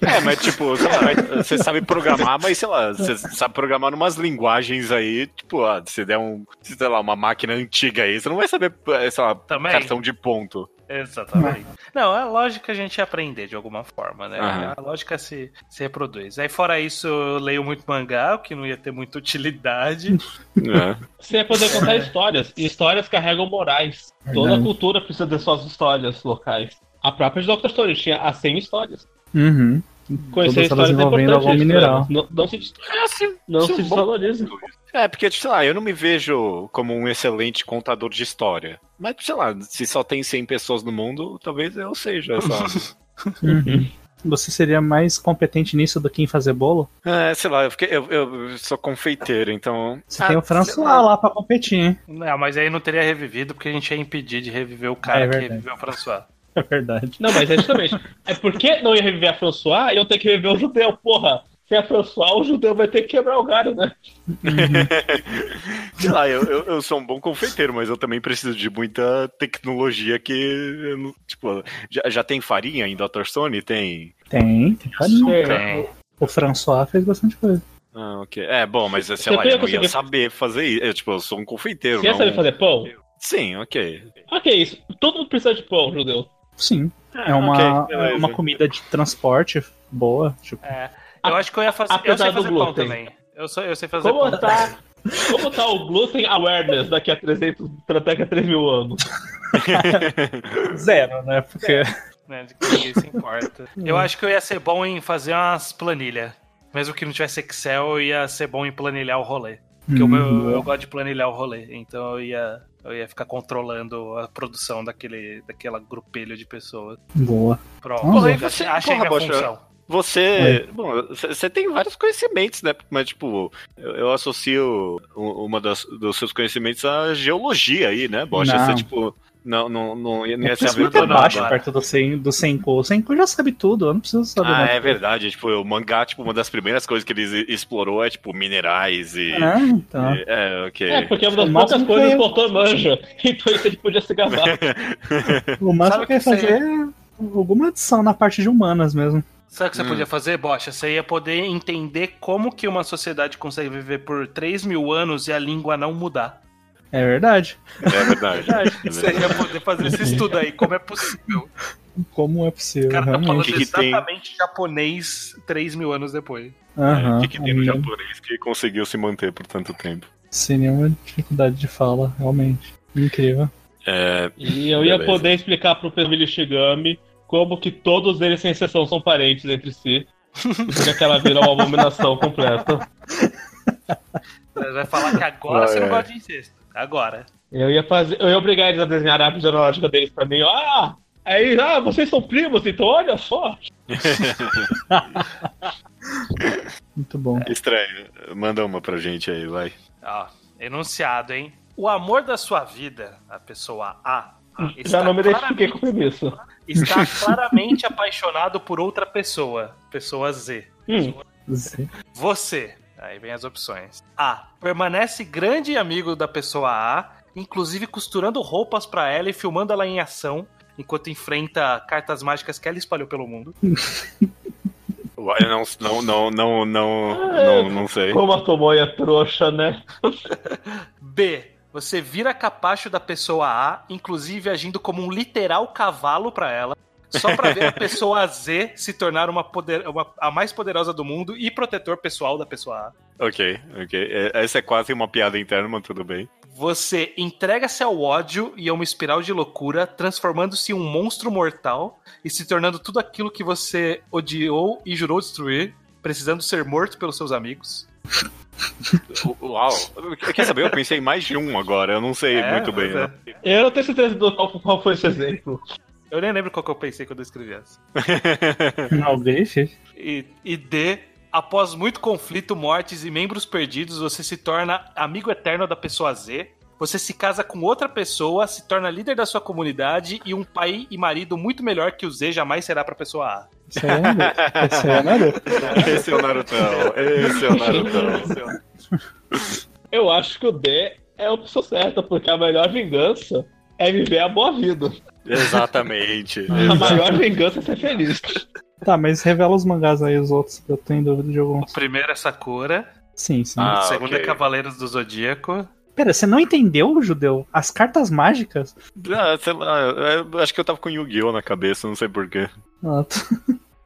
[SPEAKER 1] É, mas tipo, sei lá, mas você sabe programar, mas sei lá, você sabe programar numas linguagens aí, tipo, ah, se der um, sei lá, uma máquina antiga aí, você não vai saber, eh, sei lá,
[SPEAKER 4] Também.
[SPEAKER 1] cartão de ponto.
[SPEAKER 4] Exatamente. Não, a lógica a gente ia aprender de alguma forma, né?
[SPEAKER 1] Aham.
[SPEAKER 4] A lógica se, se reproduz. Aí, fora isso, eu leio muito mangá, o que não ia ter muita utilidade.
[SPEAKER 1] É.
[SPEAKER 3] Você ia poder contar histórias. E histórias carregam morais. Toda
[SPEAKER 2] Verdade.
[SPEAKER 3] cultura precisa de suas histórias locais. A própria de Dr. Story tinha as 100 histórias.
[SPEAKER 2] Uhum.
[SPEAKER 3] Conhecer
[SPEAKER 2] Todas elas
[SPEAKER 3] histórias é
[SPEAKER 2] envolvendo
[SPEAKER 3] importante.
[SPEAKER 2] algum
[SPEAKER 3] né?
[SPEAKER 2] mineral.
[SPEAKER 3] Não, não se,
[SPEAKER 1] assim,
[SPEAKER 3] não
[SPEAKER 1] Isso é
[SPEAKER 3] se
[SPEAKER 1] bom.
[SPEAKER 3] desvaloriza.
[SPEAKER 1] É, porque, sei lá, eu não me vejo como um excelente contador de história. Mas, sei lá, se só tem 100 pessoas no mundo, talvez eu seja, sabe?
[SPEAKER 2] Uhum. Você seria mais competente nisso do que em fazer bolo?
[SPEAKER 1] É, sei lá, eu, fiquei- eu- eu sou confeiteiro, então.
[SPEAKER 2] Você
[SPEAKER 1] Ah,
[SPEAKER 2] tem o
[SPEAKER 1] sei
[SPEAKER 2] François
[SPEAKER 1] lá.
[SPEAKER 2] lá. pra competir, hein?
[SPEAKER 4] Não, mas aí não teria revivido, porque a gente ia impedir de reviver o cara
[SPEAKER 2] É
[SPEAKER 4] que
[SPEAKER 2] verdade.
[SPEAKER 4] reviveu o François.
[SPEAKER 2] É verdade.
[SPEAKER 3] Não, mas é justamente. É porque não ia reviver a François e eu tenho que reviver o judeu, porra. Sem a François, o judeu vai ter que quebrar o galho, né?
[SPEAKER 2] Uhum.
[SPEAKER 1] Sei lá, eu, eu, eu sou um bom confeiteiro, mas eu também preciso de muita tecnologia que. eu não- Tipo, já, já tem farinha em Dr. Sony? Tem.
[SPEAKER 2] Tem, tem carinho.
[SPEAKER 3] É.
[SPEAKER 4] Tem.
[SPEAKER 2] O François fez bastante coisa.
[SPEAKER 1] Ah, ok. É, bom, mas sei
[SPEAKER 3] Eu
[SPEAKER 1] lá,
[SPEAKER 3] tenho
[SPEAKER 1] eu não ia
[SPEAKER 3] conseguido-
[SPEAKER 1] saber fazer isso. Eu, tipo, eu sou um confeiteiro,
[SPEAKER 3] Você ia
[SPEAKER 1] não.
[SPEAKER 3] saber fazer pão?
[SPEAKER 1] Sim, ok.
[SPEAKER 3] Ok, isso. Todo mundo precisa de pão, judeu.
[SPEAKER 2] Sim. É uma,
[SPEAKER 1] Ah, ok,
[SPEAKER 2] é uma
[SPEAKER 1] beleza.
[SPEAKER 2] comida de transporte boa. Tipo,
[SPEAKER 4] É, eu acho que eu ia fazer. Eu
[SPEAKER 3] apesar
[SPEAKER 4] sei
[SPEAKER 3] do
[SPEAKER 4] fazer pão
[SPEAKER 3] glúten.
[SPEAKER 4] também. Eu, sou, eu sei fazer
[SPEAKER 3] Como
[SPEAKER 4] pão.
[SPEAKER 3] tá, como tá o gluten awareness daqui a 300, pra daqui a 3 mil anos?
[SPEAKER 2] zero, né? Porque.
[SPEAKER 4] Né, de que ninguém se importa. Eu acho que eu ia ser bom em fazer umas planilhas. Mesmo que não tivesse Excel, eu ia ser bom em planilhar o rolê. Porque o
[SPEAKER 2] Uhum. Hum.
[SPEAKER 4] meu, eu gosto de planilhar o rolê. Então eu ia, eu ia ficar controlando a produção daquele, daquela grupelho de pessoas.
[SPEAKER 2] Boa.
[SPEAKER 4] Pronto.
[SPEAKER 2] Porra,
[SPEAKER 1] e você-
[SPEAKER 4] achei
[SPEAKER 1] porra,
[SPEAKER 4] minha
[SPEAKER 1] Bocha.
[SPEAKER 4] função.
[SPEAKER 1] Você. Bom, você você tem vários conhecimentos, né? Mas, tipo, eu, eu associo um- uma das, dos seus conhecimentos à geologia aí, né, Bocha?
[SPEAKER 2] Não. É
[SPEAKER 1] Você, tipo. Não, não, não, ia- não ia
[SPEAKER 2] Isso
[SPEAKER 1] saber
[SPEAKER 2] muito
[SPEAKER 1] nada.
[SPEAKER 2] baixo, perto do, Sen, do Senko. O Senko já sabe tudo, eu não preciso saber
[SPEAKER 1] Ah,
[SPEAKER 2] nada.
[SPEAKER 1] é verdade. Tipo, o mangá, tipo, uma das primeiras coisas que eles explorou é, tipo, minerais e.
[SPEAKER 2] Ah, então.
[SPEAKER 1] e- É, ok.
[SPEAKER 3] É, porque é uma das
[SPEAKER 2] Nossa,
[SPEAKER 3] poucas
[SPEAKER 2] não
[SPEAKER 3] coisas que
[SPEAKER 2] tem.
[SPEAKER 3] o autor manja. Então isso ele podia se gabar.
[SPEAKER 2] O máximo
[SPEAKER 4] Sabe
[SPEAKER 2] que eu ia
[SPEAKER 4] que você-
[SPEAKER 2] fazer é alguma adição na parte de humanas mesmo.
[SPEAKER 4] Sabe o que você
[SPEAKER 1] Hum.
[SPEAKER 4] podia fazer, Bocha? Você ia poder entender como que uma sociedade consegue viver por 3 mil anos e a língua não mudar.
[SPEAKER 2] É verdade.
[SPEAKER 1] É verdade. É
[SPEAKER 4] Você
[SPEAKER 1] verdade.
[SPEAKER 4] ia poder fazer esse estudo aí, como é possível.
[SPEAKER 2] Como é
[SPEAKER 4] O
[SPEAKER 2] possível,
[SPEAKER 4] cara tá falando
[SPEAKER 2] realmente.
[SPEAKER 1] Que que tem?
[SPEAKER 4] exatamente japonês 3 mil anos depois.
[SPEAKER 1] É,
[SPEAKER 2] Aham. Uhum.
[SPEAKER 1] O que, que tem no japonês que conseguiu se manter por tanto tempo?
[SPEAKER 2] Sem nenhuma dificuldade de fala, realmente. Incrível.
[SPEAKER 1] É,
[SPEAKER 3] E eu ia
[SPEAKER 1] Beleza.
[SPEAKER 3] poder explicar pro Family Shigami como que todos eles, sem exceção, são parentes entre si. é Porque aquela vira uma abominação completa.
[SPEAKER 4] Você vai falar que agora
[SPEAKER 1] Ah,
[SPEAKER 4] você não
[SPEAKER 1] é.
[SPEAKER 4] gosta de incesto. Agora.
[SPEAKER 3] Eu ia fazer. Eu ia obrigar eles a desenhar a árvore genealógica deles pra mim. Ah! Aí, ah, vocês são primos, então olha só.
[SPEAKER 2] Muito bom.
[SPEAKER 1] estranho. Manda uma pra gente aí, vai.
[SPEAKER 4] Ó, enunciado, hein? O amor da sua vida, a pessoa A,
[SPEAKER 3] Já
[SPEAKER 4] está,
[SPEAKER 3] não me
[SPEAKER 4] claramente,
[SPEAKER 3] identifiquei com isso.
[SPEAKER 4] está claramente apaixonado por outra pessoa. Pessoa Z.
[SPEAKER 3] Hum,
[SPEAKER 2] Sim.
[SPEAKER 4] Você. Aí vem as opções. A. Permanece grande amigo da pessoa A, inclusive costurando roupas pra ela e filmando ela em ação, enquanto enfrenta cartas mágicas que ela espalhou pelo mundo.
[SPEAKER 1] Uai, Não, não, não, não, não, não, não sei.
[SPEAKER 3] como a Tomoya é trouxa, né?
[SPEAKER 4] B. Você vira capacho da pessoa A, inclusive agindo como um literal cavalo pra ela, só pra ver a pessoa Z se tornar uma, poder- uma- a mais poderosa do mundo e protetor pessoal da pessoa A.
[SPEAKER 1] Ok, ok. É- Essa é quase uma piada interna, mas tudo bem.
[SPEAKER 4] Você entrega-se ao ódio e a uma espiral de loucura, transformando-se em um monstro mortal e se tornando tudo aquilo que você odiou e jurou destruir, precisando ser morto pelos seus amigos.
[SPEAKER 1] U- Uau. Quer saber? Eu pensei em mais de um agora, eu não sei
[SPEAKER 4] É,
[SPEAKER 1] muito bem.
[SPEAKER 4] mas é.
[SPEAKER 1] né?
[SPEAKER 3] Eu não tenho certeza do qual, qual foi esse exemplo.
[SPEAKER 4] Eu nem lembro qual que eu pensei quando eu escrevi essa.
[SPEAKER 2] Não, deixa.
[SPEAKER 4] E, e D. Após muito conflito, mortes e membros perdidos, você se torna amigo eterno da pessoa Z. Você se casa com outra pessoa, se torna líder da sua comunidade e um pai e marido muito melhor que o Z jamais será pra pessoa A.
[SPEAKER 2] Isso aí é Naruto. Isso aí é Naruto.
[SPEAKER 1] Esse é o Narutão. Esse é o Narutão.
[SPEAKER 3] Eu acho que o D é a opção certa, porque a melhor vingança é viver a boa vida.
[SPEAKER 1] Exatamente.
[SPEAKER 3] A maior vingança é ser feliz.
[SPEAKER 2] Tá, mas revela os mangás aí, os outros, que eu tô em dúvida de
[SPEAKER 4] O
[SPEAKER 2] alguns.
[SPEAKER 4] primeiro é Sakura,
[SPEAKER 2] Sim, sim.
[SPEAKER 1] Ah,
[SPEAKER 4] o segundo
[SPEAKER 1] ok.
[SPEAKER 4] é Cavaleiros do Zodíaco.
[SPEAKER 2] Pera, você não entendeu, judeu? As cartas mágicas?
[SPEAKER 1] Ah, sei lá, eu acho que eu tava com Yu-Gi-Oh! na cabeça, não sei porquê.
[SPEAKER 2] Ah, tá.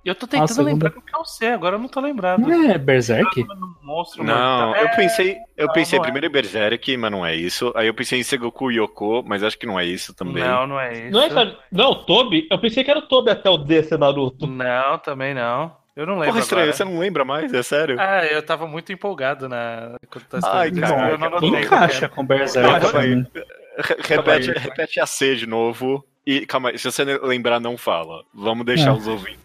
[SPEAKER 4] E eu tô
[SPEAKER 2] Ah, o
[SPEAKER 4] tentando
[SPEAKER 2] segundo.
[SPEAKER 4] lembrar qual que é o C, agora eu não tô lembrado.
[SPEAKER 2] Não é Berserk?
[SPEAKER 4] Monstro tá-
[SPEAKER 1] Não,
[SPEAKER 4] mortal.
[SPEAKER 1] eu pensei, eu
[SPEAKER 4] não,
[SPEAKER 1] pensei
[SPEAKER 4] não é.
[SPEAKER 1] primeiro em Berserk, mas não é isso. Aí eu pensei em Segoku Yoko, mas acho que não é isso também.
[SPEAKER 4] Não, não é isso.
[SPEAKER 3] Não é essa... Não, Toby. Eu pensei que era o Toby até o D ser Naruto.
[SPEAKER 4] Não, também não. Eu não lembro
[SPEAKER 1] Porra, estranho,
[SPEAKER 4] agora.
[SPEAKER 1] você não lembra mais? É sério?
[SPEAKER 4] Ah, eu tava muito empolgado na... quando tá
[SPEAKER 1] Ai,
[SPEAKER 4] escrevendo.
[SPEAKER 1] caraca.
[SPEAKER 4] eu não anotei.
[SPEAKER 1] Não
[SPEAKER 2] Encaixa com
[SPEAKER 1] Não,
[SPEAKER 2] Berserk. né?
[SPEAKER 1] calma aí.
[SPEAKER 2] também.
[SPEAKER 1] Re- repete, repete a C de novo. E calma aí, se você lembrar, não fala. Vamos deixar
[SPEAKER 2] É.
[SPEAKER 1] os ouvintes.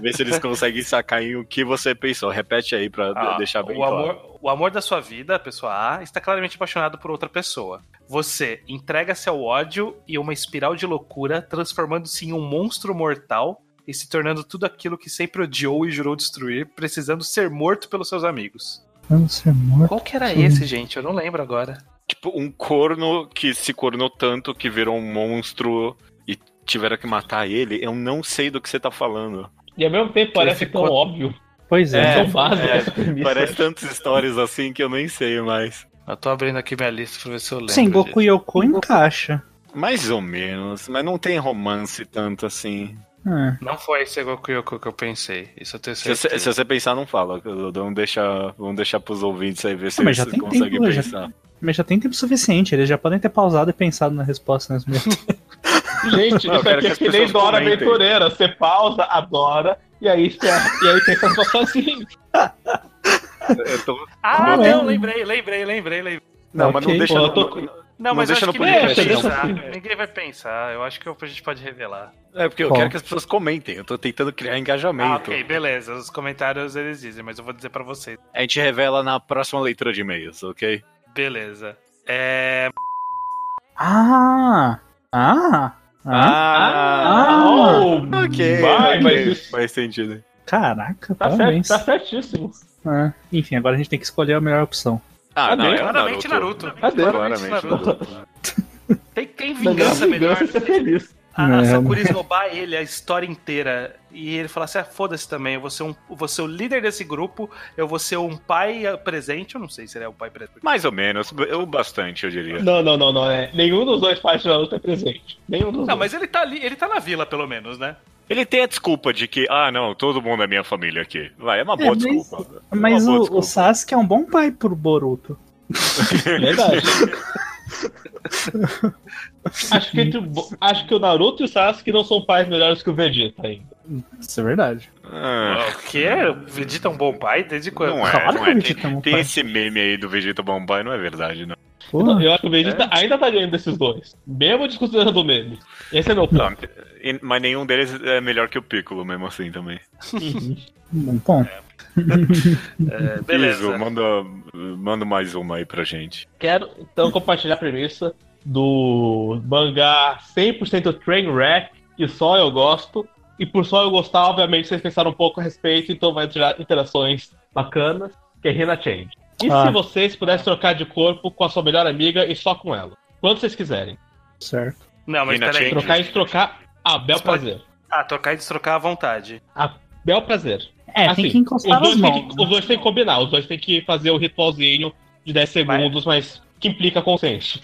[SPEAKER 1] Ver se eles conseguem sacar em o que você pensou. Repete aí pra
[SPEAKER 4] Ah,
[SPEAKER 1] de- deixar bem
[SPEAKER 4] o
[SPEAKER 1] claro.
[SPEAKER 4] amor, o amor da sua vida, a pessoa A, está claramente apaixonado por outra pessoa. Você entrega-se ao ódio e uma espiral de loucura, transformando-se em um monstro mortal e se tornando tudo aquilo que sempre odiou e jurou destruir, precisando ser morto pelos seus amigos.
[SPEAKER 2] Vamos ser morto.
[SPEAKER 4] Qual que era
[SPEAKER 2] Sim.
[SPEAKER 4] esse, gente? Eu não lembro agora.
[SPEAKER 1] Tipo, um corno que se cornou tanto que virou um monstro e tiveram que matar ele. Eu não sei do que você tá falando.
[SPEAKER 3] E ao mesmo tempo parece
[SPEAKER 4] ficou-
[SPEAKER 3] tão óbvio.
[SPEAKER 2] Pois é.
[SPEAKER 1] É.
[SPEAKER 3] tão básico
[SPEAKER 1] é,
[SPEAKER 3] essa premissa.
[SPEAKER 1] Parece tantas histórias assim que eu nem sei mais.
[SPEAKER 4] Eu tô abrindo aqui minha lista pra ver se eu lembro.
[SPEAKER 2] Sim, Goku
[SPEAKER 4] disso.
[SPEAKER 2] Yoko encaixa.
[SPEAKER 1] Mais ou menos, mas não tem romance tanto assim.
[SPEAKER 2] Ah,
[SPEAKER 4] Não foi esse Goku Yoko que eu pensei. Isso eu tenho
[SPEAKER 1] Se você,
[SPEAKER 4] certeza.
[SPEAKER 1] se você pensar, não fala. Vamos deixar, vamos deixar pros ouvintes aí ver se
[SPEAKER 2] Ah, mas já
[SPEAKER 1] eles
[SPEAKER 2] tem
[SPEAKER 1] conseguem
[SPEAKER 2] tempo, já-
[SPEAKER 1] pensar.
[SPEAKER 2] mas já tem tempo suficiente, eles já podem ter pausado e pensado na resposta nesse momento.
[SPEAKER 3] Gente,
[SPEAKER 1] Não, eu
[SPEAKER 3] isso
[SPEAKER 1] quero
[SPEAKER 3] aqui
[SPEAKER 1] que
[SPEAKER 3] é
[SPEAKER 1] as
[SPEAKER 3] que nem
[SPEAKER 1] pessoas
[SPEAKER 3] Dora
[SPEAKER 1] comentem.
[SPEAKER 3] Aventureira. Você pausa, adora, e aí você, e aí você só sozinho.
[SPEAKER 1] Eu tô
[SPEAKER 2] Não
[SPEAKER 4] Ah, não,
[SPEAKER 2] lembro.
[SPEAKER 4] lembrei, lembrei, lembrei, lembrei.
[SPEAKER 1] Não, mas não
[SPEAKER 2] Ok.
[SPEAKER 1] deixa.
[SPEAKER 3] Pô, eu
[SPEAKER 1] não-
[SPEAKER 3] tô-
[SPEAKER 1] não-
[SPEAKER 4] Não, mas
[SPEAKER 1] deixa
[SPEAKER 4] eu
[SPEAKER 1] no
[SPEAKER 4] acho que ninguém vai
[SPEAKER 3] podcast, não.
[SPEAKER 4] pensar. Ninguém vai pensar. Eu acho que a gente pode revelar.
[SPEAKER 1] É porque eu
[SPEAKER 2] Bom.
[SPEAKER 1] quero que as pessoas comentem. Eu tô tentando criar engajamento.
[SPEAKER 4] Ah, ok, beleza. Os comentários eles dizem, mas eu vou dizer pra vocês.
[SPEAKER 1] A gente revela na próxima leitura de e-mails, ok?
[SPEAKER 4] Beleza. É.
[SPEAKER 2] Ah! Ah! Ah!
[SPEAKER 1] Ah!
[SPEAKER 2] Ah!
[SPEAKER 1] ok.
[SPEAKER 3] Vai,
[SPEAKER 1] ok.
[SPEAKER 3] mas isso-
[SPEAKER 1] Faz sentido.
[SPEAKER 2] Caraca,
[SPEAKER 3] Tá, certo,
[SPEAKER 2] parabéns.
[SPEAKER 3] tá certíssimo.
[SPEAKER 2] Ah, Enfim, agora a gente tem que escolher a melhor opção.
[SPEAKER 1] Ah,
[SPEAKER 3] Cadê?
[SPEAKER 1] não, é o
[SPEAKER 4] Tá Claramente Naruto.
[SPEAKER 3] Cadê?
[SPEAKER 4] Claramente Naruto. Tem, tem vingança
[SPEAKER 3] Não,
[SPEAKER 4] melhor.
[SPEAKER 3] é ser feliz.
[SPEAKER 4] A,
[SPEAKER 2] Não.
[SPEAKER 4] a Sakura esnobar ele a história inteira. E ele falar assim: ah, foda-se também, eu vou, ser um, eu vou ser o líder desse grupo, eu vou ser um pai eh, presente. Eu não sei se ele é um pai presente.
[SPEAKER 1] Mais ou menos, eu bastante, eu diria.
[SPEAKER 3] Não, não, não, não. É. Nenhum dos dois pais de Naruto é presente. Nenhum dos
[SPEAKER 4] Não,
[SPEAKER 3] dois.
[SPEAKER 4] mas ele tá ali, ele tá na vila, pelo menos, né?
[SPEAKER 1] Ele tem a desculpa de que, ah, não, todo mundo é minha família aqui. Vai, é uma boa
[SPEAKER 2] mas-
[SPEAKER 1] desculpa. É uma
[SPEAKER 2] Mas
[SPEAKER 1] boa
[SPEAKER 2] o,
[SPEAKER 1] desculpa.
[SPEAKER 2] o Sasuke é um bom pai pro Boruto.
[SPEAKER 3] Verdade. acho, que entre o Bo- acho que o Naruto e o Sasuke não são pais melhores que o Vegeta ainda.
[SPEAKER 2] Isso é verdade.
[SPEAKER 1] Ah,
[SPEAKER 4] O quê? O Vegeta é um bom pai? Desde quando?
[SPEAKER 1] Não é,
[SPEAKER 2] claro
[SPEAKER 1] não
[SPEAKER 2] que
[SPEAKER 1] é.
[SPEAKER 2] o Vegeta é um
[SPEAKER 1] tem
[SPEAKER 2] pai.
[SPEAKER 1] esse meme aí do Vegeta Bombay, não é verdade, não.
[SPEAKER 2] Porra.
[SPEAKER 3] Eu acho que o Vegeta
[SPEAKER 1] É.
[SPEAKER 3] ainda tá ganhando desses dois. Mesmo desconsiderando o meme. Esse é meu
[SPEAKER 1] Não,
[SPEAKER 3] plano.
[SPEAKER 1] e- Mas nenhum deles é melhor que o Piccolo, mesmo assim, também.
[SPEAKER 2] um Bom ponto.
[SPEAKER 4] É, beleza.
[SPEAKER 1] Iso, manda, manda mais uma aí pra gente.
[SPEAKER 3] Quero então compartilhar a premissa do mangá 100% Trainwreck, que só eu gosto. E por só eu gostar, obviamente, vocês pensaram um pouco a respeito, então vai gerar interações bacanas, que é Rena Change. E
[SPEAKER 2] Ah.
[SPEAKER 3] se vocês pudessem trocar de corpo com a sua melhor amiga e só com ela? Quando vocês quiserem.
[SPEAKER 2] Certo.
[SPEAKER 4] Não, mas
[SPEAKER 1] Mina
[SPEAKER 4] peraí.
[SPEAKER 1] Change.
[SPEAKER 4] Trocar...
[SPEAKER 3] Trocar e trocar a bel prazer.
[SPEAKER 4] Ah, trocar e destrocar à vontade.
[SPEAKER 3] A bel prazer.
[SPEAKER 2] É, tem
[SPEAKER 3] Assim,
[SPEAKER 2] que encostar nas
[SPEAKER 3] os dois, têm
[SPEAKER 2] mãos. né?
[SPEAKER 3] que, os dois têm que combinar, os dois têm que fazer o ritualzinho de 10 segundos, mas que implica consenso.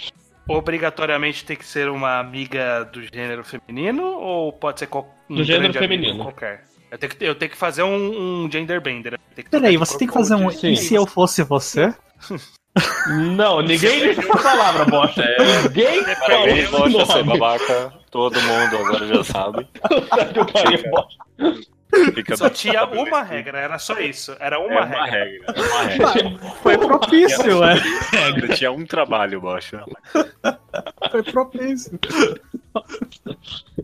[SPEAKER 4] obrigatoriamente tem que ser uma amiga do gênero feminino ou pode ser qual, um
[SPEAKER 3] Do gênero
[SPEAKER 4] grande amigo
[SPEAKER 3] feminino.
[SPEAKER 4] qualquer? Eu tenho que, eu tenho que fazer um, um gender bender.
[SPEAKER 2] Peraí, você tem que fazer um. E se eu fosse você?
[SPEAKER 3] Não, ninguém disse essa palavra, bosta.
[SPEAKER 1] É.
[SPEAKER 3] Ninguém
[SPEAKER 1] Pra
[SPEAKER 3] falou
[SPEAKER 1] mim,
[SPEAKER 3] esse
[SPEAKER 1] gosta de um ser
[SPEAKER 3] nome.
[SPEAKER 1] babaca. Todo mundo agora já sabe.
[SPEAKER 3] Puta que
[SPEAKER 1] É.
[SPEAKER 3] pariu, bosta.
[SPEAKER 1] Fica
[SPEAKER 4] Só tinha uma regra, era só isso. Era
[SPEAKER 1] É
[SPEAKER 4] uma
[SPEAKER 1] uma
[SPEAKER 4] regra.
[SPEAKER 1] regra. É uma regra.
[SPEAKER 2] Foi propício, é. ué.
[SPEAKER 1] regra. Tinha um trabalho, Bocha.
[SPEAKER 2] Foi propício.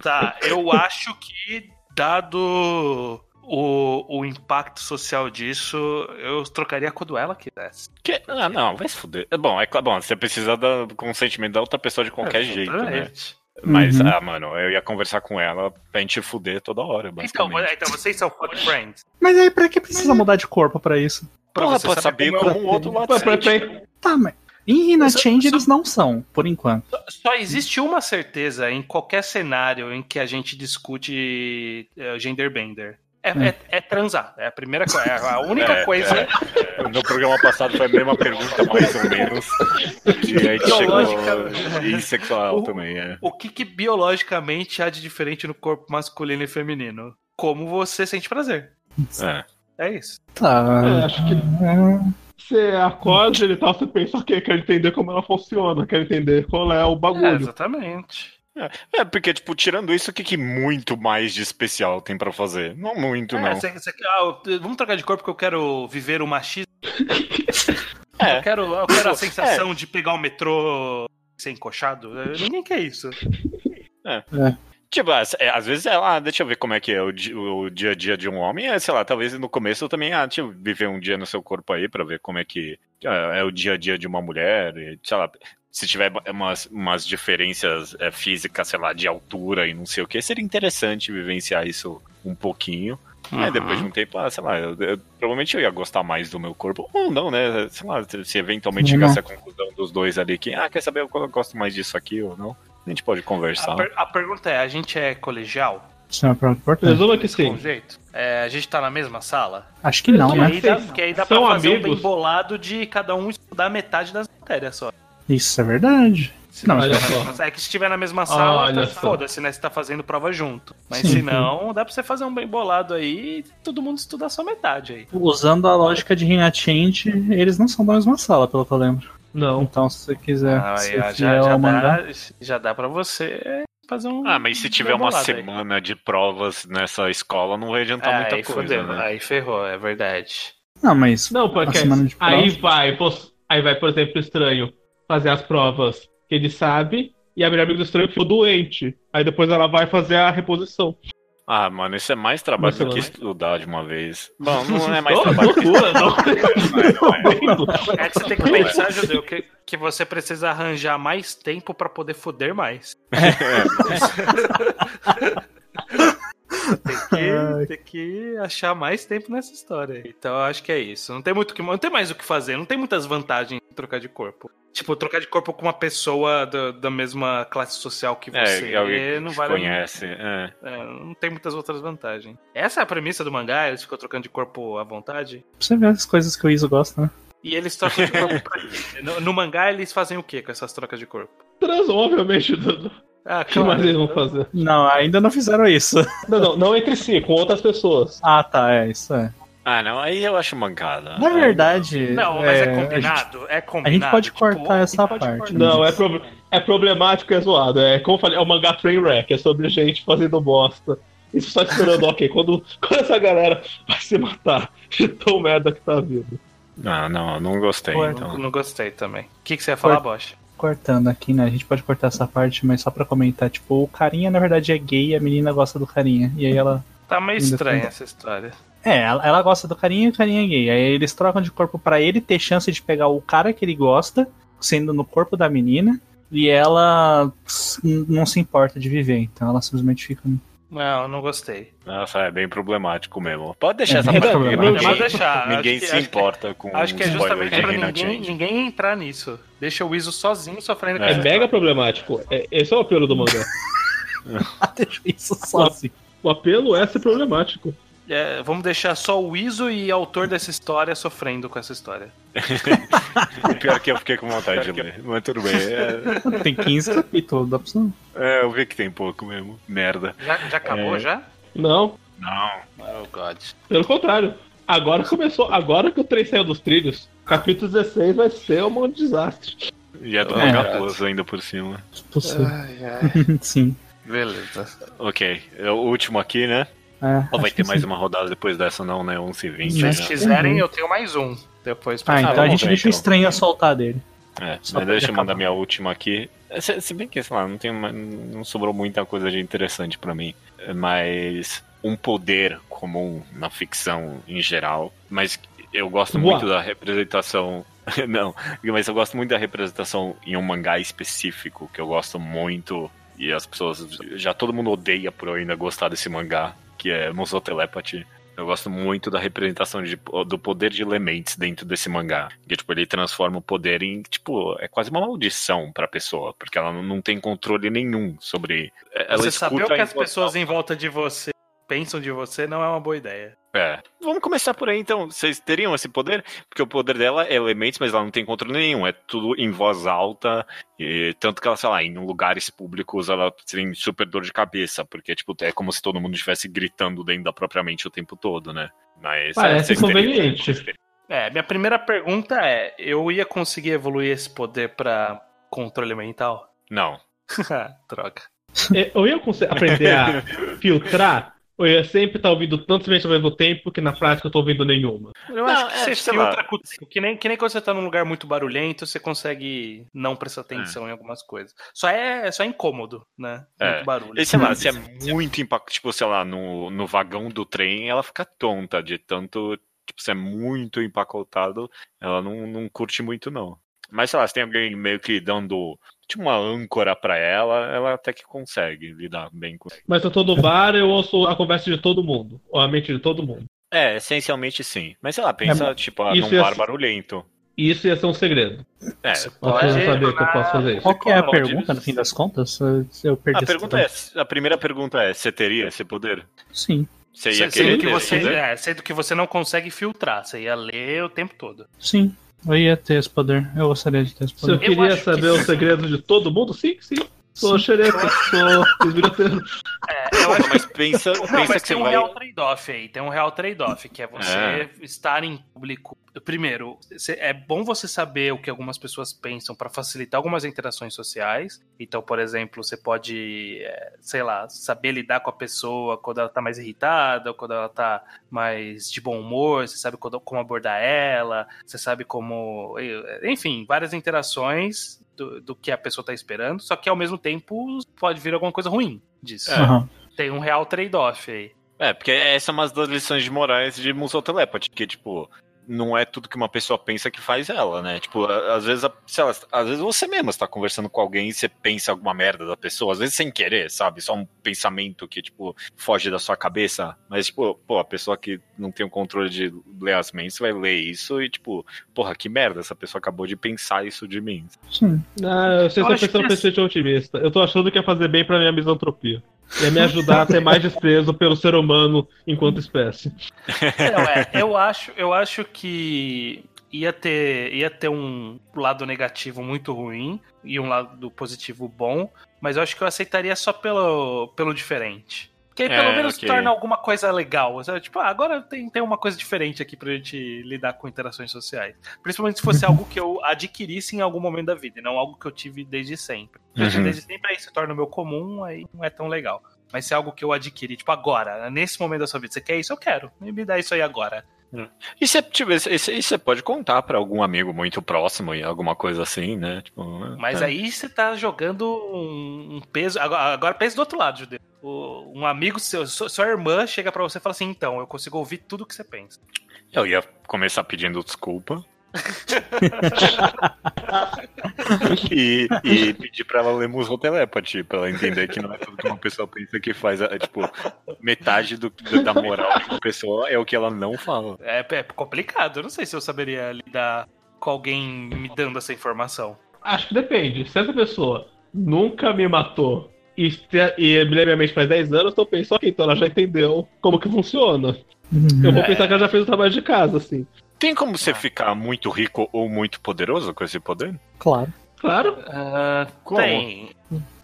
[SPEAKER 4] Tá, eu acho que, dado o, o impacto social disso, eu trocaria quando ela quisesse.
[SPEAKER 1] Que- Ah, não, vai se fuder. É Bom, é cla- bom, você precisa do consentimento da outra pessoa de qualquer jeito, né?
[SPEAKER 4] É, Exatamente. Então,
[SPEAKER 1] Mas,
[SPEAKER 2] Uhum.
[SPEAKER 1] ah, mano, eu ia conversar com ela pra gente fuder toda hora,
[SPEAKER 4] Então,
[SPEAKER 1] basicamente.
[SPEAKER 4] então, vocês são fuck friends.
[SPEAKER 2] Mas aí pra que precisa mudar de corpo pra isso?
[SPEAKER 1] Pra
[SPEAKER 4] Porra,
[SPEAKER 1] você
[SPEAKER 4] pra
[SPEAKER 1] saber como o outro lado
[SPEAKER 3] Mas, peraí,
[SPEAKER 1] sente.
[SPEAKER 3] peraí.
[SPEAKER 2] Tá, mas. E na Change eles não são, por enquanto.
[SPEAKER 4] Só existe uma certeza em qualquer cenário em que a gente discute eh, gender bender. É, é- é transar. É a primeira coisa. É a única
[SPEAKER 1] É,
[SPEAKER 4] coisa.
[SPEAKER 1] No programa passado foi a mesma pergunta, mais ou menos. E aí chegou
[SPEAKER 4] Biológica.
[SPEAKER 1] e sexual
[SPEAKER 4] O-
[SPEAKER 1] também, é.
[SPEAKER 4] O que, que biologicamente há de diferente no corpo masculino e feminino? Como você sente prazer.
[SPEAKER 1] É.
[SPEAKER 4] É isso.
[SPEAKER 3] É,
[SPEAKER 2] Tá.
[SPEAKER 3] acho que
[SPEAKER 2] É,
[SPEAKER 3] você acorda e tal, você pensa, ok, quero entender como ela funciona, quero entender qual é o
[SPEAKER 4] É,
[SPEAKER 3] bagulho.
[SPEAKER 4] exatamente.
[SPEAKER 1] É, porque, tipo, tirando isso, o que, que muito mais de especial tem pra fazer? Não muito,
[SPEAKER 4] É,
[SPEAKER 1] não.
[SPEAKER 4] você- você- ah, eu- vamos trocar de corpo porque eu quero viver o machismo.
[SPEAKER 1] É.
[SPEAKER 4] Eu quero, eu quero a sensação de pegar o metrô sem encoxado. Ninguém quer isso.
[SPEAKER 1] Tipo, às, é, às vezes, é, ah, deixa eu ver como é que é o, di- o dia a dia de um homem. É, sei lá, talvez no começo eu também, ah, deixa eu viver um dia no seu corpo aí pra ver como é que ah, é o dia a dia de uma mulher. E, sei lá, se tiver ba- umas, umas diferenças é, físicas, sei lá, de altura e não sei o que, seria interessante vivenciar isso um pouquinho. Aí depois de um tempo, ah, sei lá, eu, eu- provavelmente eu ia gostar mais do meu corpo. Ou não, né? Sei lá, se, se eventualmente
[SPEAKER 2] Não.
[SPEAKER 1] chegasse à conclusão dos dois ali, que, ah, quer saber, eu gosto mais disso aqui ou não. A gente pode conversar.
[SPEAKER 4] A, per- a pergunta é: a gente é colegial?
[SPEAKER 2] isso é uma pergunta importante.
[SPEAKER 3] Resuma que
[SPEAKER 4] De algum
[SPEAKER 3] sim.
[SPEAKER 4] jeito? É, a gente tá na mesma sala?
[SPEAKER 2] Acho que não,
[SPEAKER 4] Que
[SPEAKER 2] né?
[SPEAKER 4] aí dá,
[SPEAKER 3] Vocês
[SPEAKER 4] que aí dá pra
[SPEAKER 3] são
[SPEAKER 4] fazer um
[SPEAKER 3] amigos?
[SPEAKER 4] bem bolado de cada um estudar metade das matérias só.
[SPEAKER 2] Isso é verdade. Não,
[SPEAKER 3] Olha
[SPEAKER 2] isso é-
[SPEAKER 3] só.
[SPEAKER 4] É que se estiver na mesma sala, tá-
[SPEAKER 3] Olha só.
[SPEAKER 4] foda-se, né? Você tá fazendo prova junto. Mas
[SPEAKER 2] Sim.
[SPEAKER 4] se não, dá pra você fazer um bem bolado aí e todo mundo estudar só metade aí.
[SPEAKER 2] usando a lógica de Rina Change, eles não são da mesma sala, pelo que eu lembro.
[SPEAKER 3] Não.
[SPEAKER 2] Então, se você quiser,
[SPEAKER 4] Ah,
[SPEAKER 2] se
[SPEAKER 4] aí, ó,
[SPEAKER 2] quiser
[SPEAKER 4] já, já
[SPEAKER 2] ela mandar.
[SPEAKER 4] dá, já dá pra você fazer um.
[SPEAKER 1] Ah, mas se tiver
[SPEAKER 4] bem
[SPEAKER 1] uma
[SPEAKER 4] bolado aí.
[SPEAKER 1] semana de provas nessa escola, não vai adiantar
[SPEAKER 4] É,
[SPEAKER 1] muita
[SPEAKER 4] aí
[SPEAKER 1] coisa,
[SPEAKER 4] fodeu,
[SPEAKER 1] né?
[SPEAKER 4] Aí ferrou, é verdade.
[SPEAKER 2] Não, mas.
[SPEAKER 3] Não, porque
[SPEAKER 2] A semana de prova.
[SPEAKER 3] aí vai, pô, aí vai, por exemplo, o estranho fazer as provas que ele sabe e a melhor amiga do estranho ficou doente. Aí depois ela vai fazer a reposição.
[SPEAKER 1] Ah, mano, isso é mais trabalho
[SPEAKER 3] Nossa,
[SPEAKER 1] do que
[SPEAKER 3] mano.
[SPEAKER 1] estudar de uma vez. Bom, não é mais
[SPEAKER 3] Ô,
[SPEAKER 1] trabalho que
[SPEAKER 3] loucura, não.
[SPEAKER 4] É que você tem que pensar, Judeu, que, que você precisa arranjar mais tempo pra poder foder mais. tem, que, tem que achar mais tempo nessa história. Então eu acho que é isso. Não tem muito o que, não tem mais o que fazer, não tem muitas vantagens em trocar de corpo. Tipo, trocar de corpo com uma pessoa da, da mesma classe social que você
[SPEAKER 1] É, alguém que
[SPEAKER 4] não
[SPEAKER 1] te
[SPEAKER 4] vale
[SPEAKER 1] conhece. é.
[SPEAKER 4] é, não tem muitas outras vantagens. Essa é a premissa do mangá, eles ficam trocando de corpo à vontade.
[SPEAKER 2] Pra você ver as coisas que o Iso gosta, né?
[SPEAKER 4] E eles trocam de corpo pra quê? No, no mangá, eles fazem o que com essas trocas de corpo?
[SPEAKER 3] Transam, obviamente, Dudu.
[SPEAKER 4] Ah,
[SPEAKER 3] O que mais eles vão
[SPEAKER 4] Então,
[SPEAKER 3] fazer?
[SPEAKER 2] Não, ainda não fizeram isso.
[SPEAKER 3] Não, não, não entre si, com outras pessoas.
[SPEAKER 2] Ah, tá, é, isso é.
[SPEAKER 1] Ah, não, aí eu acho mancada. É.
[SPEAKER 2] Na verdade.
[SPEAKER 4] Ah, é. Não, mas é,
[SPEAKER 2] a gente-
[SPEAKER 4] combinado. É
[SPEAKER 2] A
[SPEAKER 4] combinado.
[SPEAKER 2] gente pode
[SPEAKER 4] tipo,
[SPEAKER 2] cortar essa
[SPEAKER 4] pode
[SPEAKER 2] parte.
[SPEAKER 4] cortar.
[SPEAKER 3] Não, é, pro- é problemático e é zoado. É, como eu falei, é o mangá Trainwreck, é sobre gente fazendo bosta. Isso só esperando, ok, quando, quando essa galera vai se matar de tão merda que tá a vida.
[SPEAKER 1] Não, não, não gostei,
[SPEAKER 2] Ué,
[SPEAKER 1] então.
[SPEAKER 4] Não gostei também. O que, que você ia falar, Bosch?
[SPEAKER 2] Cortando aqui, né? A gente pode cortar essa parte, mas só pra comentar. Tipo, o carinha na verdade é gay e a menina gosta do carinha. E aí ela.
[SPEAKER 4] Tá meio
[SPEAKER 2] Ainda assim.
[SPEAKER 4] estranha
[SPEAKER 2] tem-
[SPEAKER 4] essa história.
[SPEAKER 2] É, ela, ela gosta do carinha e o carinha é gay. Aí eles trocam de corpo pra ele ter chance de pegar o cara que ele gosta, sendo no corpo da menina. E ela s- não se importa de viver, então ela simplesmente fica.
[SPEAKER 4] Não, não gostei.
[SPEAKER 1] Nossa, é bem problemático mesmo. Pode deixar
[SPEAKER 2] É
[SPEAKER 1] essa
[SPEAKER 2] bem
[SPEAKER 1] parte. porque
[SPEAKER 2] problemático.
[SPEAKER 1] Ninguém,
[SPEAKER 4] Pode deixar,
[SPEAKER 1] ninguém
[SPEAKER 4] acho que-
[SPEAKER 1] se
[SPEAKER 4] acho que-
[SPEAKER 1] importa com
[SPEAKER 4] Acho que é
[SPEAKER 1] spoiler
[SPEAKER 4] justamente
[SPEAKER 1] de
[SPEAKER 4] pra
[SPEAKER 1] Rina
[SPEAKER 4] ninguém,
[SPEAKER 1] Change.
[SPEAKER 4] ninguém entrar nisso. Deixa o Iso sozinho sofrendo com
[SPEAKER 1] É.
[SPEAKER 3] É
[SPEAKER 4] essa
[SPEAKER 3] mega problemático. É- esse é o apelo do mangá.
[SPEAKER 2] Deixa isso sozinho.
[SPEAKER 3] O apelo é ser problemático.
[SPEAKER 4] história. é, vamos deixar só o Iso e o autor dessa história sofrendo com essa história.
[SPEAKER 1] Pior que eu fiquei com vontade de ler. Mas tudo bem. É,
[SPEAKER 2] Tem 15 capítulos, dá pra você.
[SPEAKER 1] é, eu vi que tem pouco mesmo. Merda.
[SPEAKER 5] Já, já acabou,
[SPEAKER 1] É.
[SPEAKER 5] já?
[SPEAKER 3] Não,
[SPEAKER 1] Não.
[SPEAKER 5] Oh, God.
[SPEAKER 3] pelo contrário. Agora começou, agora que o trem saiu dos trilhos, capítulo 16 vai ser um desastre.
[SPEAKER 1] Já tô
[SPEAKER 5] Oh,
[SPEAKER 1] com é.
[SPEAKER 5] God.
[SPEAKER 1] ainda por cima.
[SPEAKER 2] se É possível.
[SPEAKER 5] Ai, ai.
[SPEAKER 2] Sim.
[SPEAKER 5] Beleza.
[SPEAKER 1] Ok. É o último aqui, né?
[SPEAKER 2] É,
[SPEAKER 1] Ou vai
[SPEAKER 2] acho que
[SPEAKER 1] ter mais um.
[SPEAKER 2] sim.
[SPEAKER 1] uma rodada depois dessa, não, né? 11 e 20
[SPEAKER 2] Não.
[SPEAKER 1] né?
[SPEAKER 4] Se quiserem, eu tenho mais um. Depois pra
[SPEAKER 2] Ah, então a
[SPEAKER 1] vamos
[SPEAKER 2] gente
[SPEAKER 1] ver,
[SPEAKER 2] deixa o
[SPEAKER 1] então.
[SPEAKER 2] estranho a soltar dele.
[SPEAKER 1] É,
[SPEAKER 2] Só
[SPEAKER 1] mas
[SPEAKER 2] pra
[SPEAKER 1] deixa eu
[SPEAKER 2] acabar.
[SPEAKER 1] mandar minha última aqui. É, Se, se bem que, sei lá, não, tem uma- não sobrou muita coisa de interessante pra mim. É, Mas um poder comum na ficção em geral. Mas eu gosto
[SPEAKER 3] Voar.
[SPEAKER 1] muito da representação. Não, mas eu gosto muito da representação em um mangá específico, que eu gosto muito. E as pessoas. Já todo mundo odeia por eu ainda gostar desse mangá, que é Musou Telepathy. Eu gosto muito da representação de- do poder de elementos dentro desse mangá. Que, tipo, ele transforma o poder em, tipo, é quase uma maldição pra pessoa, porque ela não- não tem controle nenhum sobre. Ela
[SPEAKER 4] Você
[SPEAKER 1] escuta
[SPEAKER 4] saber o que
[SPEAKER 1] a
[SPEAKER 4] as
[SPEAKER 1] voz
[SPEAKER 4] pessoas em volta de você pensam de você não é uma boa ideia.
[SPEAKER 1] é. Vamos começar por aí então. Vocês teriam esse poder? Porque o poder dela é elementos, mas ela não tem controle nenhum. É tudo em voz alta. E, tanto que ela, sei lá, em lugares públicos ela tem super dor de cabeça. Porque, tipo, é como se todo mundo estivesse gritando dentro da própria mente o tempo todo, né? Mas.
[SPEAKER 3] Parece
[SPEAKER 1] é, vocês teriam-
[SPEAKER 3] conveniente.
[SPEAKER 4] É, minha primeira pergunta é: eu ia conseguir evoluir esse poder pra controle mental?
[SPEAKER 1] Não.
[SPEAKER 4] Droga.
[SPEAKER 3] É, Eu ia conse- aprender a filtrar, ou eu ia sempre estar ouvindo tantos mentes ao mesmo tempo que na prática eu tô ouvindo nenhuma.
[SPEAKER 4] Eu
[SPEAKER 1] Não,
[SPEAKER 4] acho que
[SPEAKER 1] é,
[SPEAKER 4] você
[SPEAKER 1] sei
[SPEAKER 4] filtra
[SPEAKER 1] lá.
[SPEAKER 4] com- que nem, que nem quando você tá num lugar muito barulhento, você consegue não
[SPEAKER 1] É.
[SPEAKER 4] prestar atenção em algumas coisas. Só é, só é incômodo, né?
[SPEAKER 1] É.
[SPEAKER 4] Muito barulho.
[SPEAKER 1] E,
[SPEAKER 3] Hum.
[SPEAKER 1] sei lá, se é muito impacto, tipo, sei lá, no, no vagão do trem, ela fica tonta de tanto, tipo, se é muito empacotado, ela não, não curte muito, não. Mas, sei lá, se tem alguém meio que dando, tipo, uma âncora pra ela, ela até que consegue lidar bem com
[SPEAKER 3] Mas eu tô no bar, eu ouço a conversa de todo mundo, ou a mente de todo mundo.
[SPEAKER 1] É, essencialmente sim. Mas, sei lá, pensa, tipo, ah,
[SPEAKER 3] É, isso
[SPEAKER 1] num
[SPEAKER 3] ia
[SPEAKER 1] bar
[SPEAKER 3] ser-
[SPEAKER 1] barulhento.
[SPEAKER 3] E isso ia ser um segredo.
[SPEAKER 1] É.
[SPEAKER 3] Mas
[SPEAKER 4] Pode
[SPEAKER 3] eu não sabia que eu posso fazer isso.
[SPEAKER 2] Qual que é a
[SPEAKER 1] Qual
[SPEAKER 2] pergunta,
[SPEAKER 1] disso?
[SPEAKER 2] no fim das contas? Eu- Eu
[SPEAKER 1] A
[SPEAKER 2] perdi essa
[SPEAKER 1] pergunta é, a primeira pergunta é, você teria esse poder?
[SPEAKER 2] Sim,
[SPEAKER 1] Você ia
[SPEAKER 4] Sendo
[SPEAKER 1] querer né?
[SPEAKER 4] que
[SPEAKER 1] ter esse
[SPEAKER 4] você,
[SPEAKER 1] poder?
[SPEAKER 4] é, sendo que você não consegue filtrar, você ia ler o tempo todo.
[SPEAKER 2] sim. Eu ia ter esse poder. Eu gostaria de ter esse
[SPEAKER 3] Se eu
[SPEAKER 2] poder.
[SPEAKER 3] queria
[SPEAKER 4] acho que
[SPEAKER 3] saber
[SPEAKER 4] sim.
[SPEAKER 3] o segredo de todo mundo, sim, sim. Sou xereca, sou esbirroteiro.
[SPEAKER 4] É, eu
[SPEAKER 1] Não,
[SPEAKER 4] acho
[SPEAKER 1] mas pensa,
[SPEAKER 4] Não,
[SPEAKER 1] pensa
[SPEAKER 4] mas
[SPEAKER 1] que você
[SPEAKER 4] tem um
[SPEAKER 1] vai...
[SPEAKER 4] real trade-off aí, tem um real trade-off, que é você
[SPEAKER 1] É.
[SPEAKER 4] estar em público. Primeiro, cê- é bom você saber o que algumas pessoas pensam pra facilitar algumas interações sociais. Então, por exemplo, você pode, é, sei lá, saber lidar com a pessoa quando ela tá mais irritada, ou quando ela tá mais de bom humor, você sabe quando- como abordar ela, você sabe como. Enfim, várias interações do, do que a pessoa tá esperando, só que ao mesmo tempo pode vir alguma coisa ruim disso.
[SPEAKER 2] Aham.
[SPEAKER 4] Tem um real trade-off aí.
[SPEAKER 1] É, porque essa é uma das lições de morais de Musou Telepathy, que, tipo, não é tudo que uma pessoa pensa que faz ela, né? Tipo, a- às vezes, a- sei lá, às vezes você mesmo está conversando com alguém e você pensa alguma merda da pessoa, às vezes sem querer, sabe? Só um pensamento que, tipo, foge da sua cabeça. Mas, tipo, pô, a pessoa que não tem o controle de ler as mentes vai ler isso e, tipo, porra, que merda, essa pessoa acabou de pensar isso de mim.
[SPEAKER 2] Sim.
[SPEAKER 3] Ah, vocês
[SPEAKER 4] Eu
[SPEAKER 3] estão
[SPEAKER 4] acho
[SPEAKER 3] pensando
[SPEAKER 4] que- é
[SPEAKER 3] pessoalmente otimista. Eu tô achando que ia fazer bem pra minha misantropia. Ia me ajudar a ter mais desprezo pelo ser humano enquanto espécie.
[SPEAKER 4] Não, é, eu acho, eu acho que ia ter, ia ter um lado negativo muito ruim e um lado positivo bom, mas eu acho que eu aceitaria só pelo, pelo diferente. Porque aí pelo
[SPEAKER 1] É,
[SPEAKER 4] menos
[SPEAKER 1] ok.
[SPEAKER 4] torna alguma coisa legal. sabe? Tipo, ah, agora tem, tem uma coisa diferente aqui pra gente lidar com interações sociais. Principalmente se fosse algo que eu adquirisse em algum momento da vida, e não algo que eu tive desde sempre. Porque eu tive
[SPEAKER 1] Uhum.
[SPEAKER 4] desde sempre aí se torna o meu comum, aí não é tão legal. Mas se é algo que eu adquiri, tipo, agora, nesse momento da sua vida, você quer isso? Eu quero. Me dá isso aí agora.
[SPEAKER 1] E você, tipo, e você e você pode contar pra algum amigo muito próximo e alguma coisa assim, né? Tipo,
[SPEAKER 4] Mas
[SPEAKER 1] é.
[SPEAKER 4] aí você tá jogando um, um peso. Agora, agora pensa do outro lado, Judeu. O- um amigo seu, sua, sua irmã, chega pra você e fala assim: então, eu consigo ouvir tudo que você pensa.
[SPEAKER 1] Eu ia começar pedindo desculpa. e, e pedir pra ela ler Musou Telepathy, pra ela entender que não é tudo que uma pessoa pensa que faz. É, tipo, metade do, da moral de uma pessoa é o que ela não fala.
[SPEAKER 4] É, é complicado. Eu não sei se eu saberia lidar com alguém me dando essa informação.
[SPEAKER 3] Acho que depende. Se essa pessoa nunca me matou é e, se- e me lembra minha mente faz 10 anos, eu tô pensando, ok, então ela já entendeu como que funciona.
[SPEAKER 2] Uhum.
[SPEAKER 3] Eu
[SPEAKER 4] É.
[SPEAKER 3] vou pensar que ela já fez o trabalho de casa, assim.
[SPEAKER 1] Tem como
[SPEAKER 4] Ah.
[SPEAKER 1] você ficar muito rico ou muito poderoso com esse poder?
[SPEAKER 2] Claro.
[SPEAKER 3] Claro,
[SPEAKER 4] Ah,
[SPEAKER 1] Como?
[SPEAKER 4] Tem.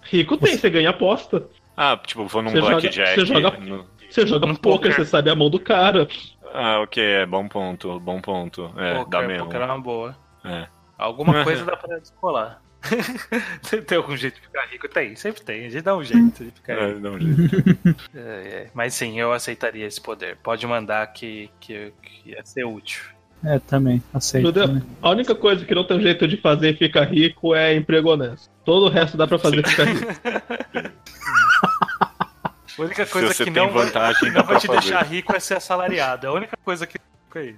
[SPEAKER 3] rico tem, você ganha aposta.
[SPEAKER 1] Ah, tipo, vou num
[SPEAKER 3] Você joga-
[SPEAKER 1] blackjack.
[SPEAKER 3] você joga-
[SPEAKER 1] no-
[SPEAKER 3] Você joga
[SPEAKER 4] Um
[SPEAKER 3] poker,
[SPEAKER 4] poker.
[SPEAKER 3] você sabe a mão do cara.
[SPEAKER 1] Ah, ok, é bom ponto, bom ponto. É,
[SPEAKER 4] Poker,
[SPEAKER 1] dá mesmo.
[SPEAKER 4] poker é uma boa.
[SPEAKER 1] É.
[SPEAKER 4] Alguma coisa dá pra descolar. tem algum jeito de ficar rico? Tem, sempre tem. A gente dá um jeito de ficar rico.
[SPEAKER 1] É, dá um jeito.
[SPEAKER 4] É, é. Mas sim, eu aceitaria esse poder. Pode mandar que, que, que ia ser útil.
[SPEAKER 2] É, também. Aceito. né?
[SPEAKER 3] Meu Deus,
[SPEAKER 2] também.
[SPEAKER 3] a única coisa que não tem jeito de fazer e ficar rico é emprego honesto. Todo o resto dá pra fazer e ficar rico.
[SPEAKER 4] A única
[SPEAKER 1] Se
[SPEAKER 4] coisa
[SPEAKER 1] você
[SPEAKER 4] que
[SPEAKER 1] tem
[SPEAKER 4] não,
[SPEAKER 1] vantagem,
[SPEAKER 4] vai,
[SPEAKER 1] dá
[SPEAKER 4] não vai
[SPEAKER 1] pra
[SPEAKER 4] te
[SPEAKER 1] fazer.
[SPEAKER 4] deixar rico é ser assalariado. É A única coisa que. fica aí.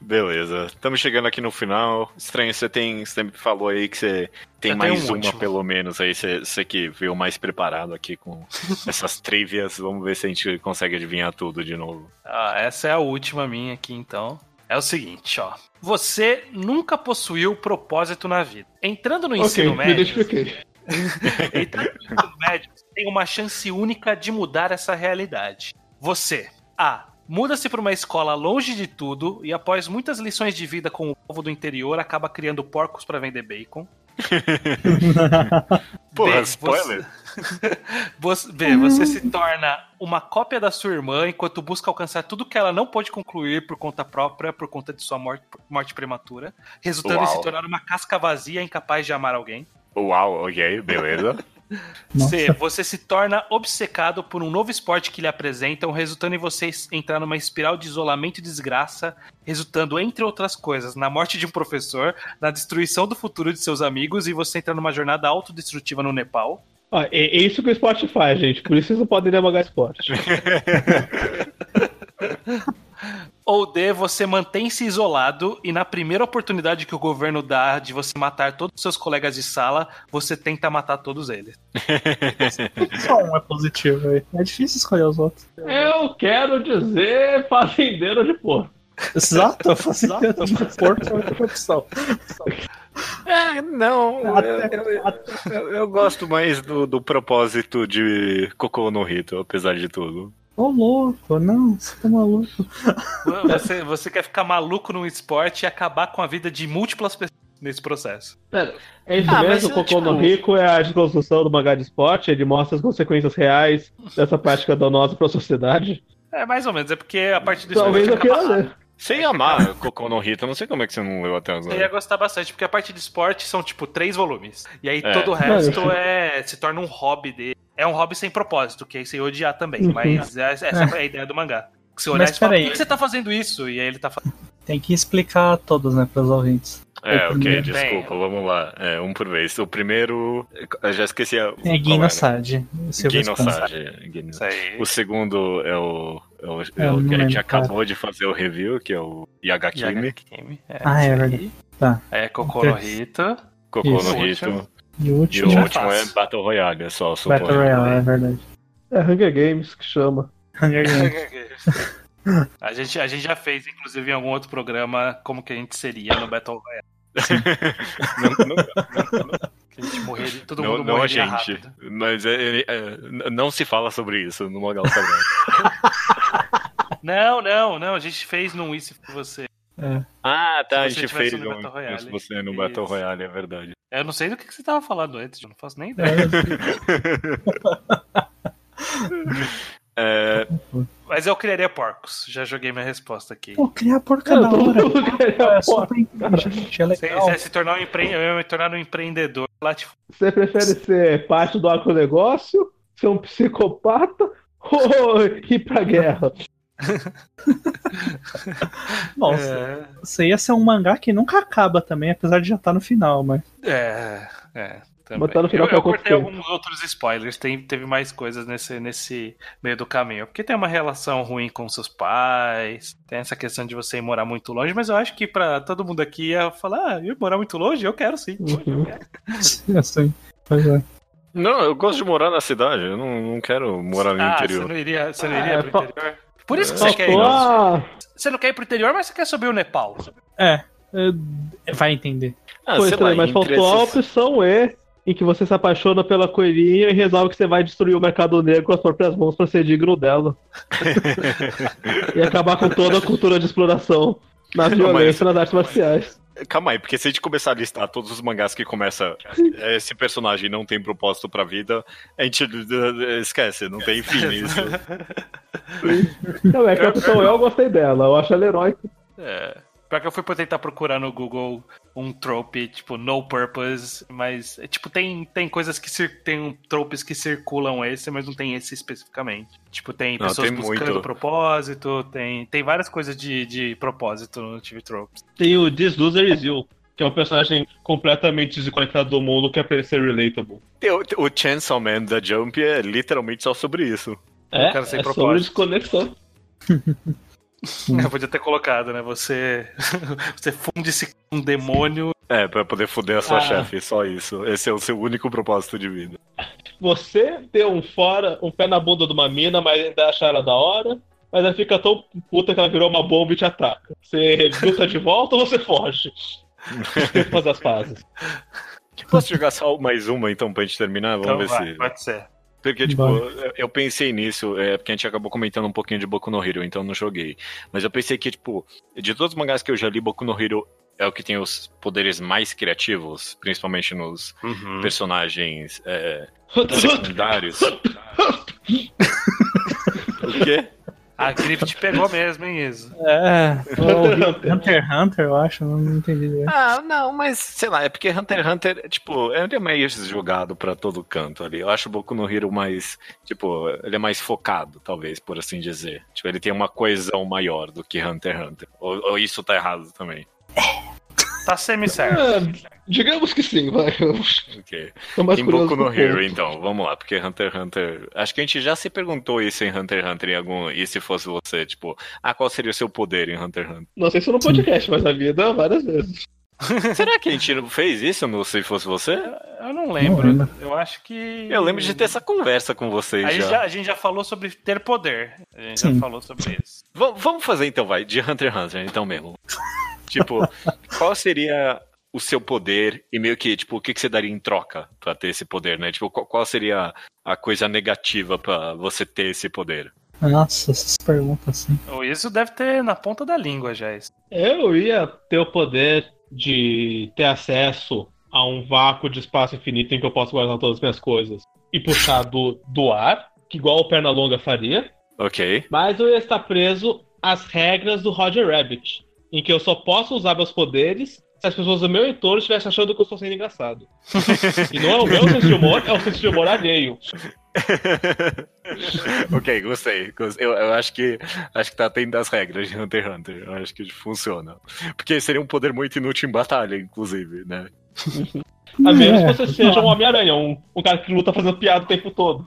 [SPEAKER 1] Beleza, estamos chegando aqui no final. Estranho, você tem. Você me falou aí que você tem
[SPEAKER 4] Eu tenho
[SPEAKER 1] mais
[SPEAKER 4] um
[SPEAKER 1] uma,
[SPEAKER 4] último.
[SPEAKER 1] pelo menos. Aí você, você que veio mais preparado aqui com essas trivias. Vamos ver se a gente consegue adivinhar tudo de novo.
[SPEAKER 4] Ah, essa é a última minha aqui, então. É o seguinte, ó. Você nunca possuiu propósito na vida. Entrando no
[SPEAKER 3] ok,
[SPEAKER 4] ensino
[SPEAKER 3] me
[SPEAKER 4] médio,
[SPEAKER 3] identifiquei.
[SPEAKER 4] entrando tá no ensino médio, você tem uma chance única de mudar essa realidade. Você, A. Muda-se para uma escola longe de tudo e após muitas lições de vida com o povo do interior, acaba criando porcos para vender bacon.
[SPEAKER 1] Porra,
[SPEAKER 4] B,
[SPEAKER 1] spoiler?
[SPEAKER 4] Você... B, você se torna uma cópia da sua irmã enquanto busca alcançar tudo que ela não pôde concluir por conta própria, por conta de sua morte, morte prematura, resultando em
[SPEAKER 1] Uau.
[SPEAKER 4] se tornar uma casca vazia incapaz de amar alguém.
[SPEAKER 1] Uau, ok, beleza.
[SPEAKER 2] Nossa.
[SPEAKER 4] C, você se torna obcecado por um novo esporte que lhe apresentam, resultando em você entrar numa espiral de isolamento e desgraça, resultando, entre outras coisas, na morte de um professor, na destruição do futuro de seus amigos e você entrar numa jornada autodestrutiva no Nepal.
[SPEAKER 3] Ó, é, é isso que o esporte faz, gente. Por isso vocês não podem demagar esporte.
[SPEAKER 4] Ou D, você mantém-se isolado e na primeira oportunidade que o governo dá de você matar todos os seus colegas de sala, você tenta matar todos eles.
[SPEAKER 2] Só um é positivo aí. É difícil escolher os outros.
[SPEAKER 3] Eu quero dizer fazendeiro de porco.
[SPEAKER 2] Exato, eu faço exato. Porto é outra opção.
[SPEAKER 1] É, não,
[SPEAKER 2] Até-
[SPEAKER 1] eu, eu- eu- eu gosto mais do, do propósito de Cocô no Rito, apesar de tudo.
[SPEAKER 2] Ô louco, não, você tá maluco.
[SPEAKER 4] Você, você quer ficar maluco num esporte e acabar com a vida de múltiplas pessoas nesse processo.
[SPEAKER 3] Pera, é isso
[SPEAKER 1] Ah, mas,
[SPEAKER 3] mesmo, o Cocô
[SPEAKER 1] tipo-
[SPEAKER 3] no Rico é a desconstrução do mangá de esporte, ele mostra as consequências reais dessa prática danosa para a sociedade.
[SPEAKER 4] É mais ou menos, é porque a partir do
[SPEAKER 3] Talvez eu
[SPEAKER 2] é
[SPEAKER 4] esporte.
[SPEAKER 3] queira ler.
[SPEAKER 1] Você ia amar Cocô no Rito, eu não sei como é que você não leu até
[SPEAKER 4] Você ia
[SPEAKER 1] agora.
[SPEAKER 4] gostar bastante, porque a parte de esporte são tipo três volumes. E aí
[SPEAKER 1] É.
[SPEAKER 4] todo o
[SPEAKER 3] Não, eu
[SPEAKER 4] resto
[SPEAKER 3] sei.
[SPEAKER 4] é se torna um hobby dele. É um hobby sem propósito, que aí você ia odiar também.
[SPEAKER 3] Uhum.
[SPEAKER 4] Mas essa é a ideia do mangá. Que você olhar
[SPEAKER 2] Mas
[SPEAKER 4] e fala, por
[SPEAKER 2] peraí.
[SPEAKER 4] que que você tá fazendo isso? E aí ele tá falando.
[SPEAKER 2] Tem que explicar todos, né, pros ouvintes.
[SPEAKER 1] É, ok,
[SPEAKER 2] Tem.
[SPEAKER 1] desculpa, vamos lá. É, um por vez. O primeiro. Eu já esqueci. a-
[SPEAKER 2] É
[SPEAKER 1] qual era.
[SPEAKER 2] Guinosade.
[SPEAKER 1] Guinosage. Guinosage.
[SPEAKER 4] Isso aí.
[SPEAKER 1] O segundo é o. É o, é
[SPEAKER 2] Eu
[SPEAKER 1] o
[SPEAKER 2] não
[SPEAKER 1] que a gente
[SPEAKER 2] lembro, cara.
[SPEAKER 1] acabou de fazer o review, que é o Yagakimi,
[SPEAKER 4] Yagakimi, É,
[SPEAKER 2] Ah, é
[SPEAKER 4] isso aí.
[SPEAKER 2] verdade. Tá.
[SPEAKER 4] É Kokorohito.
[SPEAKER 1] Cocô
[SPEAKER 2] Isso.
[SPEAKER 1] no Rito.
[SPEAKER 2] E o
[SPEAKER 1] E
[SPEAKER 2] último,
[SPEAKER 1] o
[SPEAKER 4] Já
[SPEAKER 1] último é
[SPEAKER 4] faço.
[SPEAKER 1] Battle Royale, é só, suponho.
[SPEAKER 2] Battle Royale, é verdade.
[SPEAKER 3] É Hunger Games que chama.
[SPEAKER 2] Hunger Games.
[SPEAKER 4] a, gente, a gente já fez, inclusive, em algum outro programa, como que a gente seria no Battle Royale.
[SPEAKER 1] Não- não-
[SPEAKER 4] Que a gente morreria, todo
[SPEAKER 1] Não,
[SPEAKER 4] mundo
[SPEAKER 1] não a
[SPEAKER 4] morreria
[SPEAKER 1] gente.
[SPEAKER 4] rápido.
[SPEAKER 1] Mas é- é- é, n- não se fala sobre isso no Mogal Sagrado.
[SPEAKER 4] Não, não, não. A gente fez num Isso com você.
[SPEAKER 1] ah, tá. A
[SPEAKER 4] Se você
[SPEAKER 1] gente
[SPEAKER 4] tivesse
[SPEAKER 1] fez
[SPEAKER 4] no
[SPEAKER 1] um.
[SPEAKER 4] Battle Royale.
[SPEAKER 1] Se você é no Battle
[SPEAKER 4] Isso.
[SPEAKER 1] Royale, é verdade.
[SPEAKER 4] Eu não sei do que que você tava falando antes, eu não faço nem ideia.
[SPEAKER 1] É,
[SPEAKER 4] Mas eu criaria porcos. Já joguei minha resposta aqui.
[SPEAKER 2] Pô, criar porca
[SPEAKER 3] Cara,
[SPEAKER 2] da
[SPEAKER 3] todo
[SPEAKER 2] hora.
[SPEAKER 3] mundo quer
[SPEAKER 2] É
[SPEAKER 3] a porra.
[SPEAKER 2] super inteligente, é
[SPEAKER 4] Você
[SPEAKER 2] legal.
[SPEAKER 4] você se tornar um, empre... eu ia me tornar um empreendedor latif-
[SPEAKER 3] Você prefere ser parte do agronegócio, ser um psicopata ou ir pra guerra?
[SPEAKER 2] Nossa, isso ia ser um mangá que nunca acaba também, apesar de já estar no final, mas.
[SPEAKER 4] É, é. Também.
[SPEAKER 3] Botar no final
[SPEAKER 4] eu,
[SPEAKER 3] pra
[SPEAKER 4] eu
[SPEAKER 3] quanto
[SPEAKER 4] cortei
[SPEAKER 3] tempo?
[SPEAKER 4] alguns outros spoilers, tem, teve mais coisas nesse, nesse meio do caminho. Porque tem uma relação ruim com seus pais, tem essa questão de você ir morar muito longe, mas eu acho que pra todo mundo aqui ia falar, ah, eu morar muito longe? Eu quero sim.
[SPEAKER 3] Uhum.
[SPEAKER 2] Assim, pois é.
[SPEAKER 1] Não, eu gosto de morar na cidade. Eu não, não quero morar no
[SPEAKER 4] ah,
[SPEAKER 1] interior.
[SPEAKER 4] você não iria, você não
[SPEAKER 3] Ah,
[SPEAKER 4] iria
[SPEAKER 3] é,
[SPEAKER 4] pro
[SPEAKER 3] fa-
[SPEAKER 4] interior? Por isso que
[SPEAKER 1] É.
[SPEAKER 4] você quer ir.
[SPEAKER 3] Faltou a-
[SPEAKER 4] Você não quer ir pro interior, mas você quer subir o Nepal.
[SPEAKER 2] É, é, vai entender.
[SPEAKER 1] Ah,
[SPEAKER 3] Pois
[SPEAKER 1] sei
[SPEAKER 3] é,
[SPEAKER 1] lá,
[SPEAKER 4] Ah,
[SPEAKER 3] mas
[SPEAKER 1] entre
[SPEAKER 3] faltou a
[SPEAKER 1] essas-
[SPEAKER 3] opção E. em que você se apaixona pela coelhinha e resolve que você vai destruir o mercado negro com as próprias mãos pra ser digno dela. e acabar com toda a cultura de exploração na
[SPEAKER 4] é
[SPEAKER 3] violência nas artes marciais.
[SPEAKER 1] Calma aí, porque se a gente começar a listar todos os mangás que começa é, esse personagem não tem propósito pra vida, a gente eh, esquece, não tem fim isso.
[SPEAKER 3] Não, é que a pessoa eu gostei dela, eu acho ela heróica.
[SPEAKER 4] É. Pior que eu fui tentar procurar no Google um trope, tipo, no purpose, mas, é, tipo, tem, tem coisas que cir- tem um- tropes que circulam esse, mas não tem esse especificamente. Tipo, tem
[SPEAKER 1] Não,
[SPEAKER 4] pessoas
[SPEAKER 1] tem
[SPEAKER 4] buscando
[SPEAKER 1] muito.
[SPEAKER 4] propósito, tem, tem várias coisas de, de propósito no TV Tropes.
[SPEAKER 3] Tem o This Loser Is You, que é um personagem completamente desconectado do mundo que é pra ele ser relatable.
[SPEAKER 1] Tem O, o Chainsaw Man da Jump é literalmente só sobre isso.
[SPEAKER 3] É,
[SPEAKER 4] cara sem
[SPEAKER 3] é
[SPEAKER 4] propósito.
[SPEAKER 3] sobre desconexão. Hum.
[SPEAKER 4] Eu podia ter colocado, né? Você, você funde-se com um demônio.
[SPEAKER 1] É, pra poder foder a sua
[SPEAKER 3] Ah.
[SPEAKER 1] chefe, só isso. Esse é o seu único propósito de vida.
[SPEAKER 3] Você deu um fora, um pé na bunda de uma mina, mas ainda acha ela da hora, mas ela fica tão puta que ela virou uma bomba e te ataca. Você luta de volta ou você foge? Tem que fazer as pazes.
[SPEAKER 1] Posso jogar só mais uma então pra gente terminar? Vamos
[SPEAKER 4] Então
[SPEAKER 1] ver
[SPEAKER 4] vai,
[SPEAKER 1] se.
[SPEAKER 4] pode ser.
[SPEAKER 1] Porque, tipo, eu- eu pensei nisso, é porque a gente acabou comentando um pouquinho de Boku no Hero, então eu não joguei. Mas eu pensei que, tipo, de todos os mangás que eu já li, Boku no Hero é o que tem os poderes mais criativos, principalmente nos personagens é, secundários. Hum. o quê?
[SPEAKER 4] A gripe te pegou mesmo, hein, Iso?
[SPEAKER 2] É, o Hunter x Hunter, eu acho, não não entendi direito.
[SPEAKER 1] Ah, não, mas sei lá, é porque Hunter x Hunter, tipo, ele é meio jogado pra todo canto ali. Eu acho o Boku no Hero mais, tipo, ele é mais focado, talvez, por assim dizer. Tipo, ele tem uma coesão maior do que Hunter x Hunter. Ou, ou isso tá errado também.
[SPEAKER 4] Tá semi-certo.
[SPEAKER 3] Ah, digamos que sim, vai. Eu
[SPEAKER 1] Ok.
[SPEAKER 3] tô mais
[SPEAKER 1] Em
[SPEAKER 3] curioso
[SPEAKER 1] Boku
[SPEAKER 3] com
[SPEAKER 1] no
[SPEAKER 3] o
[SPEAKER 1] Hero,
[SPEAKER 3] ponto.
[SPEAKER 1] então, vamos lá, porque Hunter x Hunter. Acho que a gente já se perguntou isso em Hunter x Hunter em algum. E se fosse você, tipo, ah, qual seria o seu poder em Hunter x Hunter?
[SPEAKER 3] Não sei se no podcast, mas na vida várias vezes.
[SPEAKER 1] Será que a gente não fez isso no Se Fosse Você?
[SPEAKER 4] É, Eu não lembro.
[SPEAKER 2] Não
[SPEAKER 4] Eu acho que.
[SPEAKER 1] Eu lembro de ter essa conversa com vocês
[SPEAKER 4] Aí já- a gente já falou sobre ter poder. A gente já
[SPEAKER 2] Sim.
[SPEAKER 4] falou sobre isso.
[SPEAKER 1] V- vamos fazer então, vai, de Hunter x Hunter, então mesmo. tipo, qual seria o seu poder e meio que, tipo, o que, que você daria em troca pra ter esse poder, né? Tipo, qual, qual seria a coisa negativa pra você ter esse poder?
[SPEAKER 2] Nossa, essas perguntas assim.
[SPEAKER 4] Ou isso deve ter na ponta da língua já. Isso.
[SPEAKER 3] Eu ia ter o poder de ter acesso a um vácuo de espaço infinito em que eu posso guardar todas as minhas coisas e puxar do, do ar, que igual o Pernalonga faria.
[SPEAKER 1] Ok.
[SPEAKER 3] Mas eu ia estar preso às regras do Roger Rabbit, em que eu só posso usar meus poderes se as pessoas do meu entorno estivessem achando que eu estou sendo engraçado. e não é o meu senso de humor, é o senso de humor alheio.
[SPEAKER 1] ok, gostei. Gost- Eu, eu acho que acho que tá tendo as regras de Hunter x Hunter. Eu acho que funciona. Porque seria um poder muito inútil em batalha, inclusive, né?
[SPEAKER 3] A menos
[SPEAKER 2] É,
[SPEAKER 3] que você seja um Homem-Aranha, um, um cara que luta fazendo piada o tempo todo.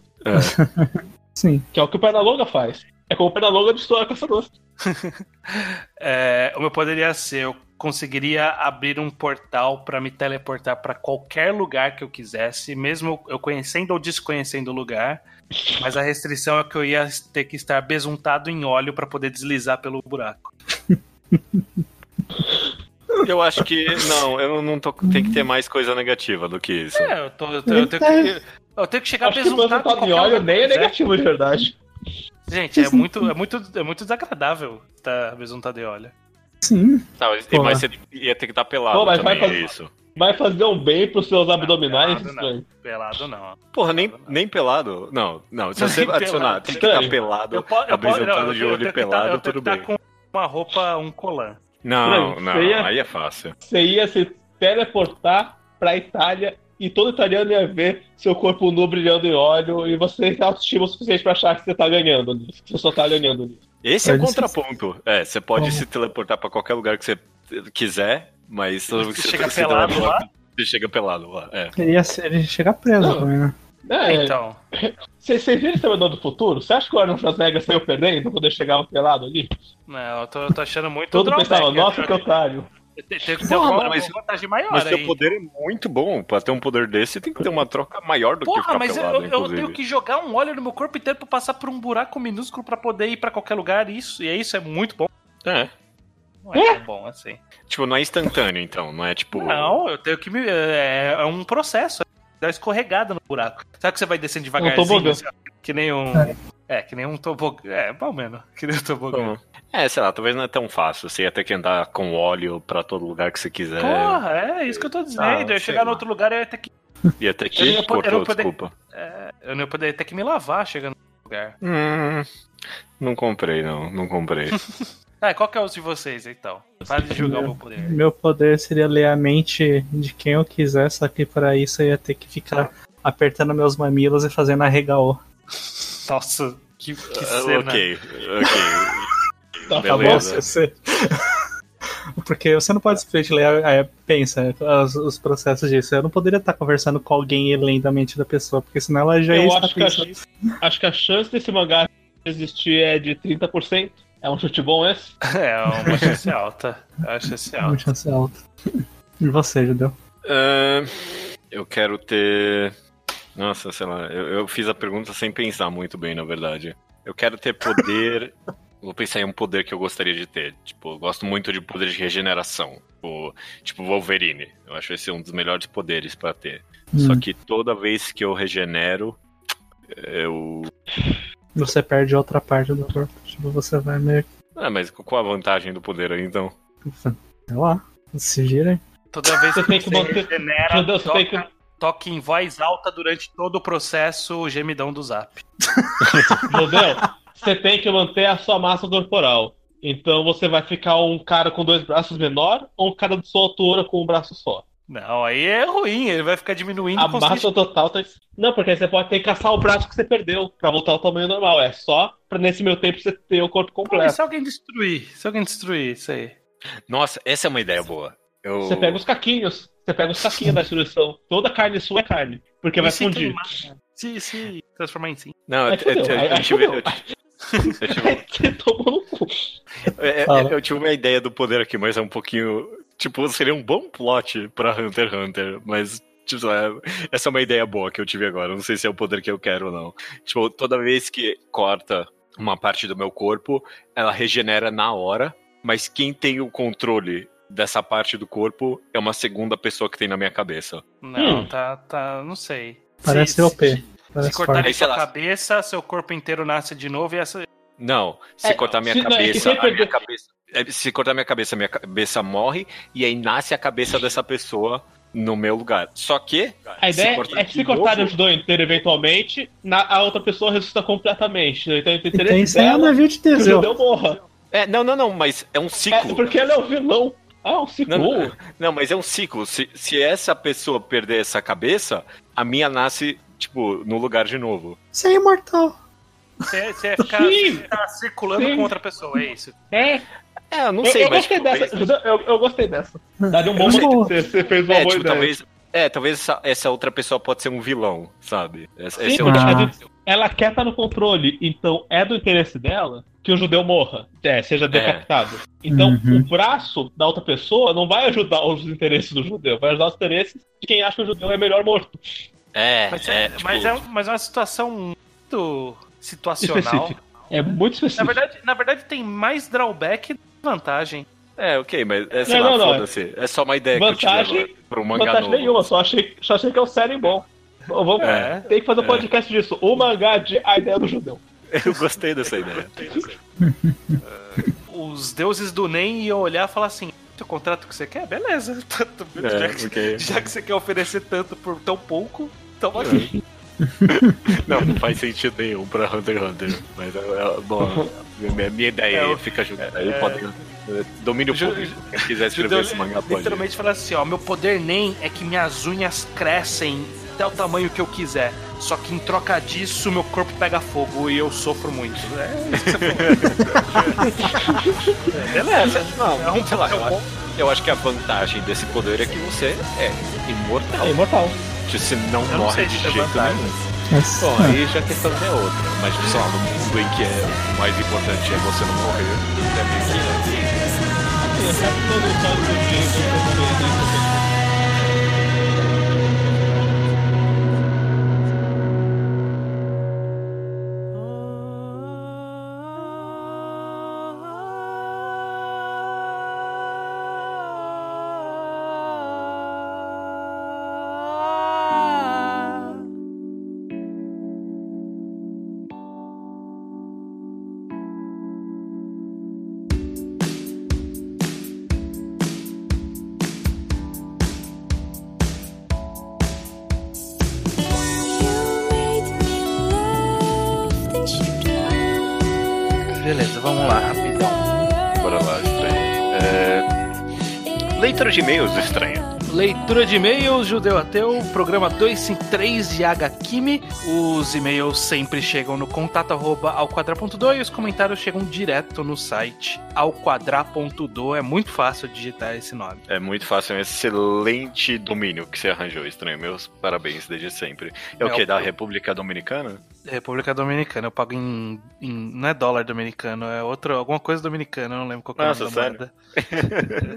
[SPEAKER 2] Sim.
[SPEAKER 3] Que é o que o Pernalonga faz. É como o Pernalonga destrói a caçador.
[SPEAKER 4] É, o meu poderia ser: eu conseguiria abrir um portal pra me teleportar pra qualquer lugar que eu quisesse, mesmo eu conhecendo ou desconhecendo o lugar. Mas a restrição é que eu ia ter que estar besuntado em óleo pra poder deslizar pelo buraco.
[SPEAKER 1] Eu acho que. Não, eu não tô. Tem que ter mais coisa negativa do que isso.
[SPEAKER 4] É, eu, tô- eu tô- eu tenho, que, eu tenho que chegar
[SPEAKER 3] Acho que o
[SPEAKER 4] besuntado.
[SPEAKER 3] resultado
[SPEAKER 4] em
[SPEAKER 3] em
[SPEAKER 4] qualquer né?
[SPEAKER 3] óleo
[SPEAKER 4] lugar
[SPEAKER 3] nem
[SPEAKER 4] que
[SPEAKER 3] é
[SPEAKER 4] eu quiser.
[SPEAKER 3] negativo de verdade.
[SPEAKER 4] Gente, é muito, é muito, é muito desagradável tá, estar besuntado em óleo.
[SPEAKER 2] Sim.
[SPEAKER 1] Tá, mas-
[SPEAKER 2] Pô,
[SPEAKER 1] mas você ia ter que estar pelado
[SPEAKER 3] Pô, mas vai
[SPEAKER 1] também, é
[SPEAKER 3] fazer-
[SPEAKER 1] isso.
[SPEAKER 3] Vai fazer um bem pros seus abdominais.
[SPEAKER 4] nada,
[SPEAKER 3] estranho.
[SPEAKER 4] Pelado não.
[SPEAKER 1] Porra, nem, nem pelado? Não, não. Se
[SPEAKER 4] Nem
[SPEAKER 1] você
[SPEAKER 4] pelado.
[SPEAKER 1] adicionar, tem que estar
[SPEAKER 3] Estranho.
[SPEAKER 1] pelado,
[SPEAKER 4] po- po- não,
[SPEAKER 1] apresentado de
[SPEAKER 4] eu
[SPEAKER 1] olho
[SPEAKER 4] tenho que tá-
[SPEAKER 1] pelado,
[SPEAKER 4] eu tenho
[SPEAKER 1] tudo
[SPEAKER 4] que tá
[SPEAKER 1] bem.
[SPEAKER 4] com uma roupa, um colã.
[SPEAKER 1] Não,
[SPEAKER 3] Estranho,
[SPEAKER 1] não,
[SPEAKER 3] você ia-
[SPEAKER 1] aí é fácil.
[SPEAKER 3] Você ia se teleportar pra Itália e todo italiano ia ver seu corpo nu brilhando em óleo e você tem autoestima o suficiente pra achar que você tá ganhando nisso. que Você só tá ganhando nisso.
[SPEAKER 1] Esse é o
[SPEAKER 2] Olha,
[SPEAKER 1] contraponto. É, você pode
[SPEAKER 2] Bom.
[SPEAKER 1] se teleportar pra qualquer lugar que você quiser, mas toda vez
[SPEAKER 4] Você
[SPEAKER 1] que
[SPEAKER 4] chega
[SPEAKER 1] se
[SPEAKER 4] pelado
[SPEAKER 1] teleporta,
[SPEAKER 4] lá?
[SPEAKER 1] Você chega pelado lá, é.
[SPEAKER 2] Ele ia ser, ele ia chegar preso
[SPEAKER 3] Não.
[SPEAKER 2] também, né?
[SPEAKER 3] É,
[SPEAKER 4] Então,
[SPEAKER 3] Vocês vocês viram esse Terminador do Futuro? Você acha que o Arnold Schwarzenegger saiu perdendo pra poder chegar pelado ali?
[SPEAKER 4] não, né, eu tô, eu tô achando muito
[SPEAKER 3] Todo mundo pensava,
[SPEAKER 4] drawback.
[SPEAKER 3] nossa, que
[SPEAKER 4] eu,
[SPEAKER 3] otário.
[SPEAKER 4] eu, tenho que ter
[SPEAKER 1] Porra,
[SPEAKER 4] uma,
[SPEAKER 1] mano, mas-
[SPEAKER 4] uma vantagem maior
[SPEAKER 1] Mas
[SPEAKER 4] aí.
[SPEAKER 1] seu poder é muito bom. Pra ter um poder desse, tem que ter uma troca maior do que
[SPEAKER 4] Porra,
[SPEAKER 1] ficar
[SPEAKER 4] mas eu,
[SPEAKER 1] pelado,
[SPEAKER 4] eu
[SPEAKER 1] inclusive.
[SPEAKER 4] tenho que jogar um óleo no meu corpo inteiro pra passar por um buraco minúsculo pra poder ir pra qualquer lugar. Isso, e é isso, é muito bom.
[SPEAKER 1] É.
[SPEAKER 4] Não é
[SPEAKER 3] Hum?
[SPEAKER 4] tão bom assim.
[SPEAKER 1] Tipo, não é instantâneo, então. Não é tipo...
[SPEAKER 4] Não, eu tenho que me. É, é um processo. dá uma escorregada no buraco. Sabe que você vai descendo
[SPEAKER 3] tobogã.
[SPEAKER 4] devagarzinho? assim, ó, que nem um. É, que nem um tobogã. É, pelo menos. Que nem um tobogã.
[SPEAKER 1] Bom, É, sei lá, talvez não é tão fácil. Você ia ter que andar com óleo pra todo lugar que você quiser.
[SPEAKER 4] Porra, é isso que eu tô
[SPEAKER 1] Ah,
[SPEAKER 4] dizendo. eu ia
[SPEAKER 1] sei
[SPEAKER 4] chegar
[SPEAKER 1] lá.
[SPEAKER 4] no outro lugar e eu ia ter que.
[SPEAKER 1] Ia ter
[SPEAKER 4] Eu
[SPEAKER 1] que.
[SPEAKER 4] não ia poder- eu não
[SPEAKER 1] Cortou,
[SPEAKER 4] poder-
[SPEAKER 1] desculpa.
[SPEAKER 4] é, eu não ia poder ter que me lavar chegando no lugar.
[SPEAKER 1] Hum, não comprei, não. Não comprei.
[SPEAKER 4] Ah, qual que é os de vocês então? Para de julgar o meu poder.
[SPEAKER 2] Meu poder seria ler a mente de quem eu quiser, só que pra isso eu ia ter que ficar apertando meus mamilos e fazendo arregaô.
[SPEAKER 4] Nossa, que, que
[SPEAKER 1] Ah,
[SPEAKER 4] cena.
[SPEAKER 1] ok, ok.
[SPEAKER 3] Tá
[SPEAKER 2] Tá bom?
[SPEAKER 1] Beleza.
[SPEAKER 2] Você, você- Porque você não pode simplesmente ler, é, pensa, as- os, processos disso. Eu não poderia estar conversando com alguém e lendo a mente da pessoa, porque senão ela já
[SPEAKER 3] Eu
[SPEAKER 2] ia estar
[SPEAKER 3] acho que, a,
[SPEAKER 2] pensando.
[SPEAKER 3] acho que a chance desse mangá existir é de 30%. É um chute bom esse?
[SPEAKER 4] É, uma chance alta. É uma chance
[SPEAKER 2] Uma
[SPEAKER 4] alta.
[SPEAKER 2] chance alta. E você, Judeu?
[SPEAKER 1] Ah, eu quero ter. Nossa, sei lá. Eu, eu fiz a pergunta sem pensar muito bem, na verdade. Eu quero ter poder. Vou pensar em um poder que eu gostaria de ter. Tipo, eu gosto muito de poder de regeneração. Tipo, tipo Wolverine. Eu acho esse um dos melhores poderes pra ter. Só
[SPEAKER 2] Hum,
[SPEAKER 1] que toda vez que eu regenero, eu.
[SPEAKER 2] Você perde outra parte do corpo. Tipo, você vai meio que.
[SPEAKER 1] Ah, mas qual a vantagem do poder aí então?
[SPEAKER 2] Sei lá. Se gira.
[SPEAKER 4] Toda vez que
[SPEAKER 3] Você tem que
[SPEAKER 4] você
[SPEAKER 3] manter-
[SPEAKER 4] regenera,
[SPEAKER 3] Meu Deus,
[SPEAKER 4] toca,
[SPEAKER 3] tem que-
[SPEAKER 4] toque em voz alta durante todo o processo o gemidão do zap.
[SPEAKER 3] Judeu, você tem que manter a sua massa corporal. Então você vai ficar um cara com dois braços menor ou um cara de sua altura com um braço só.
[SPEAKER 4] Não, aí é ruim, ele vai ficar diminuindo
[SPEAKER 3] A
[SPEAKER 4] constante-
[SPEAKER 3] massa total tá. Não, porque aí você pode ter que caçar o braço que você perdeu pra voltar ao tamanho normal. É só pra nesse meio tempo você ter o corpo
[SPEAKER 4] Pô, e
[SPEAKER 3] completo.
[SPEAKER 4] se alguém destruir? Se alguém destruir isso aí.
[SPEAKER 1] Nossa, essa é uma ideia boa. Eu...
[SPEAKER 3] Você pega os caquinhos. Você pega os caquinhos da destruição. Toda carne sua é carne. Porque
[SPEAKER 4] E
[SPEAKER 3] vai
[SPEAKER 4] se
[SPEAKER 1] é
[SPEAKER 3] fundir.
[SPEAKER 4] queimar? Se, se transformar em sim.
[SPEAKER 1] Não, eu,
[SPEAKER 3] Aí
[SPEAKER 1] eu, eu,
[SPEAKER 3] fudeu, aí-
[SPEAKER 1] eu
[SPEAKER 3] aí
[SPEAKER 1] tive,
[SPEAKER 3] fudeu.
[SPEAKER 1] eu, eu tive um,
[SPEAKER 3] Você tomou no cu.
[SPEAKER 1] É, é,
[SPEAKER 2] Fala.
[SPEAKER 1] eu tive uma ideia do poder aqui, mas é um pouquinho. Tipo, seria um bom plot pra Hunter x Hunter, mas. Tipo, é- essa é uma ideia boa que eu tive agora. eu Não sei se é o poder que eu quero ou não. Tipo, toda vez que corta uma parte do meu corpo, ela regenera na hora, mas quem tem o controle dessa parte do corpo é uma segunda pessoa que tem na minha cabeça.
[SPEAKER 4] Não,
[SPEAKER 3] Hum.
[SPEAKER 4] tá, tá, não sei.
[SPEAKER 2] Parece
[SPEAKER 4] se,
[SPEAKER 2] OP.
[SPEAKER 4] Se, se
[SPEAKER 2] Parece
[SPEAKER 4] cortarem
[SPEAKER 1] Aí, sei
[SPEAKER 4] sua
[SPEAKER 1] lá.
[SPEAKER 4] cabeça, seu corpo inteiro nasce de novo e essa.
[SPEAKER 1] Não, se
[SPEAKER 3] É,
[SPEAKER 1] cortar minha
[SPEAKER 3] se- não, é que
[SPEAKER 1] cabeça,
[SPEAKER 3] sempre-
[SPEAKER 1] a minha cabeça. é, Se cortar minha cabeça, minha cabeça morre e aí nasce a cabeça dessa pessoa no meu lugar. Só que
[SPEAKER 3] A
[SPEAKER 1] Se
[SPEAKER 3] ideia
[SPEAKER 1] cortar
[SPEAKER 3] é que se
[SPEAKER 1] de
[SPEAKER 3] cortarem
[SPEAKER 1] novo?
[SPEAKER 3] os dois inteiros eventualmente, na- a outra pessoa ressuscita completamente. Então
[SPEAKER 2] forte.
[SPEAKER 3] tem
[SPEAKER 2] Tem
[SPEAKER 3] interesse
[SPEAKER 2] isso aí é o
[SPEAKER 3] dela
[SPEAKER 2] navio de
[SPEAKER 3] que o
[SPEAKER 2] Teseu.
[SPEAKER 3] judeu morra.
[SPEAKER 1] É, não, não, não, mas é um
[SPEAKER 3] É,
[SPEAKER 1] ciclo.
[SPEAKER 3] porque ela é o vilão. Ah, é um ciclo.
[SPEAKER 1] Não, não, não, mas é um ciclo. Se, se essa pessoa perder essa cabeça, a minha nasce, tipo, no lugar de novo.
[SPEAKER 2] Você é imortal.
[SPEAKER 4] Você, você ia ficar,
[SPEAKER 3] Sim.
[SPEAKER 4] você ia ficar circulando
[SPEAKER 3] Sim.
[SPEAKER 4] com outra pessoa, é isso.
[SPEAKER 3] É,
[SPEAKER 1] É, eu não
[SPEAKER 3] eu,
[SPEAKER 1] sei,
[SPEAKER 3] eu
[SPEAKER 1] mas.
[SPEAKER 3] gostei
[SPEAKER 1] tipo,
[SPEAKER 3] dessa.
[SPEAKER 1] talvez-
[SPEAKER 3] Judeu, Eu, eu gostei dessa. Daria um bom
[SPEAKER 2] Eu
[SPEAKER 3] momento.
[SPEAKER 2] sou-
[SPEAKER 3] Você, você fez uma
[SPEAKER 1] É,
[SPEAKER 3] boa
[SPEAKER 1] tipo,
[SPEAKER 3] ideia.
[SPEAKER 1] talvez. É, talvez essa, essa outra pessoa pode ser um vilão, sabe? Essa,
[SPEAKER 3] Sim,
[SPEAKER 1] esse é o
[SPEAKER 3] porque
[SPEAKER 1] tipo-
[SPEAKER 3] a gente- ela quer estar no controle, então é do interesse dela que o judeu morra, é, seja decapitado. Então
[SPEAKER 2] Uhum.
[SPEAKER 3] o braço da outra pessoa não vai ajudar os interesses do judeu, vai ajudar os interesses de quem acha que o judeu é melhor morto.
[SPEAKER 1] É,
[SPEAKER 4] Mas
[SPEAKER 1] é,
[SPEAKER 4] é,
[SPEAKER 1] tipo,
[SPEAKER 4] mas é, mas é uma situação muito situacional.
[SPEAKER 3] Específica. É muito
[SPEAKER 4] Na
[SPEAKER 3] específico.
[SPEAKER 4] verdade, na verdade, tem mais drawback do que vantagem.
[SPEAKER 1] é, ok, mas é, sei
[SPEAKER 3] Não,
[SPEAKER 1] lá,
[SPEAKER 3] não, não.
[SPEAKER 1] foda-se. É só uma ideia que
[SPEAKER 3] Vantagem-
[SPEAKER 1] eu tive agora, pra um mangá
[SPEAKER 3] vantagem
[SPEAKER 1] novo.
[SPEAKER 3] nenhuma, só achei, só achei que é um série bom. Bom, Vamos,
[SPEAKER 1] É.
[SPEAKER 3] Tem que fazer um podcast disso. O mangá de A Ideia do Judeu.
[SPEAKER 1] Eu gostei dessa ideia.
[SPEAKER 4] Os deuses do NEM iam olhar e falar assim: o contrato que você quer? Beleza. Tanto- já,
[SPEAKER 1] É,
[SPEAKER 4] que,
[SPEAKER 1] porque-
[SPEAKER 4] já que você quer oferecer tanto por tão pouco, então toma aqui.
[SPEAKER 1] Não, não faz sentido nenhum pra Hunter x Hunter. Mas, é, é, bom, a minha, minha ideia
[SPEAKER 4] É,
[SPEAKER 1] é,
[SPEAKER 4] o-
[SPEAKER 1] fica jogando. Aí podem. é, Domínio
[SPEAKER 4] Ju-
[SPEAKER 1] público. Quem quiser escrever
[SPEAKER 4] Judeu
[SPEAKER 1] esse mangá pode.
[SPEAKER 4] literalmente fala assim: ó, meu poder NEM é que minhas unhas crescem até o tamanho que eu quiser. Só que em troca disso, meu corpo pega fogo e eu sofro muito. É isso que você falou. É, Beleza.
[SPEAKER 1] Não,
[SPEAKER 4] É um-
[SPEAKER 1] sei lá,
[SPEAKER 4] é um
[SPEAKER 1] eu acho, eu acho que a vantagem desse poder é que você é imortal.
[SPEAKER 3] É imortal.
[SPEAKER 1] Você não
[SPEAKER 4] não
[SPEAKER 1] morre
[SPEAKER 4] sei
[SPEAKER 1] de
[SPEAKER 4] se é
[SPEAKER 1] jeito
[SPEAKER 4] vantagem.
[SPEAKER 1] nenhum.
[SPEAKER 2] Mas,
[SPEAKER 1] Bom, aí já a questão já é outra. Mas, tipo, sei lá, no mundo em que é o mais importante é você não morrer, é meio que-
[SPEAKER 6] ah
[SPEAKER 4] beleza, vamos lá, rapidão.
[SPEAKER 1] Bora lá, estranho. É... Leitura de e-mails, estranho.
[SPEAKER 4] Leitura de e-mails, Judeu Ateu, programa 253 de Hkimi. Os e-mails sempre chegam no contato arroba ao quadra.do e os comentários chegam direto no site ao quadra.do. É muito fácil digitar esse nome.
[SPEAKER 1] É muito fácil, é um excelente domínio que você arranjou, estranho. Meus parabéns desde sempre. É
[SPEAKER 4] É
[SPEAKER 1] o que?
[SPEAKER 4] o-
[SPEAKER 1] Da República Dominicana?
[SPEAKER 4] República Dominicana, eu pago em, em- Não é dólar dominicano, é outra, alguma coisa dominicana, eu não lembro qual que é o nome
[SPEAKER 1] Nossa,
[SPEAKER 4] da moeda.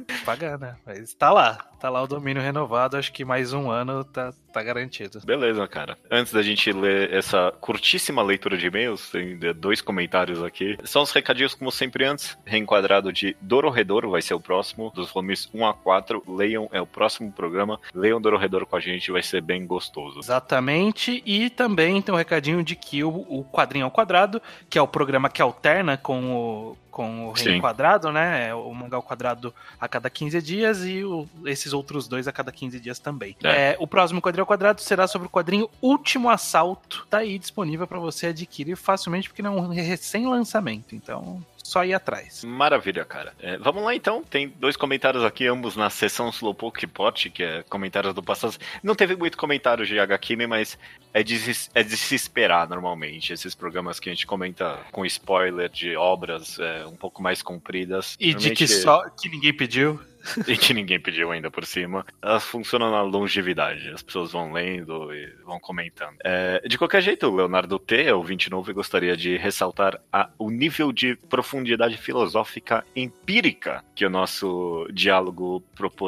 [SPEAKER 4] Pagar, né? Mas tá lá, tá lá o domínio renovado, acho que mais um ano tá, tá garantido.
[SPEAKER 1] Beleza, cara. Antes da gente ler essa curtíssima leitura de e-mails, tem de- dois comentários aqui. São os recadinhos, como sempre, antes. Reenquadrado de Dororredouro vai ser o próximo. Dos volumes 1 a 4, leiam, é o próximo programa. Leiam Dororredouro com a gente, vai ser bem gostoso.
[SPEAKER 4] Exatamente, e também tem um recadinho de que o, o Quadrinho ao Quadrado, que é o programa que alterna com o, com o
[SPEAKER 1] Sim.
[SPEAKER 4] Reino Quadrado, né? É O Mangá ao Quadrado a cada 15 dias e o- esses outros dois a cada 15 dias também.
[SPEAKER 1] É.
[SPEAKER 4] É, o próximo Quadrinho ao Quadrado será sobre o quadrinho Último Assalto. Tá aí disponível para você adquirir facilmente, porque não é um recém-lançamento, então só ir atrás.
[SPEAKER 1] Hum. Maravilha, cara. É, vamos lá então. Tem dois comentários aqui, ambos na sessão Slowpoke Pot, que é comentários do passado. Não teve muito comentário de Hagakime, mas é de, se- é de se esperar normalmente. Esses programas que a gente comenta com spoiler de obras é, um pouco mais compridas.
[SPEAKER 4] E de que
[SPEAKER 1] Normalmente-
[SPEAKER 4] só que ninguém pediu.
[SPEAKER 1] E que ninguém pediu ainda por cima. Elas funcionam na longevidade. As pessoas vão lendo e vão comentando. É, de qualquer jeito, o Leonardo T, é o 29, gostaria de ressaltar a- o nível de profundidade filosófica empírica que o nosso diálogo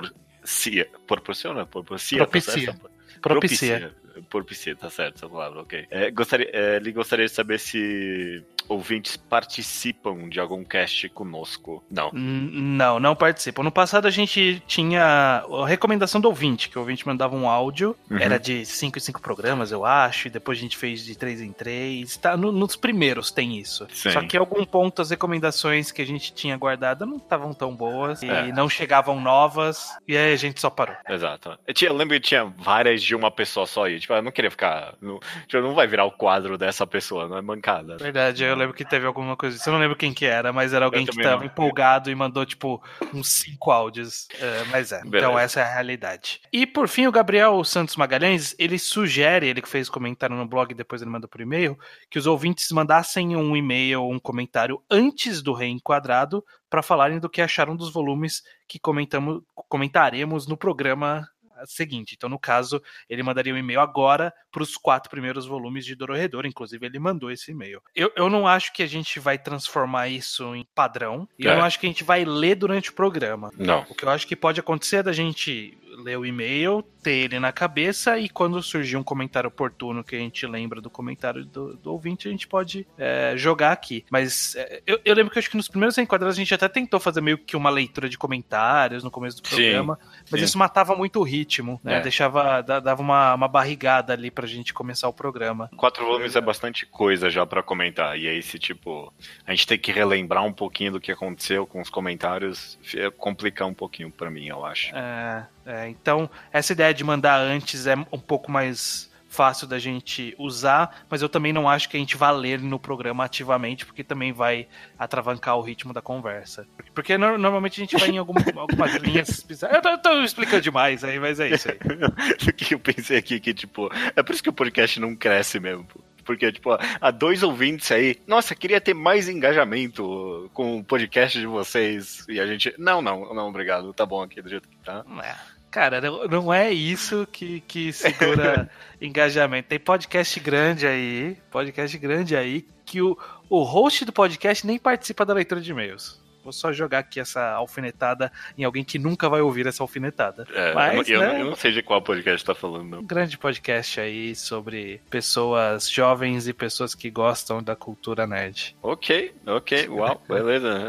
[SPEAKER 1] proporcia. Proporciona? Proporcia? tá
[SPEAKER 4] Propicia.
[SPEAKER 1] certo?
[SPEAKER 4] Propicia.
[SPEAKER 1] Propicia, tá certo essa palavra, ok. É, gostaria, é, ele gostaria de saber se ouvintes participam de algum cast conosco. Não.
[SPEAKER 4] N- Não, não participam. No passado a gente tinha a recomendação do ouvinte, que o ouvinte mandava um áudio,
[SPEAKER 1] Uhum.
[SPEAKER 4] era de 5 em 5 programas, eu acho, e depois a gente fez de 3 em 3. Tá, no- nos primeiros tem isso.
[SPEAKER 1] Sim.
[SPEAKER 4] Só que em algum ponto as recomendações que a gente tinha guardado não estavam tão boas e
[SPEAKER 1] É.
[SPEAKER 4] não chegavam novas, e aí a gente só parou.
[SPEAKER 1] Exato. Eu, tinha- eu lembro que tinha várias de uma pessoa só aí. Tipo, eu não queria ficar. Não, tipo, não vai virar o quadro dessa pessoa, não é mancada.
[SPEAKER 4] Verdade, eu lembro que teve alguma coisa disso. Eu não lembro quem que era, mas era alguém
[SPEAKER 1] Eu
[SPEAKER 4] que
[SPEAKER 1] também
[SPEAKER 4] estava
[SPEAKER 1] não.
[SPEAKER 4] empolgado e mandou, tipo, uns cinco áudios. É, mas é, então
[SPEAKER 1] Beleza.
[SPEAKER 4] essa é a realidade. E por fim, o Gabriel Santos Magalhães, ele sugere, ele que fez comentário no blog, depois ele mandou por e-mail, que os ouvintes mandassem um e-mail ou um comentário antes do reenquadrado para falarem do que acharam dos volumes que comentamos, comentaremos no programa seguinte. Então, no caso, ele mandaria um e-mail agora para os quatro primeiros volumes de Dororredor. Inclusive, ele mandou esse e-mail. Eu, eu não acho que a gente vai transformar isso em padrão. E
[SPEAKER 1] É.
[SPEAKER 4] eu não acho que a gente vai ler durante o programa.
[SPEAKER 1] Não.
[SPEAKER 4] O que eu acho que pode acontecer é da gente ler o e-mail, ter ele na cabeça e quando surgir um comentário oportuno que a gente lembra do comentário do, do ouvinte, a gente pode é, jogar aqui. Mas é, eu, eu lembro que eu acho que nos primeiros enquadrados a gente até tentou fazer meio que uma leitura de comentários no começo do
[SPEAKER 1] Sim,
[SPEAKER 4] programa, mas
[SPEAKER 1] sim.
[SPEAKER 4] isso matava muito o ritmo, né?
[SPEAKER 1] É.
[SPEAKER 4] Deixava, da- dava uma, uma barrigada ali pra gente começar o programa.
[SPEAKER 1] Quatro volumes é bastante coisa já pra comentar. E aí, se tipo, a gente tem que relembrar um pouquinho do que aconteceu com os comentários, é complicar um pouquinho pra mim, eu acho.
[SPEAKER 4] É, é, então, essa ideia de mandar antes é um pouco mais fácil da gente usar, mas eu também não acho que a gente vá ler no programa ativamente, porque também vai atravancar o ritmo da conversa. Porque, porque nor- normalmente a gente vai em algum- algumas linhas. bizarras. Eu tô, eu tô explicando demais aí, mas é isso aí.
[SPEAKER 1] O que eu pensei aqui que, tipo, é por isso que o podcast não cresce mesmo. Porque, tipo, há dois ouvintes aí, nossa, queria ter mais engajamento com o podcast de vocês. E a gente, não, não, não, obrigado, tá bom aqui do jeito que tá.
[SPEAKER 4] É, Cara, não, não é isso que, que segura engajamento. Tem podcast grande aí, podcast grande aí, que o, o host do podcast nem participa da leitura de e-mails. Vou só jogar aqui essa alfinetada em alguém que nunca vai ouvir essa alfinetada.
[SPEAKER 1] É,
[SPEAKER 4] Mas,
[SPEAKER 1] eu,
[SPEAKER 4] né?
[SPEAKER 1] eu não sei de qual podcast tá falando, não.
[SPEAKER 4] Um grande podcast aí sobre pessoas jovens e pessoas que gostam da cultura nerd.
[SPEAKER 1] Ok, ok, uau, beleza.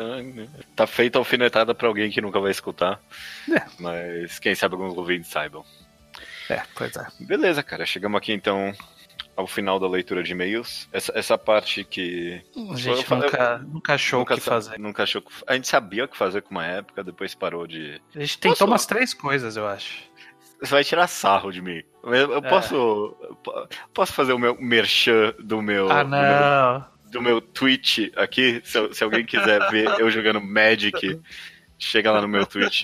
[SPEAKER 1] Tá feita a alfinetada pra alguém que nunca vai escutar.
[SPEAKER 4] É.
[SPEAKER 1] Mas quem sabe alguns ouvintes saibam.
[SPEAKER 4] É, pois é.
[SPEAKER 1] Beleza, cara, chegamos aqui então ao final da leitura de e-mails. Essa, essa parte que
[SPEAKER 4] A
[SPEAKER 1] eu
[SPEAKER 4] gente
[SPEAKER 1] falei-
[SPEAKER 4] nunca, nunca achou o que
[SPEAKER 1] sa-
[SPEAKER 4] fazer.
[SPEAKER 1] Nunca achou o que fa- A gente sabia o que fazer com uma época, depois parou de.
[SPEAKER 4] A gente tentou
[SPEAKER 1] Posso-
[SPEAKER 4] umas três coisas, eu acho.
[SPEAKER 1] Você vai tirar sarro de mim. Eu, eu
[SPEAKER 4] É.
[SPEAKER 1] posso. eu po- Posso fazer o meu merchan do meu.
[SPEAKER 4] ah,
[SPEAKER 1] do meu-
[SPEAKER 4] não.
[SPEAKER 1] do meu Twitch aqui. Se, se alguém quiser ver eu jogando Magic, chega lá no meu Twitch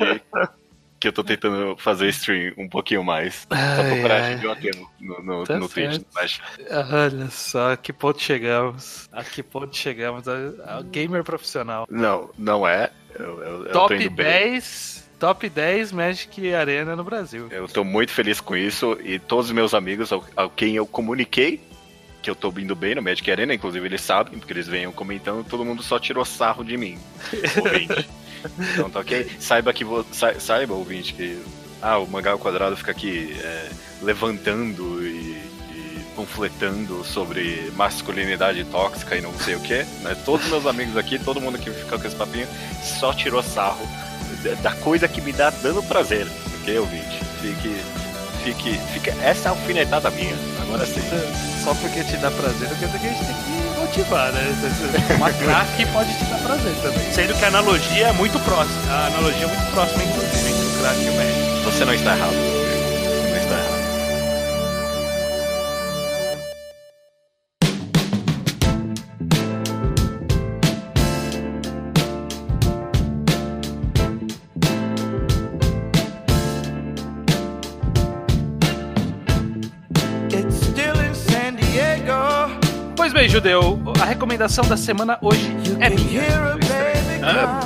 [SPEAKER 1] que eu tô tentando fazer stream um pouquinho mais. Só
[SPEAKER 4] Ai,
[SPEAKER 1] procurar
[SPEAKER 4] ai.
[SPEAKER 1] ai. no, no,
[SPEAKER 4] É. Tá
[SPEAKER 1] no Twitch.
[SPEAKER 4] certo.
[SPEAKER 1] Mas,
[SPEAKER 4] Olha só, a que ponto chegamos. A que ponto chegamos. A, a gamer profissional.
[SPEAKER 1] não, não é. Eu, eu, eu tô
[SPEAKER 4] top
[SPEAKER 1] indo bem.
[SPEAKER 4] 10. Top 10 Magic Arena no Brasil.
[SPEAKER 1] Eu tô muito feliz com isso e todos os meus amigos ao, ao quem eu comuniquei que eu tô indo bem no Magic Arena, inclusive eles sabem, porque eles venham comentando, todo mundo só tirou sarro de mim, ouvinte. então tá ok? Saiba que vo, sa- saiba, ouvinte, que ah, o mangá ao quadrado fica aqui é, levantando e, e panfletando sobre masculinidade tóxica e não sei o que. Mas todos os meus amigos aqui, todo mundo que fica com esse papinho, só tirou sarro da- da coisa que me dá dando prazer, ok, ouvinte? Fique. Fique. Fica essa alfinetada minha. Agora sim.
[SPEAKER 4] Só porque te dá prazer, não quer dizer que a gente tem que motivar, né? Uma craque pode te dar prazer também. Sendo que a analogia é muito próxima. A analogia é muito próxima, inclusive, entre o craque e o Magic.
[SPEAKER 1] Você não está errado. Você não está errado.
[SPEAKER 4] Pois bem, Judeu, a recomendação da semana hoje é minha.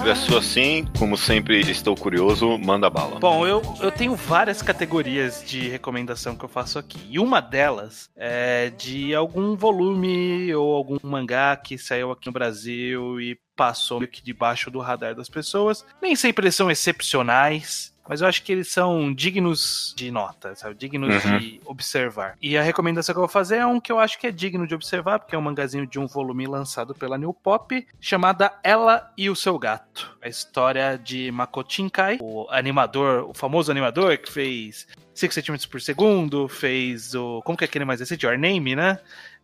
[SPEAKER 1] É, a sua sim, como sempre, estou curioso, manda bala.
[SPEAKER 4] Bom, eu, eu tenho várias categorias de recomendação que eu faço aqui. E uma delas é de algum volume ou algum mangá que saiu aqui no Brasil e passou meio que debaixo do radar das pessoas. Nem sempre eles são excepcionais. Mas eu acho que eles são dignos de nota, sabe? Dignos
[SPEAKER 1] Uhum.
[SPEAKER 4] de observar. E a recomendação que eu vou fazer é um que eu acho que é digno de observar, porque é um mangazinho de um volume lançado pela New Pop, chamada Ela e o Seu Gato. A história de Makoto Shinkai, o animador, o famoso animador que fez 5 centímetros por segundo, fez o... como que é aquele mais recente? Your Name, né?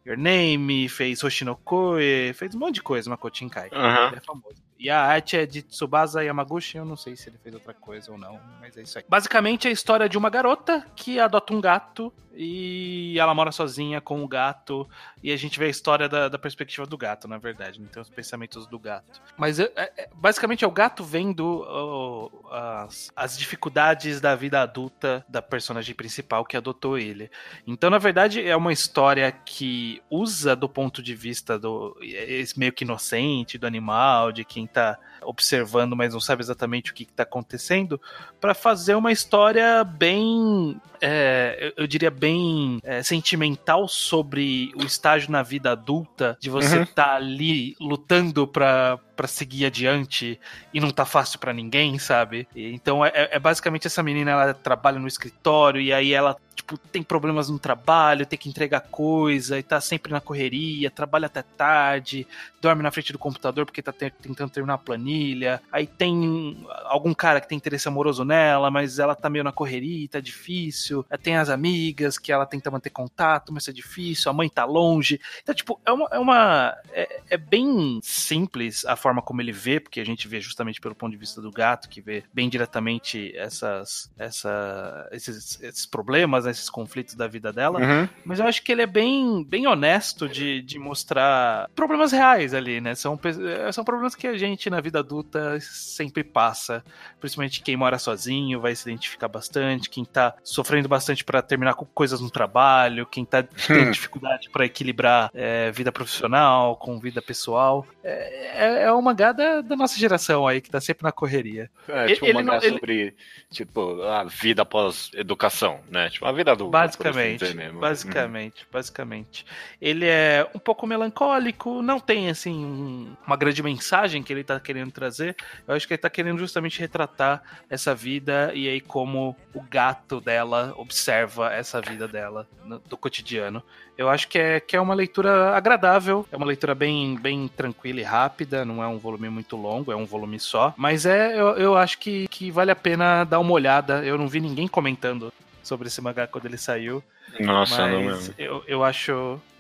[SPEAKER 4] Your Name, fez Hoshinokoi, fez um monte de coisa Makoto Shinkai.
[SPEAKER 1] Aham.
[SPEAKER 4] É famoso. E a arte é de Tsubasa Yamaguchi, eu não sei se ele fez outra coisa ou não, mas é isso aí. Basicamente é a história de uma garota que adota um gato e ela mora sozinha com o gato. E a gente vê a história da, da perspectiva do gato, na verdade, não tem os pensamentos do gato. Mas é- é- é- basicamente é o gato vendo ó, as, as dificuldades da vida adulta da personagem principal que adotou ele. Então, na verdade, é uma história que usa do ponto de vista do é, esse meio que inocente do animal, de quem tá observando, mas não sabe exatamente o que, que tá acontecendo, para fazer uma história bem, é, eu, eu diria bem é, sentimental sobre o estágio na vida adulta de você
[SPEAKER 1] Uhum.
[SPEAKER 4] tá ali lutando pra para seguir adiante e não tá fácil pra ninguém, sabe? E, então é, é- é basicamente essa menina, ela trabalha no escritório e aí ela, tipo, tem problemas no trabalho, tem que entregar coisa e tá sempre na correria, trabalha até tarde, dorme na frente do computador porque tá te- tentando terminar a planilha. Aí tem algum cara que tem interesse amoroso nela, mas ela tá meio na correria, tá difícil. Aí Tem as amigas que ela tenta manter contato, mas é difícil, a mãe tá longe. Então, tipo, é uma. É, uma é, é bem simples a forma como ele vê, porque a gente vê justamente pelo ponto de vista do gato, que vê bem diretamente essas, essa, esses, esses problemas, né, esses conflitos da vida dela.
[SPEAKER 1] Uhum.
[SPEAKER 4] Mas eu acho que ele é bem, bem honesto de, de mostrar problemas reais ali, né? São, pe- eh, são problemas que a gente na vida adulta sempre passa. Principalmente quem mora sozinho vai se identificar bastante, quem tá sofrendo bastante pra terminar com coisas no trabalho, quem tá tendo dificuldade pra equilibrar eh, vida profissional com vida pessoal. É, é, é um mangá da, da nossa geração aí, que tá sempre na correria.
[SPEAKER 1] É,
[SPEAKER 4] Ele-
[SPEAKER 1] tipo,
[SPEAKER 4] ele
[SPEAKER 1] mandar
[SPEAKER 4] não- ele-
[SPEAKER 1] sobre, tipo, a vida após educação, né? Tipo, a vida adulta. por assim
[SPEAKER 4] Basicamente,
[SPEAKER 1] dizer mesmo.
[SPEAKER 4] basicamente, basicamente. Ele é um pouco melancólico, não tem assim um- uma grande mensagem que ele tá querendo trazer. Eu acho que ele tá querendo justamente retratar essa vida e aí como o gato dela observa essa vida dela no- do cotidiano. Eu acho que é, que é uma leitura agradável, é uma leitura bem, bem tranquila e rápida, não é um volume muito longo, é um volume só. Mas é, eu, eu acho que, que vale a pena dar uma olhada. Eu não vi ninguém comentando sobre esse mangá quando ele saiu,
[SPEAKER 1] Uhum. Nossa, não
[SPEAKER 4] mas eu, eu acho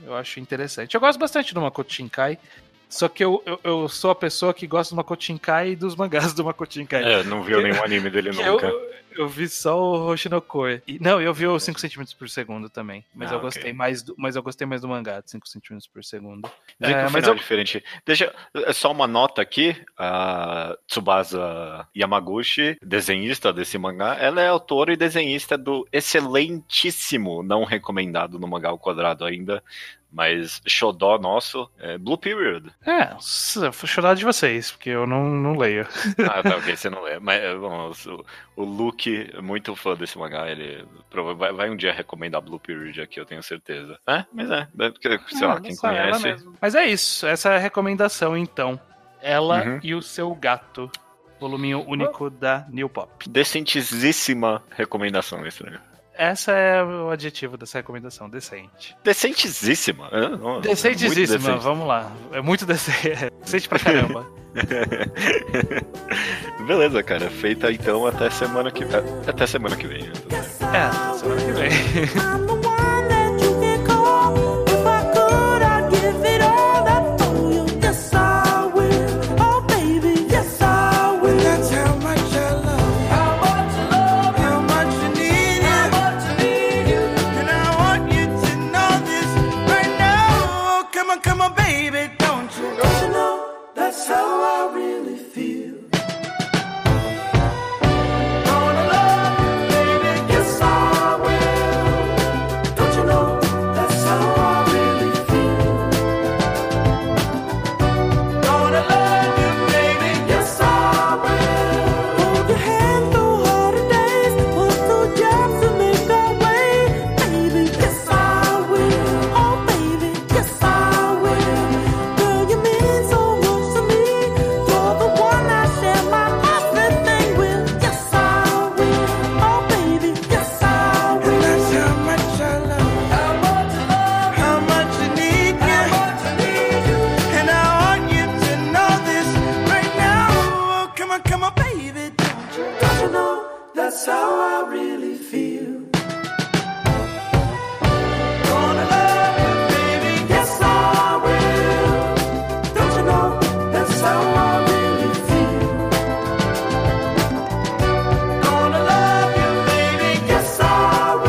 [SPEAKER 4] eu acho interessante. Eu gosto bastante do Makoto Shinkai. Só que eu, eu, eu sou a pessoa que gosta do Makotinkai e dos mangás do Makotinkai.
[SPEAKER 1] É, não viu nenhum anime dele
[SPEAKER 4] Que
[SPEAKER 1] nunca.
[SPEAKER 4] Eu, eu vi só o Hoshinokoi. E- Não, eu vi o 5 cm por segundo também. Mas
[SPEAKER 1] Ah,
[SPEAKER 4] eu
[SPEAKER 1] ok.
[SPEAKER 4] gostei mais do, mas eu gostei mais do mangá de 5 cm por segundo.
[SPEAKER 1] Dizem que
[SPEAKER 4] É,
[SPEAKER 1] o
[SPEAKER 4] mas
[SPEAKER 1] final é
[SPEAKER 4] eu,
[SPEAKER 1] diferente. Deixa é só uma nota aqui. A Tsubasa Yamaguchi, desenhista desse mangá, ela é autora e desenhista do excelentíssimo, não recomendado no mangá ao quadrado ainda, mas xodó nosso, é Blue Period.
[SPEAKER 4] é, s- eu fui chorar de vocês, porque eu não, não leio.
[SPEAKER 1] Ah, tá, ok, você não é. Mas é, bom, o- o Luke, é muito fã desse mangá, ele prova- vai, vai um dia recomendar Blue Period aqui, eu tenho certeza. É, mas é, é porque, sei
[SPEAKER 4] Ah,
[SPEAKER 1] lá,
[SPEAKER 4] não
[SPEAKER 1] quem
[SPEAKER 4] sei, ela
[SPEAKER 1] conhece.
[SPEAKER 4] mesmo. Mas é isso, essa é a recomendação então. Ela
[SPEAKER 1] Uhum.
[SPEAKER 4] e o seu gato. Voluminho único da New Pop.
[SPEAKER 1] Decentizíssima recomendação, né? estranho.
[SPEAKER 4] Essa é o adjetivo dessa recomendação, decente.
[SPEAKER 1] Decentizíssima. né? Não, não, é
[SPEAKER 4] Decentezíssima,
[SPEAKER 1] muito
[SPEAKER 4] vamos lá. É muito decente. é Decente pra caramba.
[SPEAKER 1] decente. Beleza, cara. Feita então até semana que a- Até semana que vem. né? Tudo bem.
[SPEAKER 4] é, semana que vem.
[SPEAKER 6] I'm the one that you can call. If I could, I'd give it all up for you. Yes, I will. Oh, baby, yes, I will. That's how much I love you. How much you love you. How much you need you. How much you need you. And I want you to know this right now. Oh, Come on, come on, baby, don't you? Don't you know that's how I really feel? Gonna love you, baby, yes, I will. Don't you know that's how I really feel? Gonna love you, baby. Yes, I will. Hold your hand through harder days, push through jobs to make our way, baby. Yes, I will. Oh, baby, yes, I will. Girl, you mean so much to me. You're the one I share my everything with. Yes, I will. Oh, baby, yes, I will. And that's how much I love. you. How much you love. you. How much you need me. How much you need you. And I want you to know this right now. Oh, come on, come on, baby. Don't you, don't you know that's how I really feel? Gonna love you, baby. Yes, I will. Don't you know that's how I really feel? Gonna love you, baby. Yes, I will.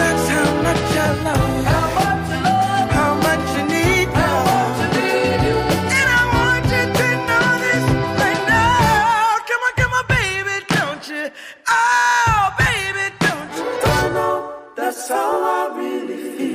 [SPEAKER 6] That's how much I love you. How much you love you. How much you need you. How much you need you. And I want you to know this right now. Come on, come on, baby, don't you? Oh, baby, don't you? Don't you know that's how I really feel? Oh,